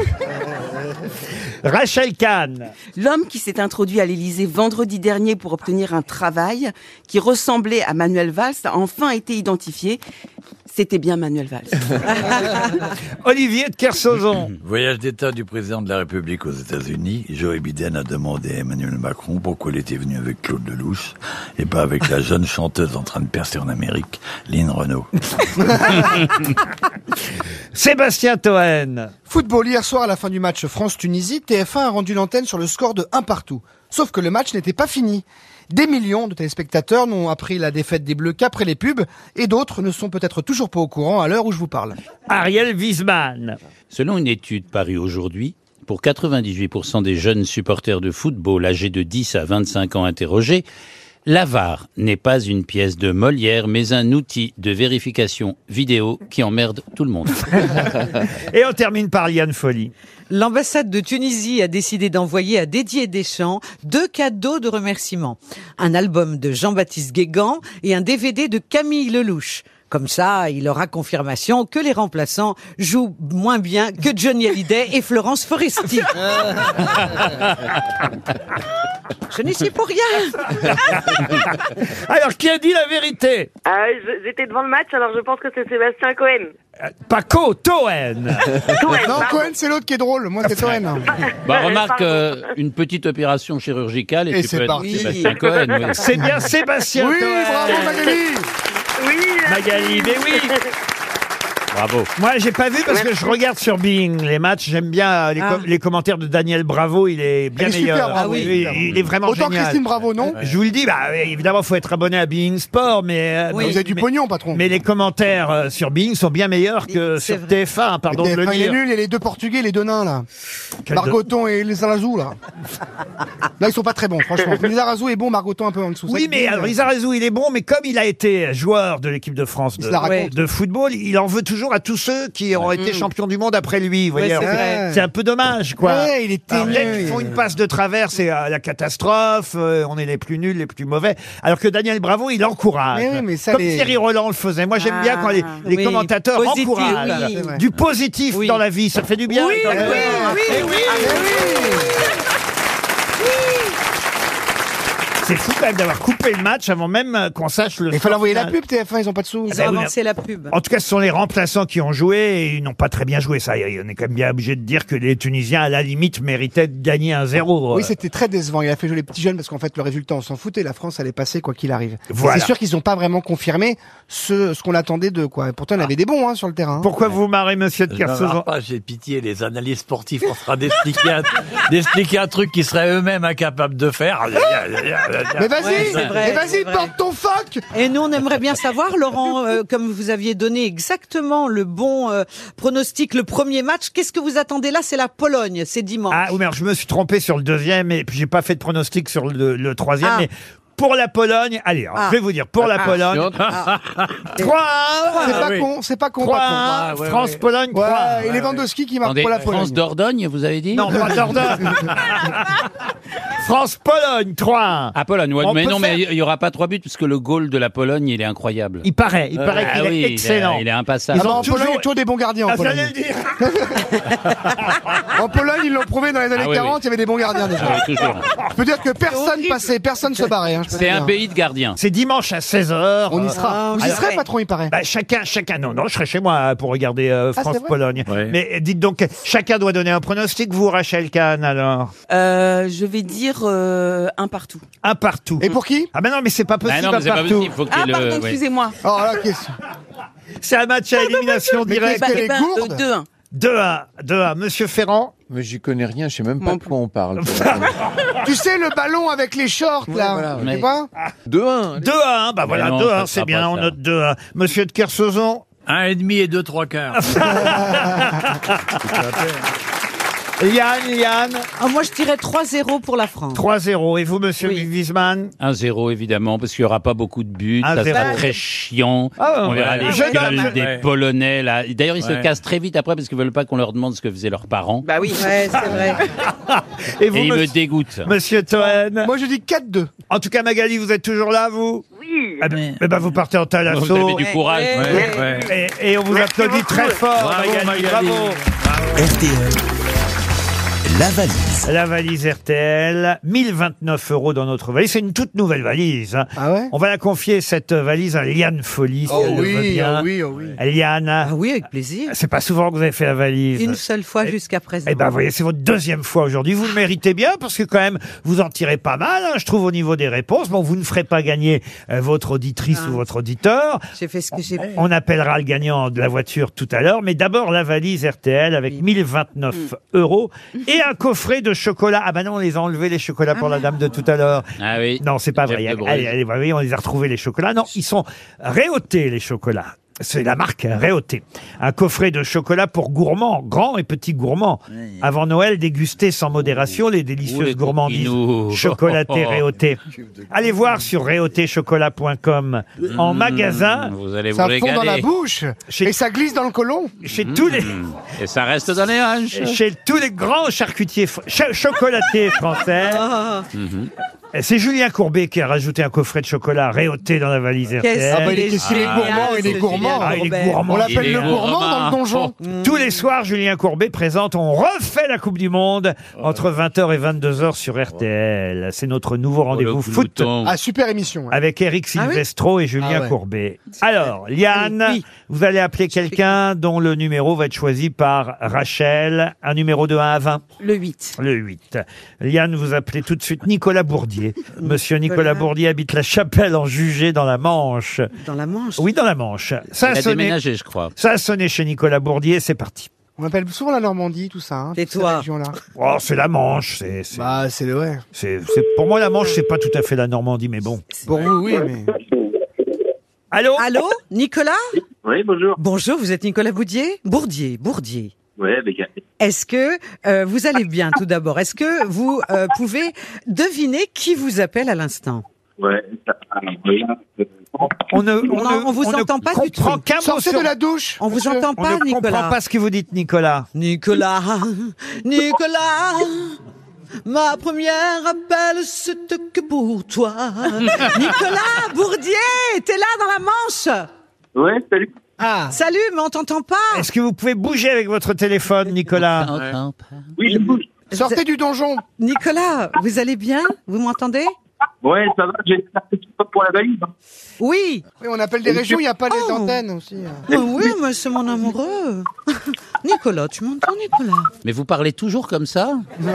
B: Rachel Kahn.
M: L'homme qui s'est introduit à l'Élysée vendredi dernier pour obtenir un travail qui ressemblait à Manuel Valls a enfin été identifié. C'était bien Manuel Valls.
B: Olivier de Kersauzon.
F: Voyage d'État du président de la République aux États-Unis. Joe Biden a demandé à Emmanuel Macron pourquoi il était venu avec Claude Lelouch et pas avec la jeune chanteuse en train de percer en Amérique, Lynn Renault.
H: hein.
B: Sébastien Toen.
H: Football hier soir à la fin du match France-Tunisie, TF1 a rendu l'antenne sur le score de 1 partout. Sauf que le match n'était pas fini. Des millions de téléspectateurs n'ont appris la défaite des Bleus qu'après les pubs et d'autres ne sont peut-être toujours pas au courant à l'heure où je vous parle.
B: Ariel Wiesmann.
C: Selon une étude parue aujourd'hui, pour 98% des jeunes supporters de football âgés de 10 à 25 ans interrogés, l'avare n'est pas une pièce de Molière, mais un outil de vérification vidéo qui emmerde tout le monde.
B: Et on termine par Liane Folly.
D: L'ambassade de Tunisie a décidé d'envoyer à Dédier Deschamps deux cadeaux de remerciement. Un album de Jean-Baptiste Guégan et un DVD de Camille Lelouch. Comme ça, il aura confirmation que les remplaçants jouent moins bien que Johnny Hallyday et Florence Foresti. Je n'y suis pour rien.
B: Alors, qui a dit la vérité
T: Ah, je- J'étais devant le match, alors je pense que c'est Sébastien Cohen.
B: Paco Toen.
H: non, Cohen, c'est l'autre qui est drôle. Moi, c'est Cohen.
C: Bah, remarque, euh, une petite opération chirurgicale et,
H: Et
C: tu
H: c'est
C: peux être
H: parti.
C: Sébastien Cohen. oui.
B: C'est bien Sébastien
H: Oui,
B: Toen.
H: bravo Magali.
T: Oui.
B: Magali, mais oui.
C: Bravo.
B: Moi, j'ai pas vu parce que je regarde sur Bing les matchs. J'aime bien euh, les, com- les commentaires de Daniel Bravo. Il est bien
H: Ah. Il est super,
B: meilleur. Ah
H: Bravo,
B: oui,
H: il est
B: oui,
H: super.
B: il est vraiment
H: Autant
B: génial.
H: Christine Bravo, non
B: Je vous le dis, bah, évidemment, faut être abonné à Being Sport, mais euh,
H: Oui.
B: mais-
H: Vous avez du
B: mais-
H: pognon, patron.
B: Mais les commentaires euh, sur Being sont bien meilleurs que sur TF1. hein, Pardon de le
H: Enfin, Eh, il est
B: dire.
H: nul, il y a les deux Portugais, les deux nains, là.
B: Quel
H: Margoton et les Zarazou, là. Là, ils sont pas très bons, franchement. Les Zarazou est bon, Margoton un peu en dessous.
B: Oui, mais alors Izarezou, il est bon, mais comme il a été joueur de l'équipe de France
H: se la
B: de,
H: raconte.
B: de football, il en veut toujours à tous ceux qui ont été
H: Mm.
B: champions du monde après lui. vous voyez.
H: c'est vrai.
B: c'est un peu dommage, quoi.
H: Ouais, il était
B: Alors, dès
H: nul.
B: qu'ils font une passe de travers, c'est euh, la catastrophe. euh, on est les plus nuls, les plus mauvais. Alors que Daniel Bravo, il encourage.
H: Mais oui, mais ça,
B: Comme
H: les-
B: Thierry Roland le faisait. Moi, j'aime bien quand les, les
H: Ah, oui,
B: commentateurs
H: positif,
B: encouragent
H: oui. C'est vrai.
B: du positif dans la vie. Ça fait du bien. quand même. eh
H: oui,
B: C'est fou quand même d'avoir coupé le match avant même euh, qu'on sache le.
H: Il fallait
B: score
H: envoyer Ah, la
B: final.
H: pub, TF1, ils ont pas de sous.
B: Ils ont euh, Ah, oui, avancé
D: la pub.
B: En tout cas, ce sont les remplaçants qui ont joué et ils n'ont pas très bien joué. Ça, Et on est quand même bien obligé de dire que les Tunisiens, à la limite, méritaient de gagner un zéro.
H: Oui, c'était très décevant. Il a fait jouer les petits jeunes parce qu'en fait, le résultat, on s'en foutait. La France allait passer quoi qu'il arrive.
B: Voilà.
H: C'est sûr qu'ils n'ont pas vraiment confirmé ce, ce qu'on attendait d'eux, quoi. Et pourtant, il y en avait des bons, hein, sur le terrain.
B: Pourquoi vous vous marrez, monsieur de
F: Je me marre
B: Kersauzon
F: pas, j'ai pitié, les analystes sportifs en train d'expliquer un, d'expliquer un truc qu'ils seraient eux-mêmes incapables de faire.
H: Ah Mais vas-y,
D: Ouais, c'est vrai,
H: mais vas-y,
D: c'est vrai.
H: porte ton fuck
D: Et nous, on aimerait bien savoir, Laurent, euh, comme vous aviez donné exactement le bon euh, pronostic, le premier match, qu'est-ce que vous attendez là C'est la Pologne, c'est dimanche.
B: Ah
H: oh,
B: oui, mais alors, je me suis trompé sur le deuxième et puis j'ai pas fait de pronostic sur le, le troisième.
D: Ah.
B: Mais pour la Pologne, allez, alors,
D: Ah.
B: je vais vous dire, pour la
D: Ah.
B: Pologne,
D: Ah.
B: 3
H: C'est pas con, c'est pas con,
B: ah Trois,
H: pas con.
B: Ah, ouais, France-Pologne,
H: Ouais,
B: trois.
H: et
B: Ouais,
H: Lewandowski qui marque
C: Attendez,
H: pour la
C: France
H: Pologne.
C: d'Ordogne, vous avez dit
B: Non, pas d'Ordogne. France-Pologne, 3
C: À Ah, Pologne, ouais,
B: On
C: mais
B: peut
C: non,
B: faire-
C: mais il n'y aura pas trois buts parce que le goal de la Pologne, il est incroyable.
B: Il paraît, il paraît
C: Ah oui,
B: qu'il est
C: il est-
B: excellent.
C: il est impassable.
H: Ah bah, en
B: toujours-
H: Pologne, il y a toujours des bons gardiens en
B: Ah,
H: Pologne.
B: j'allais le dire.
H: En Pologne, ils l'ont prouvé dans les années
C: Ah oui,
H: 40,
C: oui.
H: il y avait des bons gardiens déjà.
C: Ah oui, toujours.
H: Je peux dire que personne passait, personne se barrait. hein, je peux
C: C'est un
H: dire.
C: pays de gardiens.
B: C'est dimanche à 16h.
H: On y sera. Vous y serez, patron, il paraît.
B: Bah, chacun, chacun. Non, non, je serai chez moi euh, pour regarder euh,
H: Ah, c'est vrai
B: France-Pologne. Mais euh, dites donc, chacun doit donner un pronostic. Vous, Rachel Kahn, alors
P: Euh, je vais dire euh, un partout.
B: Un partout.
H: Et pour qui
B: Ah, ben non, mais c'est pas possible.
C: Bah, non,
B: un
C: mais c'est pas
B: partout.
C: possible, faut qu'il y ait
P: Ah,
C: le-
P: pardon,
C: ouais.
P: excusez-moi.
H: Oh là, qu'est-ce
B: C'est un match à élimination
H: Ah Mais
B: directe.
H: qu'est-ce qu'elle
D: Bah,
H: est
P: ben,
H: gourde
P: 2-1.
B: 2-1. 2-1. Monsieur Ferrand
I: Mais j'y connais rien, je sais même pas de quoi on parle.
H: Tu sais, le ballon avec les shorts,
I: voilà,
H: là.
I: ouais.
H: Tu vois
I: 2-1.
B: 2-1. Bah voilà,
C: non,
B: 2-1,
C: ça
B: c'est
C: sera
B: bien.
C: pas
B: On
C: ça.
B: note 2-1. Monsieur de Kersauzon
F: Un et demi et deux, trois quarts.
B: Yann, Yann,
D: Ah, moi, je dirais 3-0 pour la France.
B: 3-0. Et vous, monsieur Wiesmann
C: 1-0 évidemment, parce qu'il n'y aura pas beaucoup de buts,
B: Un
C: ça sera
B: zéro.
C: très chiant.
B: Ah,
C: on
B: ouais.
C: verra
B: Ah,
C: les
B: ouais.
C: gueules
B: Ouais.
C: des
F: Ouais.
C: Polonais là. D'ailleurs, ils se
F: Ouais.
C: cassent très vite après parce qu'ils veulent pas qu'on leur demande ce que faisaient leurs parents.
P: Bah oui.
D: Ouais, c'est vrai.
B: Et
C: Et,
B: vous,
C: ils me
B: monsieur,
C: dégoûtent.
B: monsieur Toen
H: Moi, je dis 4-2.
B: En tout cas, Magali, vous êtes toujours là, vous
T: Oui.
B: Eh ben, eh ben, vous partez en
C: Vous
B: talasso.
C: avez du courage.
F: Ouais, ouais.
B: Et, et on vous
T: Merci
B: applaudit
T: beaucoup.
B: très fort,
F: Bravo,
B: Magali.
F: Magali.
B: Bravo.
A: RTL. La valise.
B: La valise RTL, 1029 euros dans notre valise. C'est une toute nouvelle valise. hein.
D: Ah
B: On va la confier, cette valise, à Liane Folly, si
H: Oh
B: elle le
H: oui,
B: veut bien.
H: oh oui, oh oui.
B: Liane. Ah
D: oui, avec plaisir.
B: C'est pas souvent que vous avez fait la valise.
D: Une seule fois jusqu'à présent.
B: Eh ben, vous voyez, c'est votre deuxième fois aujourd'hui. Vous le méritez bien parce que quand même, vous en tirez pas mal, hein, je trouve, au niveau des réponses. Bon, vous ne ferez pas gagner euh, votre auditrice ou votre auditeur.
D: Ah. J'ai fait ce que j'ai pu.
B: On appellera le gagnant de la voiture tout à l'heure, mais d'abord la valise RTL avec 1029
D: Mm.
B: euros et un coffret de chocolat. Ah ben non, on les a enlevés les chocolats pour la dame de tout à l'heure.
C: Ah oui.
B: Non, c'est pas vrai.
C: de Bruges.
B: Allez, allez, bah oui, on les a retrouvés les chocolats. Non, ils sont réautés les chocolats. C'est la marque Réauté. Un coffret de chocolat pour gourmands, grands et petits gourmands. Avant Noël, dégustez sans modération les délicieuses gourmandises
C: coquinous.
B: chocolatées Réauté. Allez voir sur réautéchocolat.com en
C: Mmh,
B: magasin.
C: vous allez
H: Ça
C: vous
H: fond dans la
C: régaler. Mmh.
H: bouche et ça glisse dans le côlon.
B: Chez tous les
C: Et ça reste dans les hanches.
B: Euh. chez tous les grands charcutiers fr- cha- chocolatiers français. Mm-hmm.
C: Mhm.
B: Et C'est Julien Courbet qui a rajouté un coffret de chocolat réauté dans la valise
H: Qu'est-ce
B: RTL.
H: Ah bah, il est- qu'est-ce qu'il est gourmand, il est
B: ce
H: gourmand.
B: Julien Ah, il est
H: Courbet.
B: gourmand.
H: On l'appelle Il est le gourmand dans le donjon.
B: Mm. Tous les soirs, Julien Courbet présente On refait la Coupe du Monde entre 20h et 22h sur RTL. C'est notre nouveau rendez-vous foot
H: Ah, super émission. ouais.
B: avec Eric Silvestro et Julien
H: Ah ouais.
B: Courbet. Alors, Liane, vous allez appeler quelqu'un dont le numéro va être choisi par Rachel, un numéro de 1 à 20.
P: Le 8.
B: Le 8. Liane, vous appelez tout de suite Nicolas Bourdier. Monsieur Nicolas Bourdier habite la chapelle en jugé dans la Manche.
D: Dans la Manche
B: Oui, dans la Manche. Ça a,
C: Il a
B: sonné,
C: déménagé, je crois.
B: ça a sonné chez Nicolas Bourdier, c'est parti.
H: On appelle souvent la Normandie, tout ça. Hein, toute cette région-là.
B: Oh, c'est la Manche, c'est... c'est-
H: C'est le vrai.
B: c'est- c'est- pour moi, la Manche, c'est pas tout à fait la Normandie, mais bon.
H: Pour vous, oui, mais.
B: Allô
D: Allô Nicolas
E: Oui, bonjour.
D: Bonjour, vous êtes Nicolas Boudier Bourdier, Bourdier.
E: Ouais, mais gars.
D: Est-ce que euh, vous allez bien tout d'abord Est-ce que vous euh, pouvez deviner qui vous appelle à l'instant
E: Ouais, ça- ah, oui.
B: On ne,
D: Non,
B: on ne-
D: on vous
B: ne
D: entend pas du tout.
B: comprend qu'un mot
D: Sortez
B: sur-
D: de la douche, On vous monsieur. entend pas,
B: On ne comprend
D: Nicolas.
B: pas ce que vous dites, Nicolas.
D: Nicolas, Nicolas Ma première appel, c'était que pour toi. Nicolas Bourdier, t'es là dans la Manche
E: Ouais, salut.
D: Ah. Salut, mais on t'entend pas.
B: Est-ce que vous pouvez bouger avec votre téléphone, Nicolas
E: Oui, je bouge.
D: Sortez du donjon. Nicolas, vous allez bien Vous m'entendez
E: Ouais, ça va, j'ai pas pour la valise. hein.
D: Oui.
H: Oui, on appelle des régions, il n'y a pas les antennes aussi.
D: Mais oui, mais c'est mon amoureux. Nicolas, tu m'entends, Nicolas
C: Mais vous parlez toujours comme ça
H: Euh,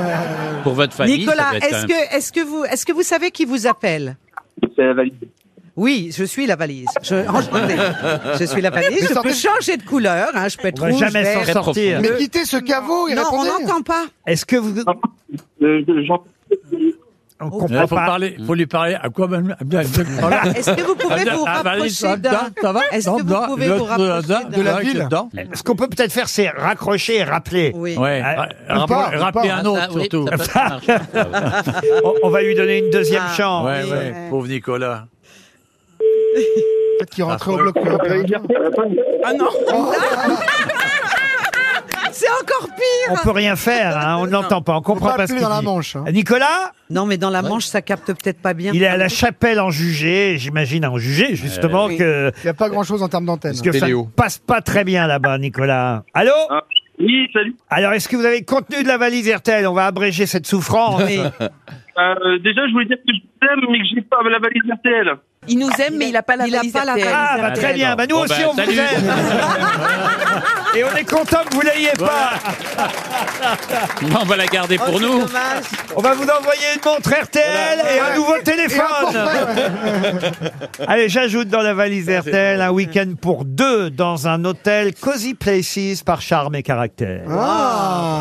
C: Pour votre famille ça
D: Nicolas,
C: doit être
D: est-ce
C: quand même-
D: que, est-ce que vous, est-ce que vous savez qui vous appelle
E: C'est la valise.
D: Oui, je suis la valise. Je, enchantée. je suis la valise.
H: Mais
D: Je peux
H: sortez-
D: changer de couleur. hein, Je peux être
B: On va
D: rouge,
B: jamais
D: vert.
B: s'en sortir.
H: Mais quittez ce caveau et
D: Non, on
H: répondez.
D: n'entend pas.
B: Est-ce que vous. On
F: Il faut, parler, faut lui parler à quoi même
D: Est-ce que vous pouvez vous
F: Ah, bah,
D: rapprocher d'un Est-ce que vous pouvez vous rapprocher d'un
B: Ce qu'on peut peut-être faire, c'est raccrocher et rappeler.
D: Oui.
F: Ouais,
B: Ah,
F: ra-
B: ou
F: rappeler-
B: pas, ou
F: rappeler
B: pas.
F: un autre, Ah, oui, surtout. ça peut- ça
B: on, on va lui donner une deuxième
F: Ah,
B: chance.
F: ouais, ouais, pauvre Nicolas.
H: Peut-être qu'il rentrait au bloc.
K: Ah non
D: C'est encore pire.
B: On peut rien faire, hein, on ne l'entend pas, on comprend pas, ce qu'il dit.
H: hein.
D: hein.
B: Nicolas
D: Non, mais dans la Manche, ça capte peut-être pas bien.
B: Il est à la chapelle en jugé, j'imagine en
C: Euh,
B: jugé justement
D: oui.
B: que
H: Il n'y a pas grand-chose en termes d'antenne.
B: parce que ça ne passe pas très bien là-bas, Nicolas. Allô
E: Ah, Oui, salut.
B: Alors, est-ce que vous avez le contenu de la valise RTL On va abréger cette souffrance.
E: Euh, déjà, je voulais dire que je t'aime, mais que j'ai pas la valise RTL.
P: Il nous aime, mais il n'a pas la valise. RTL.
B: Ah, bah, très bien. Bah, nous
C: Bon,
B: aussi,
C: bah,
B: on vous
C: salut.
B: aime. Et on est content que vous l'ayez pas.
C: On va la garder
P: Oh,
C: pour nous.
B: On va vous envoyer une montre RTL et un nouveau téléphone. Allez, j'ajoute dans la valise RTL un week-end pour deux dans un hôtel Cozy Places par charme et caractère.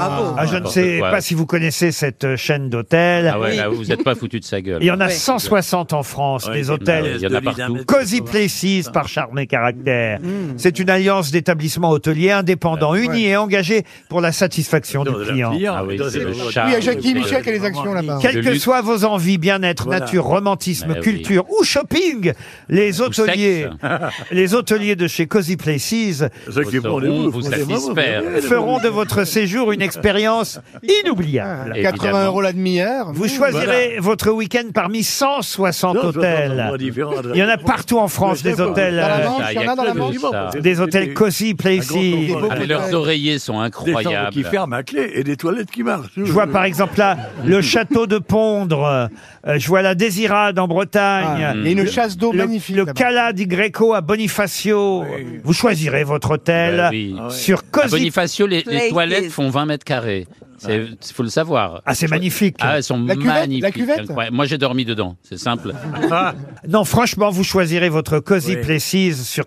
B: Ah, je ne sais
C: Ouais.
B: pas si vous connaissez cette chaîne d'hôtels.
C: Ah ouais, là, vous n'êtes pas foutu de sa gueule.
B: Il y en a
C: Ouais.
B: 160 en France,
C: Ouais,
B: des
C: il y en a-
B: hôtels.
C: il y en a partout.
B: Cozy Places par Charme et Caractère. C'est une alliance d'établissements hôteliers indépendants, unis et engagés pour la satisfaction du client.
C: Ah oui, c'est le
H: Oui,
C: charme.
H: il y a Jackie
C: c'est-
H: Michel qui a les actions
F: Ah bah,
H: là-bas.
B: Quelles
C: Le
B: que
C: luxe.
B: soient vos envies, bien-être,
C: Voilà.
B: nature, romantisme,
C: Bah oui.
B: culture ou shopping, les hôteliers, les hôteliers de chez Cozy Places
F: Ceux qui
C: sauront
F: font des
C: vous
F: bouffes, font des bouffes.
C: satisfaire.
B: feront de votre séjour une expérience inoubliable.
H: 80 euros la demi-heure.
B: Vous choisirez votre week-end parmi 160
F: Non, je vois pas
B: hôtels.
F: vraiment la différents.
B: Il y en a partout en France, des hôtels.
F: Dans la
B: euh,
F: Manche, il y en a dans la
B: des
F: Manche.
B: hôtels- Des hôtels Cossy, Plessis.
C: Ah, leurs oreillers sont
F: Des chambres
C: incroyables.
F: qui ferment à clé et des toilettes qui marchent.
B: Je
H: euh,
B: vois par exemple là le château de Pondre, euh, euh, je vois la Désirade en Bretagne.
H: Ah, il y a une
B: Le-
H: chasse d'eau
B: le-
H: magnifique
B: Le
H: là-bas.
B: Cala di Greco à Bonifacio. Vous choisirez votre hôtel
C: Bah oui.
H: Ah
B: sur
C: À
B: Cosi.
C: Bonifacio, les, les toilettes font 20 mètres carrés. Il faut le savoir.
B: Ah, c'est magnifique.
C: Ah, elles sont
B: La cuvette,
C: magnifiques.
B: la cuvette
C: Ouais, moi, j'ai dormi dedans. C'est simple.
B: Ah. Non, franchement, vous choisirez votre Cozy
C: Oui.
B: Places sur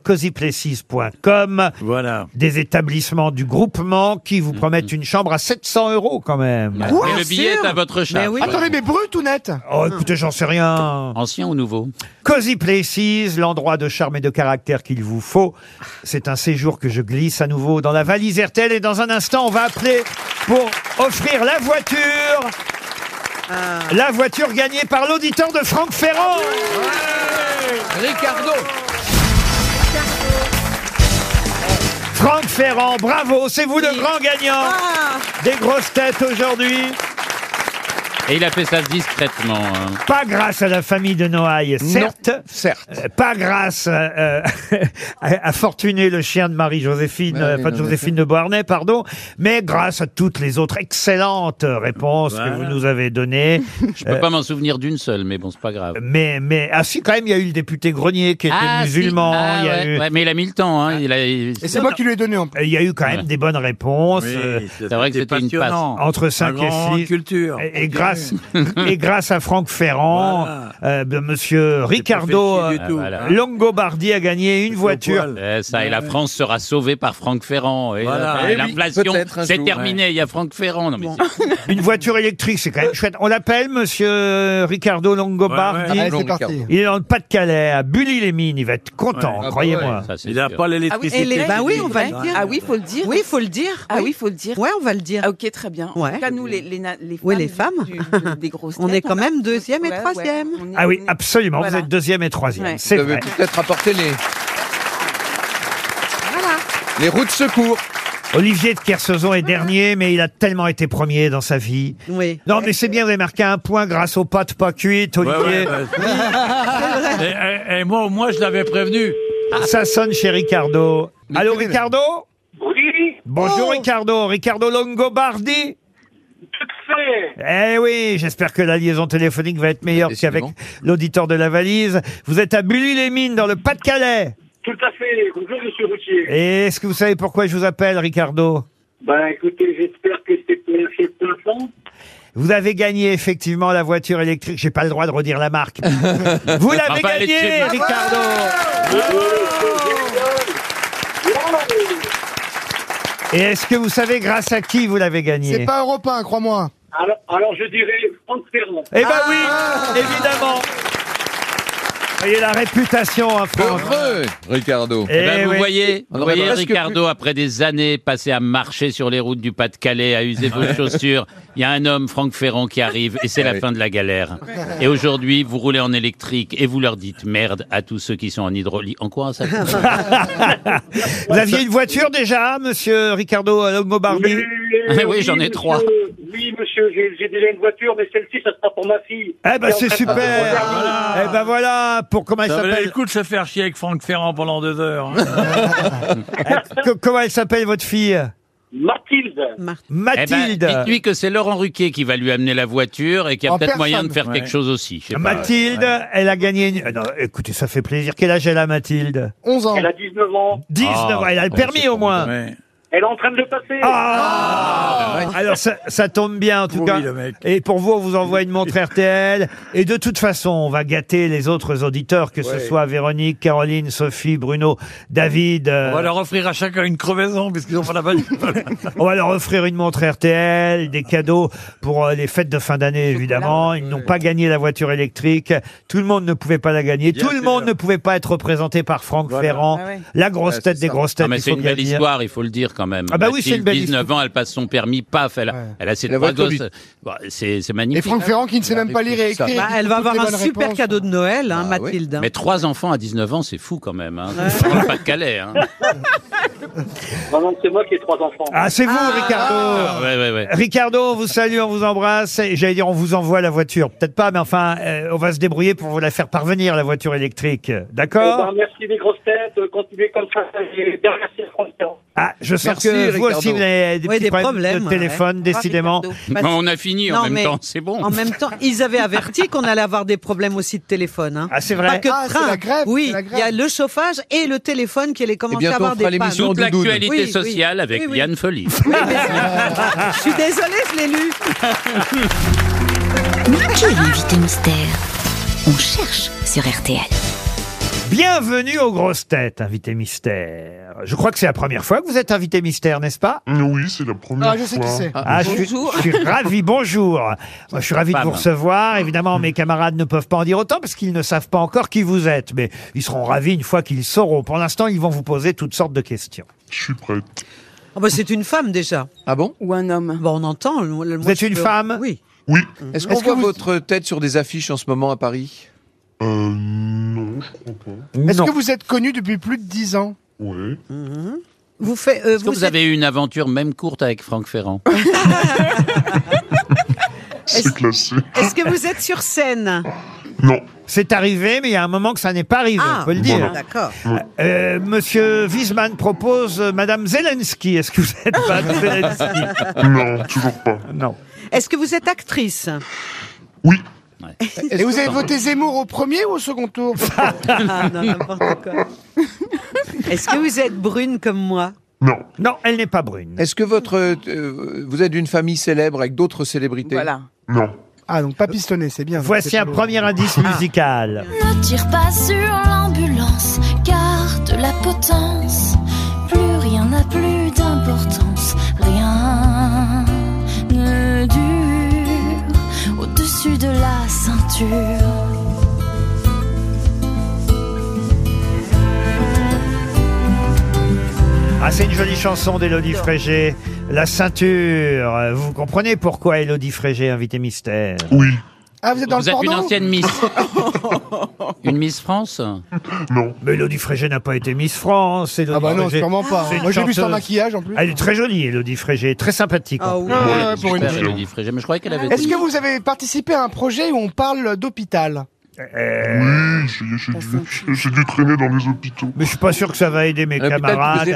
B: cozyplaces.com.
F: Voilà.
B: Des établissements du groupement qui
C: Mm,
B: vous promettent une chambre à 700 euros quand même.
H: Quoi,
C: Et le billet est
H: sûr
C: à votre charge.
H: Attendez, mais brut ou net
B: Oh, écoutez, j'en sais rien.
C: Ancien ou nouveau
B: Cozy Places, l'endroit de charme et de caractère qu'il vous faut. C'est un séjour que je glisse à nouveau dans la valise RTL et dans un instant, on va appeler pour offrir la voiture. La voiture gagnée par l'auditeur de Franck Ferrand.
I: Ricardo.
B: Franck Ferrand, bravo, c'est vous le grand gagnant des grosses têtes aujourd'hui.
C: Et il a fait ça discrètement. hein.
B: Pas grâce à la famille de Noailles, certes. certes. Pas grâce euh, à, à Fortuné, le chien de Marie-Joséphine, euh, pas de Joséphine de Beauharnais, pardon, mais grâce à toutes les autres excellentes réponses que vous nous avez données. Euh,
C: Je peux pas m'en souvenir d'une seule, mais bon, c'est pas grave.
B: Mais, mais, ah si, quand même, il y a eu le député Grenier qui était
C: Ah, si.
B: musulman.
C: Ah,
B: il y a
C: ouais.
B: eu-
C: Ouais, mais il a mis le temps. hein. Il a- il-
B: c'est moi qui
H: lui ai donné en
B: Il y a eu quand même des bonnes réponses.
C: Oui,
B: Euh,
C: c'est vrai que c'était une passe.
B: Entre 5 et 6.
F: culture.
B: Et, et grâce, et grâce à Franck Ferrand, euh, ben, monsieur Ricardo
C: pas fait chier du
B: euh,
C: tout. Voilà.
B: Longobardi a gagné une voiture.
C: Eh, ça, et la France sera sauvée par Franck Ferrand. Et
B: Voilà.
C: la-
B: Eh oui,
C: L'inflation,
B: peut-être un
C: c'est
B: jour,
C: terminé. Il y a Franck Ferrand. Non, mais c'est-
B: Une voiture électrique, c'est quand même chouette. On l'appelle monsieur Ricardo Longobardi.
F: Ouais, ouais. Allez, c'est parti.
B: Il est dans le Pas-de-Calais, à Bully-les-Mines. Il va être content,
F: Ouais.
B: croyez-moi.
F: Ah, bah ouais. Il a pas l'électricité.
P: Ah oui, et les-
D: bah oui, on va le dire.
P: Ah oui, faut le dire.
D: Oui, faut le dire.
P: Ah oui, faut le dire. Ah,
D: Ouais, on va le dire.
P: Ok, très bien. En
D: Ouais.
P: tout cas, nous, les, les, na- les femmes,
D: Oui, les femmes.
P: du- du- des grosses
D: On
P: têtes,
D: est quand même deuxième et
P: Ouais, ouais,
D: troisième.
P: on est-
B: Ah oui, absolument.
P: Voilà.
B: Vous êtes deuxième et troisième.
P: Ouais.
B: C'est
I: Vous avez
B: vrai.
I: peut-être apporté les,
P: Voilà. Ah.
I: les roues de secours.
B: Olivier de Kersauzon est dernier, mais il a tellement été premier dans sa vie.
D: Oui.
B: Non, mais c'est bien, vous avez marqué un point grâce aux pâtes pas cuites,
F: Ouais,
B: Olivier.
F: ouais, ouais. et, et- et moi, au moins, je l'avais prévenu.
B: Ah. Ça sonne chez Ricardo. Allô, Ricardo
E: Oui Oh.
B: Bonjour, Ricardo. Ricardo Longobardi eh oui, j'espère que la liaison téléphonique va être meilleure qu'avec l'auditeur de la valise. Vous êtes à Bully-les-Mines, dans le Pas-de-Calais.
E: Tout à fait. Bonjour, monsieur Routier.
B: Et est-ce que vous savez pourquoi je vous appelle, Ricardo
E: Ben, écoutez, j'espère que c'est pour un chef d'enfant.
B: Vous avez gagné effectivement la voiture électrique. J'ai pas le droit de redire la marque. Vous l'avez
C: Enfin, elle est
B: gagnée,
C: chez vous.
B: Ricardo. Et est-ce que vous savez grâce à qui vous l'avez
H: C'est
B: gagnée
H: pas européen, crois-moi.
E: Alors, alors, je dirais Franck Ferrand.
B: Eh ben oui, évidemment. Voyez la réputation, hein, Franck.
I: Heureux, Ricardo.
B: Eh
C: Eh ben,
B: oui.
C: vous voyez,
I: On
C: vous
I: aurait
C: voyez
I: presque
C: Ricardo, après des années passées à marcher sur les routes du Pas-de-Calais, à user vos chaussures, il y a un homme, Franck Ferrand, qui arrive et c'est la fin de la galère. Et aujourd'hui, vous roulez en électrique et vous leur dites merde à tous ceux qui sont en hydraulique. En quoi ça Eh
B: Vous aviez une voiture déjà, monsieur Ricardo Longobardi
C: Ah oui, j'en ai trois.
E: monsieur. Oui, monsieur, j'ai j'ai déjà une voiture, mais celle-ci, ça sera pour ma fille.
B: Eh ben
E: Et en
B: c'est
E: fait,
B: super.
E: voilà.
B: Eh ben voilà pour comment elle
F: Ça valait
B: s'appelle.
F: le coup de se faire chier avec Franck Ferrand pendant deux heures. hein.
B: que- eh, Comment elle s'appelle votre fille
E: Mathilde.
C: Eh ben,
B: Mathilde.
C: Dites-lui que c'est Laurent Ruquier qui va lui amener la voiture et qu'il y a
B: En
C: peut-être moyen
B: personne.
C: de faire quelque chose aussi. je sais pas.
B: Mathilde, elle a gagné. une- euh, Non, écoutez, ça fait plaisir. Quel âge elle a, Mathilde
C: Ah,
H: 11 ans.
E: Elle a 19 ans.
B: 19 ans, elle a le permis au moins.
E: Elle est en train de le passer.
B: Ah Alors ça, ça tombe bien en tout
F: Pourri,
B: cas.
F: le mec.
B: Et pour vous, on vous envoie une montre RTL. Et de toute façon, on va gâter les autres auditeurs, que ce soit Véronique, Caroline, Sophie, Bruno, David. euh,
F: On va leur offrir à chacun une crevaison, puisqu'ils ont pas la bonne.
B: on va leur offrir une montre RTL, des cadeaux pour euh, les fêtes de fin d'année évidemment. Ils n'ont pas gagné la voiture électrique. Tout le monde ne pouvait pas la gagner. Tout le monde ne pouvait pas être représenté par Franck Ferrand,
P: Ah ouais.
B: la grosse
I: Ouais,
B: tête
I: c'est
B: des
I: ça.
B: grosses têtes.
C: Ah, mais
B: il
C: c'est
B: faut
C: une
B: bien
C: belle
B: dire.
C: histoire, il faut le dire quand quand même.
B: Ah bah oui, c'est
C: Mathilde,
B: une belle
C: 19 ans, elle passe son permis, paf, elle a, elle a ses
B: Elle a
C: trois
B: votre
C: gosses.
B: but.
C: Bon, c'est c'est magnifique. hein.
H: Et Franck Ferrand qui ne sait même pas lire et
C: Ça.
H: écrire.
D: Bah, elle va avoir un super cadeau de Noël, hein,
H: Bah
C: Ah oui.
D: Mathilde. hein.
C: Mais trois enfants à 19 ans, c'est fou quand même. Hein. C'est dans le Pas-de-Calais. Hein.
U: Non, non, c'est moi qui ai trois enfants.
B: Ah, c'est vous, Ricardo
C: Ah, ouais, ouais, ouais.
B: Ricardo, on vous salue, on vous embrasse. Et J'allais dire, on vous envoie la voiture. Peut-être pas, mais enfin, euh, on va se débrouiller pour vous la faire parvenir, la voiture électrique. D'accord
U: Eh ben, merci les grosses têtes, euh, continuez comme ça, et bien, merci Franck Ferrand.
B: Ah, je sens
C: Merci,
B: que vous aussi,
C: Ricardo.
B: vous avez des
D: Oui,
B: petits
D: des
B: problèmes,
D: problèmes,
B: de
D: ouais.
B: téléphone,
D: Au revoir,
B: décidément.
D: Ricardo. Parce-
C: on a fini en
D: Non,
C: même
D: mais
C: temps, c'est bon.
D: En même temps, ils avaient averti qu'on allait avoir des problèmes aussi de téléphone. hein.
C: Ah, c'est vrai.
D: Pas que de
C: Ah, c'est
D: train.
C: la grève,
D: Oui,
C: c'est la grève.
D: il y a le chauffage et le téléphone qui allait commencer à
C: bientôt, on
D: avoir des
C: fera l'émission
D: pannes.
C: Toute l'actualité
D: Oui, oui.
C: sociale avec
D: Oui, oui.
C: Yann Folly.
D: Je suis désolée, je l'ai lu.
O: Mais qui est l'invité mystère On cherche sur RTL.
B: Bienvenue aux grosses têtes, invité mystère. Je crois que c'est la première fois que vous êtes invité mystère, n'est-ce pas
V: Oui, c'est la première
B: Ah,
V: fois.
B: je sais qui c'est. Ah, je suis- je suis ravi, bonjour. Moi, je suis ravi de
V: Femme.
B: vous recevoir. Évidemment, mes camarades ne peuvent pas en dire autant parce qu'ils ne savent pas encore qui vous êtes, mais ils seront ravis une fois qu'ils sauront. Pour l'instant, ils vont vous poser toutes sortes de questions.
V: Je suis prête.
D: Ah bah, c'est une femme déjà.
I: Ah bon
D: Ou un homme. Bon, on entend. le- le- moi,
I: êtes
D: je
I: une
D: peux-
I: femme
D: Oui.
V: Oui.
I: Est-ce qu'on
D: Est-ce que
I: voit
D: vous-
I: votre tête sur des affiches en ce moment à Paris
V: Euh, non, je crois pas.
H: Est-ce que vous êtes connu depuis plus de 10 ans
V: Oui.
D: Vous faites.
C: Est-ce que vous avez eu une aventure même courte avec Franck Ferrand
V: C'est classé.
D: Est-ce que vous êtes sur scène
V: Non.
B: C'est arrivé, mais il y a un moment que ça n'est pas arrivé,
D: Ah,
B: on peut le dire.
D: voilà. D'accord.
B: Euh, Monsieur Wiesmann propose euh, Madame Zelensky. Est-ce que vous êtes Madame Zelensky
V: Non, toujours pas.
B: Non.
D: Est-ce que vous êtes actrice
H: Et vous avez voté Zemmour au premier ou au second tour
D: Ah, non, n'importe quoi. Est-ce que vous êtes brune comme moi
V: Non.
B: Non, elle n'est pas brune.
I: Est-ce que votre, euh, vous êtes d'une famille célèbre avec d'autres célébrités
H: Voilà.
V: Non.
H: Ah, donc pas pistonné, c'est bien.
B: Voici un premier indice musical.
W: Ne tire pas sur l'ambulance, garde la potence. Plus rien n'a plus d'importance, rien ne dure au-dessus de la ceinture.
B: Ah, c'est une jolie chanson d'Élodie Frégé. La ceinture. Euh, Vous comprenez pourquoi Élodie Frégé, invité mystère
V: Oui.
H: Ah, vous êtes dans
C: Vous
H: le
C: êtes une
H: porno
C: ancienne Miss. une Miss France
V: Non.
B: Mais Élodie Frégé n'a pas été Miss France. Élodie
H: Ah bah non,
B: Frégé-
H: sûrement pas.
B: c'est une
H: Moi, j'ai vu son
B: chanteuse.
H: maquillage, en plus.
B: Elle est très jolie, Élodie Frégé, très sympathique.
C: Ah
B: en plus.
H: Ouais, ouais, pour une
C: Super,
H: fille.
C: Élodie Frégé, mais je croyais qu'elle avait
H: Est-ce
C: été-
H: que vous avez participé à un projet où on parle d'hôpital
V: Oui, j'ai- j'ai dû, j'ai dû traîner dans les hôpitaux.
B: Mais je suis pas sûr que ça va aider
C: Ah,
B: mes camarades.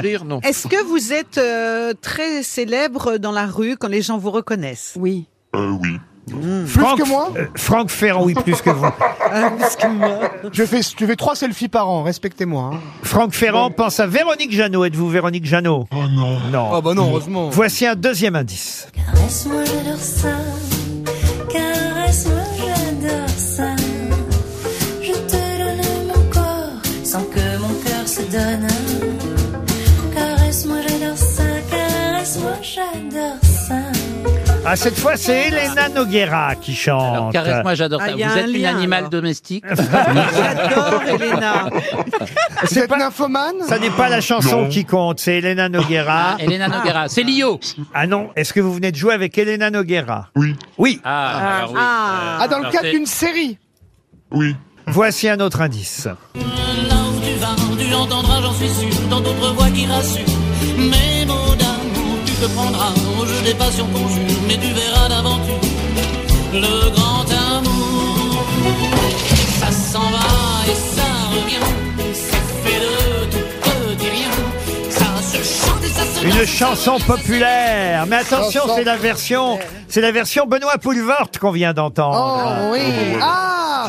D: Est-ce que vous êtes euh, très célèbre dans la rue quand les gens vous reconnaissent
P: Oui.
V: Euh, oui.
C: Hmm.
B: Franck-
H: que moi
B: euh, Franck Ferrand, oui, plus que vous.
H: Je fais, je fais trois selfies par an, respectez-moi. hein.
B: Franck Ferrand pense à Véronique Jeannot. Êtes-vous Véronique Jeannot Oh non. Non.
H: Ah bah non, heureusement.
B: Voici un deuxième indice.
W: Caresse-moi, j'adore ça. Caresse-moi, j'adore ça. Je te donne mon corps sans que mon cœur se donne. Caresse-moi, j'adore ça. Caresse-moi, j'adore ça.
B: Ah, cette fois, c'est Elena Noguera qui chante.
C: Caresse-moi, j'adore
D: Ah,
C: ça.
D: il
C: Vous
D: y a un
C: êtes une
D: lien,
C: animale
D: alors.
C: domestique
D: J'adore Elena.
H: C'est pas nymphomane
B: Ça n'est pas la chanson qui compte, c'est Elena
C: Ah,
B: Noguera.
C: Elena Noguera, c'est Lio.
B: Ah non, est-ce que vous venez de jouer avec Elena Ah. Noguera
V: Oui.
B: Oui.
C: Ah, alors oui.
H: Ah,
C: Euh,
H: dans le
C: alors
H: cadre
C: c'est-
H: d'une série
V: Oui.
B: Voici un autre indice.
X: L'amour tu vas, tu entendras, j'en suis sûr, dans d'autres voix qui rassurent. Mes mots d'amour, tu te prendras au jeu des passions qu'on jure, mais tu verras d'aventure le grand amour. Ça s'en va et ça revient, ça fait de tout petit rien, ça se chante et ça se
B: Une
X: danse.
B: chanson populaire. Mais attention, c'est la version, c'est la version Benoît Poulvort qu'on vient d'entendre.
H: Oh oui Ah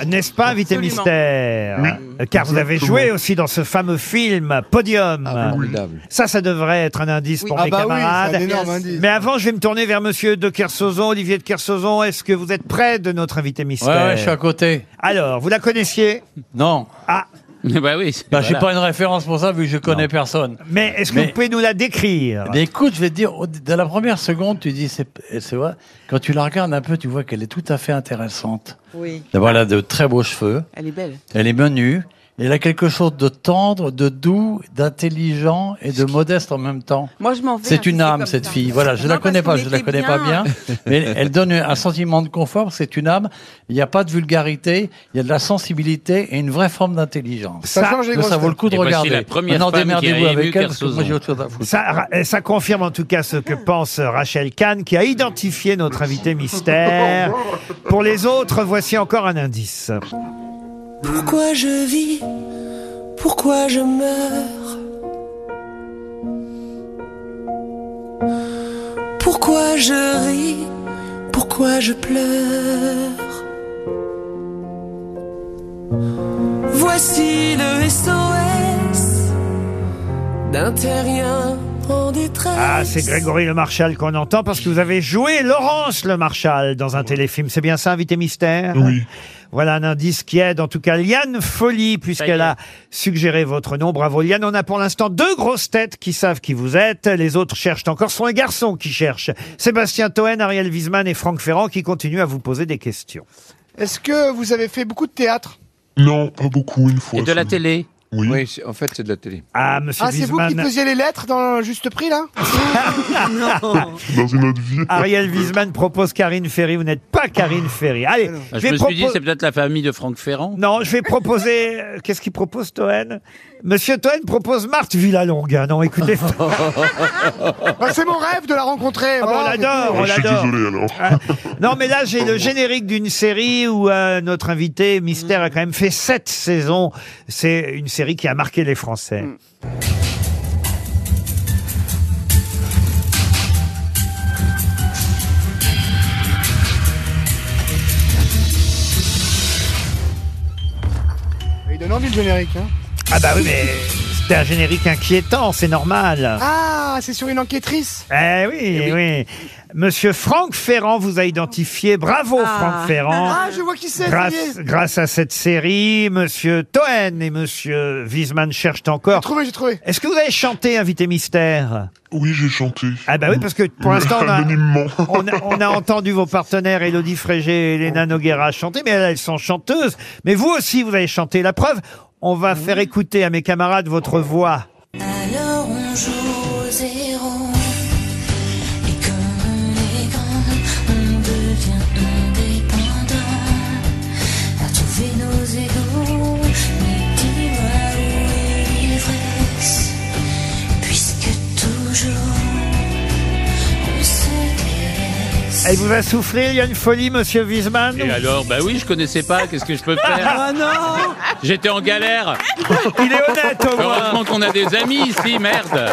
B: N'est-ce pas, invité
H: Absolument.
B: mystère Euh, Car vous avez
I: Exactement.
B: joué aussi dans ce fameux film Podium.
I: Formidable.
B: Ça, ça devrait être un indice
H: Oui.
B: pour
H: Ah
B: mes
H: bah oui,
B: camarades.
H: c'est un énorme indice.
B: Mais avant, je vais me tourner vers Monsieur de Kersauzon, Olivier de Kersauzon. Est-ce que vous êtes près de notre invité
F: Ouais,
B: mystère
F: ouais, je suis à côté.
B: Alors, vous la connaissiez
F: Non.
B: Ah.
C: bah oui. c'est-
F: Bah, j'ai
C: voilà.
F: pas une référence pour ça vu que je connais personne.
B: Mais est-ce que
F: Mais-
B: vous pouvez nous la décrire
F: Mais écoute, je vais te dire, au- dans la première seconde, tu dis, c'est c'est vrai, quand tu la regardes un peu, tu vois qu'elle est tout à fait intéressante.
P: Oui.
F: D'abord, elle a de très beaux cheveux,
P: Elle est belle.
F: elle est menue, Il a quelque chose de tendre, de doux, d'intelligent et de modeste en même temps.
P: Moi, je m'en vais, hein,
F: C'est une
P: c'est
F: âme,
P: comme
F: cette
P: ça.
F: fille. Voilà, je
P: Non,
F: la
P: parce
F: connais pas,
P: qu'il
F: je la
P: était
F: connais pas
P: bien.
F: bien, mais elle, elle donne un sentiment de confort. C'est une âme. Il n'y a pas de vulgarité, il y a de la sensibilité et une vraie forme d'intelligence.
B: Ça change les
F: Donc, ça
B: grosses
F: vaut le coup de
B: têtes. Et voici
F: regarder.
B: la première
F: Maintenant,
B: femme qui a
F: démerdez-vous
B: ému
F: avec elle, parce que
B: Kersozon.
F: moi, j'ai autre chose à foutre.
B: Ça, ça confirme en tout cas ce que pense euh, Rachel Kahn, qui a identifié notre invité mystère. Pour les autres, voici encore un indice.
W: Pourquoi je vis Pourquoi je meurs Pourquoi je ris Pourquoi je pleure Voici le SOS d'un terrien en détresse.
B: Ah, c'est Grégory Le Marchal qu'on entend parce que vous avez joué Laurence Le Marchal dans un téléfilm. C'est bien ça, invité mystère Oui. Voilà un indice qui aide, en tout cas Liane Folie, puisqu'elle a suggéré votre nom. Bravo Liane, on a pour l'instant deux grosses têtes qui savent qui vous êtes. Les autres cherchent encore. Ce sont les garçons qui cherchent. Sébastien Toen, Ariel Wiesman et Franck Ferrand qui continuent à vous poser des questions.
H: Est-ce que vous avez fait beaucoup de théâtre
I: Non, pas beaucoup, une fois.
H: Et de la
I: télé Oui, c'est- en fait, c'est de la télé.
B: Ah,
H: Ah, c'est vous qui faisiez les lettres dans le juste prix, là Non
B: Dans une autre vie. Ariel Wiesman propose Karine Ferry. Vous n'êtes pas Karine Ferry. Allez,
C: Ah,
B: je
C: Je
B: vais
C: me suis dit,
B: propo-
C: c'est peut-être la famille de Franck Ferrand.
B: Non, je vais proposer. euh, Qu'est-ce qu'il propose, Toen Monsieur Toen propose Marthe Villalonga. Non, écoutez.
H: Bah, C'est mon rêve de la rencontrer.
B: Ah bah, on
H: voilà.
B: l'adore, on
V: Je suis
B: l'adore.
V: désolé alors.
B: Ah, non, mais là, j'ai le générique d'une série où euh, notre invité mystère a quand même fait sept saisons. C'est une série qui a marqué les Français.
H: Mm. Il donne envie le générique. Hein.
B: Ah bah oui, mais c'était un générique inquiétant, c'est normal.
H: Ah, c'est sur une enquêtrice
B: Eh oui, oui, Monsieur Franck Ferrand vous a identifié. Bravo,
H: Ah.
B: Franck Ferrand.
H: Ah, je vois qui c'est, ça y
B: Grâce,
H: est.
B: grâce à cette série, Monsieur Toen et Monsieur Wiesmann cherchent encore. J'ai
H: trouvé, j'ai trouvé.
B: Est-ce que vous avez chanté Invité Mystère
V: Oui, j'ai chanté.
B: Ah bah oui, parce que pour
V: Oui,
B: l'instant, on, a-
V: anonymement.
B: on a- on a entendu vos partenaires Elodie Frégé et Elena Noguera chanter, mais elles, elles sont chanteuses. Mais vous aussi, vous avez chanté. La preuve, on va faire écouter à mes camarades votre voix.
W: Alors on joue au zéro. Et comme on est grand, on devient indépendant. À trouver nos égaux, mais dis-moi où est l'ivresse. Puisque toujours on se délaisse.
B: Elle vous a soufflé, il y a une folie, Monsieur Wiesmann
C: Et alors, bah oui, je connaissais pas, qu'est-ce que je peux
B: Ah
C: faire
B: non
C: J'étais en galère
B: Il est honnête au moins
C: Heureusement qu'on a des amis ici, merde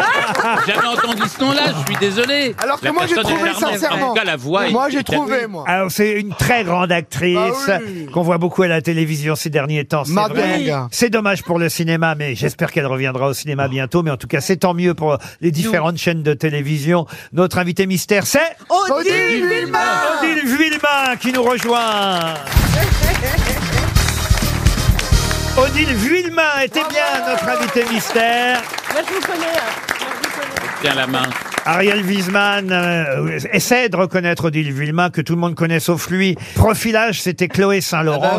C: J'avais entendu ce nom-là, je suis désolé
H: Alors que
C: La
H: moi, j'ai
C: personne est
H: trouvé,
C: charmante.
H: sincèrement.
C: En tout cas, la voix est-
H: Moi, j'ai
C: est
H: trouvé,
C: établie.
H: moi.
B: Alors, c'est Ah, une très grande actrice
H: Bah oui.
B: qu'on voit beaucoup à la télévision ces derniers temps. C'est
H: Ma
B: vrai.
H: dingue.
B: C'est dommage pour le cinéma, mais j'espère qu'elle reviendra au cinéma bientôt. Mais en tout cas, c'est tant mieux pour les différentes chaînes de télévision. Notre invité mystère, c'est
H: Odile Villemin
B: Odile Villemin qui nous rejoint. Odile Villemin était bien notre invité mystère.
Q: Moi, je vous connais. hein.
C: Tiens la main.
B: Ariel Wiesman euh, essaie de reconnaître Odile Villemin, que tout le monde connaît sauf lui. Profilage, c'était Chloé Saint-Laurent.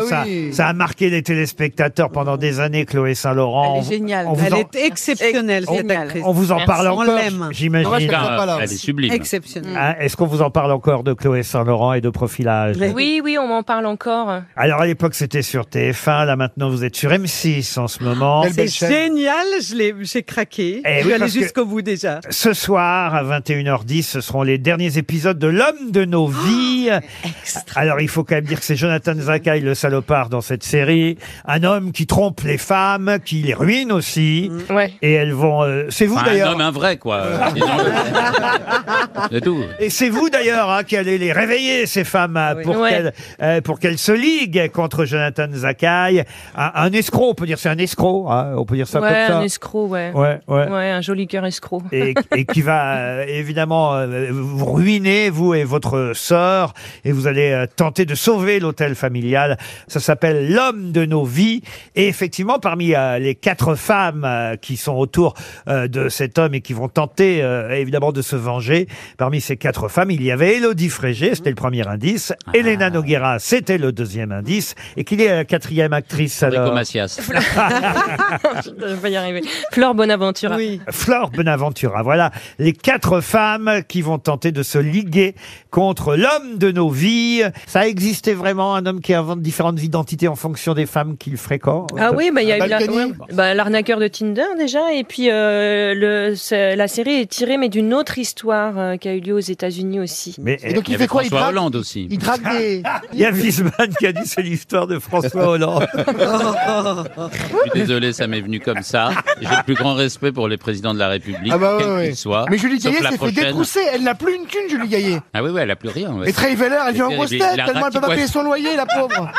D: Ah bah oui.
B: ça, ça a marqué les téléspectateurs pendant des années, Chloé Saint-Laurent.
D: Elle
B: On-
D: est géniale.
B: on vous
D: Elle
B: en-
D: est exceptionnelle, cette actrice.
B: on vous en parle
D: Merci.
B: encore,
D: On l'aime.
B: j'imagine. Moi, je la vois pas là.
C: Elle est sublime.
D: Exceptionnelle.
B: Hein, Est-ce qu'on vous en parle encore de Chloé Saint-Laurent et de Profilage
Q: Ah, Oui, oui, on m'en parle encore.
B: Alors à l'époque c'était sur TF1, là maintenant vous êtes sur M6 en ce moment.
D: C'est génial, je l'ai- j'ai craqué.
B: Eh
D: je
B: oui,
D: suis allée
B: parce que-
D: jusqu'au bout déjà.
B: Ce soir, à 21h10, ce seront les derniers épisodes de L'homme de
Q: Oh,
B: nos vies. Alors, il faut quand même dire que c'est Jonathan Zakaï, le salopard, dans cette série. Un homme qui trompe les femmes, qui les ruine aussi. Et elles vont... euh, c'est vous,
C: Enfin, un
B: d'ailleurs
C: homme, un vrai, quoi. Disons-le. C'est tout.
B: et c'est vous d'ailleurs hein, qui allez les réveiller, ces femmes, hein, pour
Q: Ouais.
B: qu'elles euh, pour qu'elles se liguent contre Jonathan Zakaï. Un, un escroc, on peut dire c'est un escroc, hein, on peut dire ça
Q: ouais,
B: comme ça.
Q: un escroc, ouais.
B: Ouais, ouais.
Q: un joli cœur escroc.
B: et, et qui va euh, évidemment euh, vous ruiner, vous et votre sœur, et vous allez euh, tenter de sauver l'hôtel familial. Ça s'appelle L'homme de nos vies. Et effectivement, parmi euh, les quatre femmes euh, qui sont autour euh, de cet homme et qui vont tenter euh, évidemment de se venger, parmi ces quatre femmes, il y avait Elodie Frégé, c'était le premier indice, Elena Noguera, c'était le deuxième indice, et qui est la quatrième actrice alors
C: Macias.
Q: Je vais pas y arriver. Flore Bonaventura. Oui.
B: Flore Benaventura. Voilà les quatre femmes qui vont tenter de se liguer contre l'homme de nos vies. Ça existait vraiment un homme qui invente différentes identités en fonction des femmes qu'il fréquente.
Q: Ah oui, bah, il y a eu la- ouais. Bah, l'arnaqueur de Tinder déjà, et puis euh, le, c'est- la série est tirée mais d'une autre histoire euh, qui a eu lieu aux États-Unis aussi.
B: Mais
C: Et donc, il Il y fait avait quoi, il François drague- Hollande aussi. il drague
Q: des-
B: Il y a Wiesmann qui a dit c'est l'histoire de François Hollande.
Q: Oh.
C: Je suis désolé, ça m'est venu comme ça. J'ai le plus grand respect pour les présidents de la République,
H: Ah bah ouais,
C: quel
H: ouais.
C: qu'il soit.
H: Mais Julie
C: sauf
H: Gaillet
C: la
H: s'est fait
C: prochaine.
H: détrousser. Elle n'a plus une thune, Julie Gaillet.
C: Ah oui, oui, elle a plus rien. ouais.
H: Et Trey Veller, elle vient en
C: C'est
H: grosse
C: terrible.
H: tête
C: Il a
H: tellement elle peut pas
C: ratiboisé-
H: payer son loyer, la pauvre.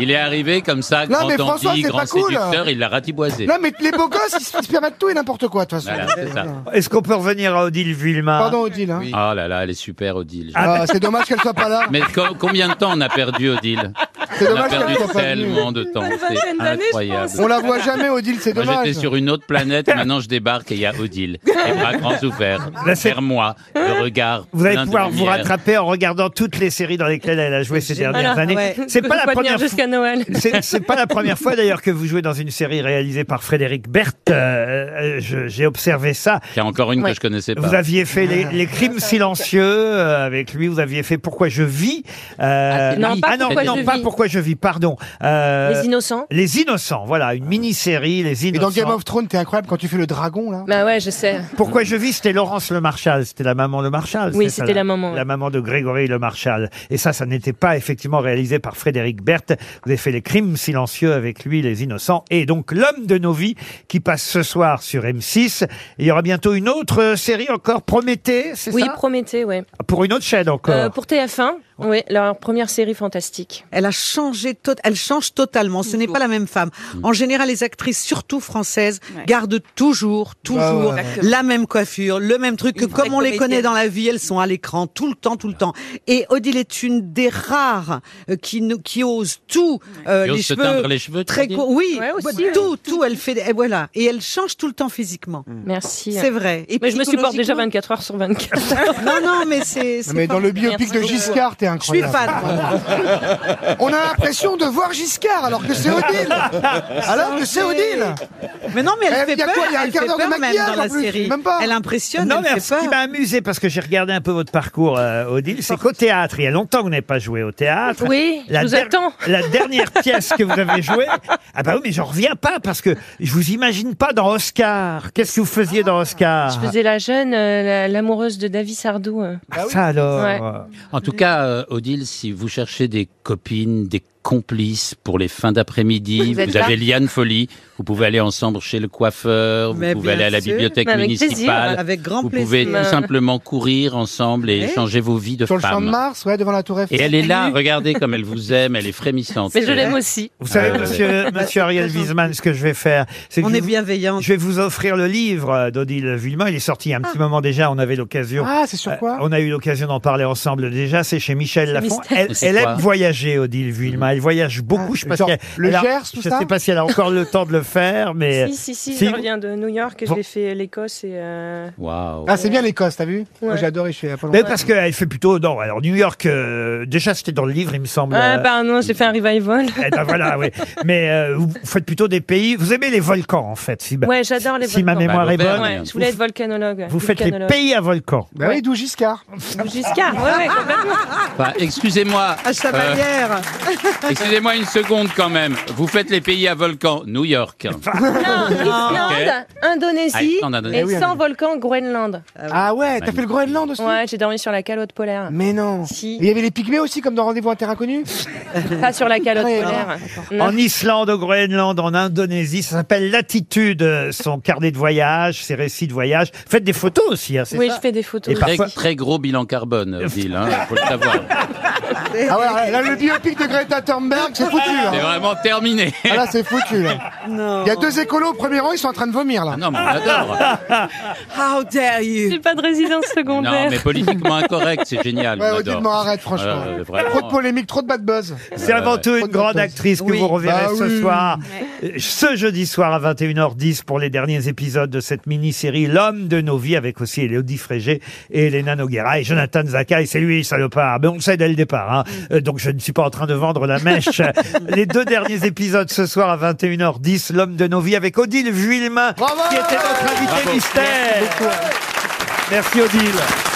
C: Il est arrivé comme ça,
H: Non,
C: grand
H: mais François,
C: dandy,
H: c'est
C: grand
H: pas cool.
C: séducteur, il l'a ratiboisé.
H: Non, mais les beaux gosses, ils se ils se permettent tout et n'importe quoi, de toute façon.
C: Voilà, c'est ça.
B: Est-ce qu'on peut revenir à Odile bah, Villemain
H: Pardon, Odile. Hein.
C: Ah là là, elle est super, Odile.
H: Ah, c'est dommage qu'elle soit pas là.
C: Mais co- combien de temps on a perdu, Odile
H: C'est
C: On a
H: dommage
C: perdu
H: qu'elle soit pas venue.
C: tellement de temps.
H: Une
C: C'est
H: vingtaine d'années, je
C: incroyable.
H: pense. On la voit jamais, Odile, c'est
C: Moi,
H: dommage.
C: J'étais sur une autre planète, maintenant je débarque et il y a Odile. Les bras grands ouverts, vers moi, le regard.
B: Vous allez
C: plein de
B: pouvoir vous
C: lumière.
B: rattraper en regardant toutes les séries dans lesquelles elle a joué ces dernières
Q: Voilà,
B: années.
Q: ouais.
B: C'est pas la
Q: Faut tenir
B: première
Q: jusqu'à Noël.
B: C'est c'est pas la première fois d'ailleurs que vous jouez dans une série réalisée par Frédéric Berthe. Euh, euh, je- J'ai observé ça.
C: Il y a encore une que je connaissais pas. Ah
B: Vous aviez fait les, les
Q: Ah.
B: crimes silencieux euh, avec lui. Vous aviez fait Pourquoi je vis. euh,
Q: Ah, non, pas
B: ah non,
Q: Pourquoi
B: non,
Q: je
B: pas
Q: vis.
B: Pourquoi je vis. Pardon. Euh,
Q: Les Innocents. Ah.
B: Les innocents. Voilà une mini série Les
H: Et
B: innocents.
H: dans Game of Thrones, t'es incroyable quand tu fais le dragon, là.
Q: Bah ouais, je sais.
B: Pourquoi je vis, c'était Laurence Le Marchal, c'était la maman Le Marchal.
Q: Oui,
B: c'est ça,
Q: c'était la maman, ouais.
B: La maman de Grégory Le Marchal. Et ça, ça n'était pas effectivement réalisé par Frédéric Berthe. Vous avez fait les crimes silencieux avec lui, les innocents. Et donc l'homme de nos vies qui passe ce soir sur M6. Il y aura bientôt une autre euh, série encore, Prométhée, c'est
Q: Oui,
B: ça
Q: Prométhée, ouais.
B: Ah, Pour une autre chaîne encore.
Q: Euh, pour TF1, ouais, leur première série fantastique.
D: Elle a changé, tot- elle change totalement. Ce n'est pas la même femme. En général, les actrices, surtout françaises, gardent toujours, toujours
C: Bah
J: ouais, ouais.
D: la même coiffure, le même truc que comme on les
J: comédienne.
D: connaît dans la vie, elles sont à l'écran tout le temps, tout le temps. Et Odile est une des rares euh, qui nous, qui ose tout, euh,
C: Qui ose
D: les,
C: se
D: cheveux,
C: teindre les cheveux, tu
D: très
C: veux
D: courts.
C: dire
D: Oui,
C: Ouais, aussi,
D: tout, tout, elle fait, et voilà, et elle change tout le temps physiquement.
C: Mm.
Q: Merci.
D: C'est vrai. Et
Q: Mais je me supporte déjà
D: psychologiquement-
Q: 24 heures sur 24.
D: non, non, mais c'est. c'est
H: Mais dans
D: pas-
H: le biopic de Giscard, t'es
D: Je suis
H: incroyable.
D: fan. moi.
H: On a l'impression de voir Giscard alors que c'est Odile. Alors que c'est Odile.
D: Mais non, mais elle
H: Eh,
D: fait
H: il y a
D: peur.
H: quoi, il y a un
D: elle
H: quart
D: fait
H: d'heure de
D: peur même
H: maquillage,
D: dans la
H: en plus.
D: série.
H: Même pas.
D: Elle impressionne.
B: Non,
D: elle
B: mais
D: fait
B: ce qui
D: peur.
B: m'a amusé, parce que j'ai regardé un peu votre parcours, euh, Odile, c'est qu'au théâtre, il y a longtemps que vous n'avez pas joué au théâtre.
Q: Oui, je vous attends.
B: La dernière pièce que vous avez jouée, ah bah oui, mais j'en reviens pas, parce que je vous imagine pas dans Oscar. Qu'est-ce que vous faisiez dans Oscar
Q: Je faisais la jeune, euh, la- l'amoureuse de David Sardou. euh.
C: Bah
B: Ah, ça alors
Q: Ouais.
C: En tout cas, euh, Odile, si vous cherchez des copines, des complices pour les fins d'après-midi,
Q: Vous êtes
C: vous avez
Q: là
C: Liane Folie, vous pouvez aller ensemble chez le coiffeur, vous
D: Mais
C: pouvez
D: bien
C: aller à la
D: sûr.
C: bibliothèque
D: Mais avec
C: municipale,
D: plaisir, avec grand
C: vous pouvez
D: plaisir.
C: tout simplement courir ensemble et
D: Eh
C: échanger vos vies de
H: Sur le champ de
C: femmes.
H: Mars, ouais, devant la Tour Eiffel.
C: Et elle est là, regardez comme elle vous aime, elle est frémissante.
Q: aussi.
B: Vous savez,
C: Ah ouais.
B: Euh,
H: Euh,
B: monsieur, monsieur Ariel Wiesman, ce que je vais faire, c'est que
D: On
B: je
D: est
B: vous-
D: bienveillants.
B: Je vais vous offrir le livre euh, d'Odile Villemain. Il est sorti il y a un petit moment déjà. On avait l'occasion.
H: Ah, c'est sur quoi
B: Euh, On a eu l'occasion d'en parler ensemble déjà. C'est chez Michel Lafon.
H: mystère.
B: Elle,
H: Mais c'est
B: elle
H: quoi
B: aime voyager, Odile Villemain. Elle
Q: Ah.
B: voyage beaucoup. je sais pas
H: genre
B: si elle-
H: le
B: elle a-
H: Gers, tout
B: Je
H: ça
B: sais pas si elle a encore le temps de le faire, mais.
Q: Si, si, si, je reviens de New York et
B: Bon.
Q: je l'ai fait l'Écosse et. euh,
C: Waouh.
H: Ah, c'est bien l'Écosse, t'as vu Moi
Q: Ouais.
H: j'ai adoré, je suis à pas
B: Mais
H: longtemps.
B: parce qu'elle fait plutôt non. Alors New York, euh, déjà c'était dans le livre, il me semble.
Q: Ah,
B: euh,
Q: pardon, j'ai fait un revival.
B: eh ben voilà, oui. Mais euh, vous faites plutôt des pays. Vous aimez les volcans, en fait. Si,
Q: Ouais, j'adore les
B: si ma
Q: volcans.
B: mémoire est bonne.
Q: Ouais, je voulais être volcanologue.
B: Vous faites les pays à volcans.
H: Bah oui, d'où Giscard.
Q: Giscard, ouais, ouais, complètement.
C: Enfin, excusez-moi.
H: Ah,
D: À sa
C: euh,
D: manière.
C: excusez-moi une seconde quand même. Vous faites les pays à volcan, New York.
Q: Non, Islande, Indonésie
C: Ah, Islande, Indonésie.
Q: et
C: Eh oui,
Q: sans volcan, Groenland.
H: Ah ouais, t'as fait le Groenland aussi
Q: Ouais, j'ai dormi sur la calotte polaire.
H: Mais non.
Q: Si.
H: Il y avait les pygmées aussi, comme dans Rendez-vous à Terre Inconnue
Q: Pas sur la calotte
H: Ouais,
Q: polaire. Non.
B: En Islande, au Groenland, en Indonésie, ça s'appelle Latitude, euh, son carnet de voyage, ses récits de voyage. Faites des photos aussi, hein, c'est
Q: Oui,
B: ça
Q: je fais des
B: Et
Q: photos.
C: Très,
B: parfois-
C: euh, très gros bilan carbone, Odile, hein, faut le savoir.
H: Ah ouais, là, le biopic de Greta Thunberg, c'est foutu. hein. là.
C: C'est vraiment terminé.
H: Ah là, c'est foutu. là. Il y a deux écolos au premier rang, ils sont en train de vomir là.
C: Ah non, mais on adore.
D: How dare you
Q: J'ai pas de résidence secondaire.
C: Non, mais politiquement incorrect, c'est génial.
H: Ouais,
C: on
H: ouais,
C: adore.
H: dites-moi, arrête, franchement.
C: Ah, ouais, vraiment.
H: Trop de polémique, trop de bad buzz.
B: C'est avant tout une grande actrice que
H: Oui.
B: vous reverrez
H: Bah
B: ce
H: oui.
B: soir. Euh, Ce jeudi soir à 21h10 pour les derniers épisodes de cette mini-série L'homme de nos vies avec aussi Elodie Frégé et Elena Noguera et Jonathan Zakaï. C'est lui, salopard. Mais on le sait dès le départ. hein. Euh, Donc je ne suis pas en train de vendre la mèche. les deux derniers épisodes ce soir à 21h10, L'homme de nos vies avec Odile Vuillemin qui était notre invité mystère. Merci Odile.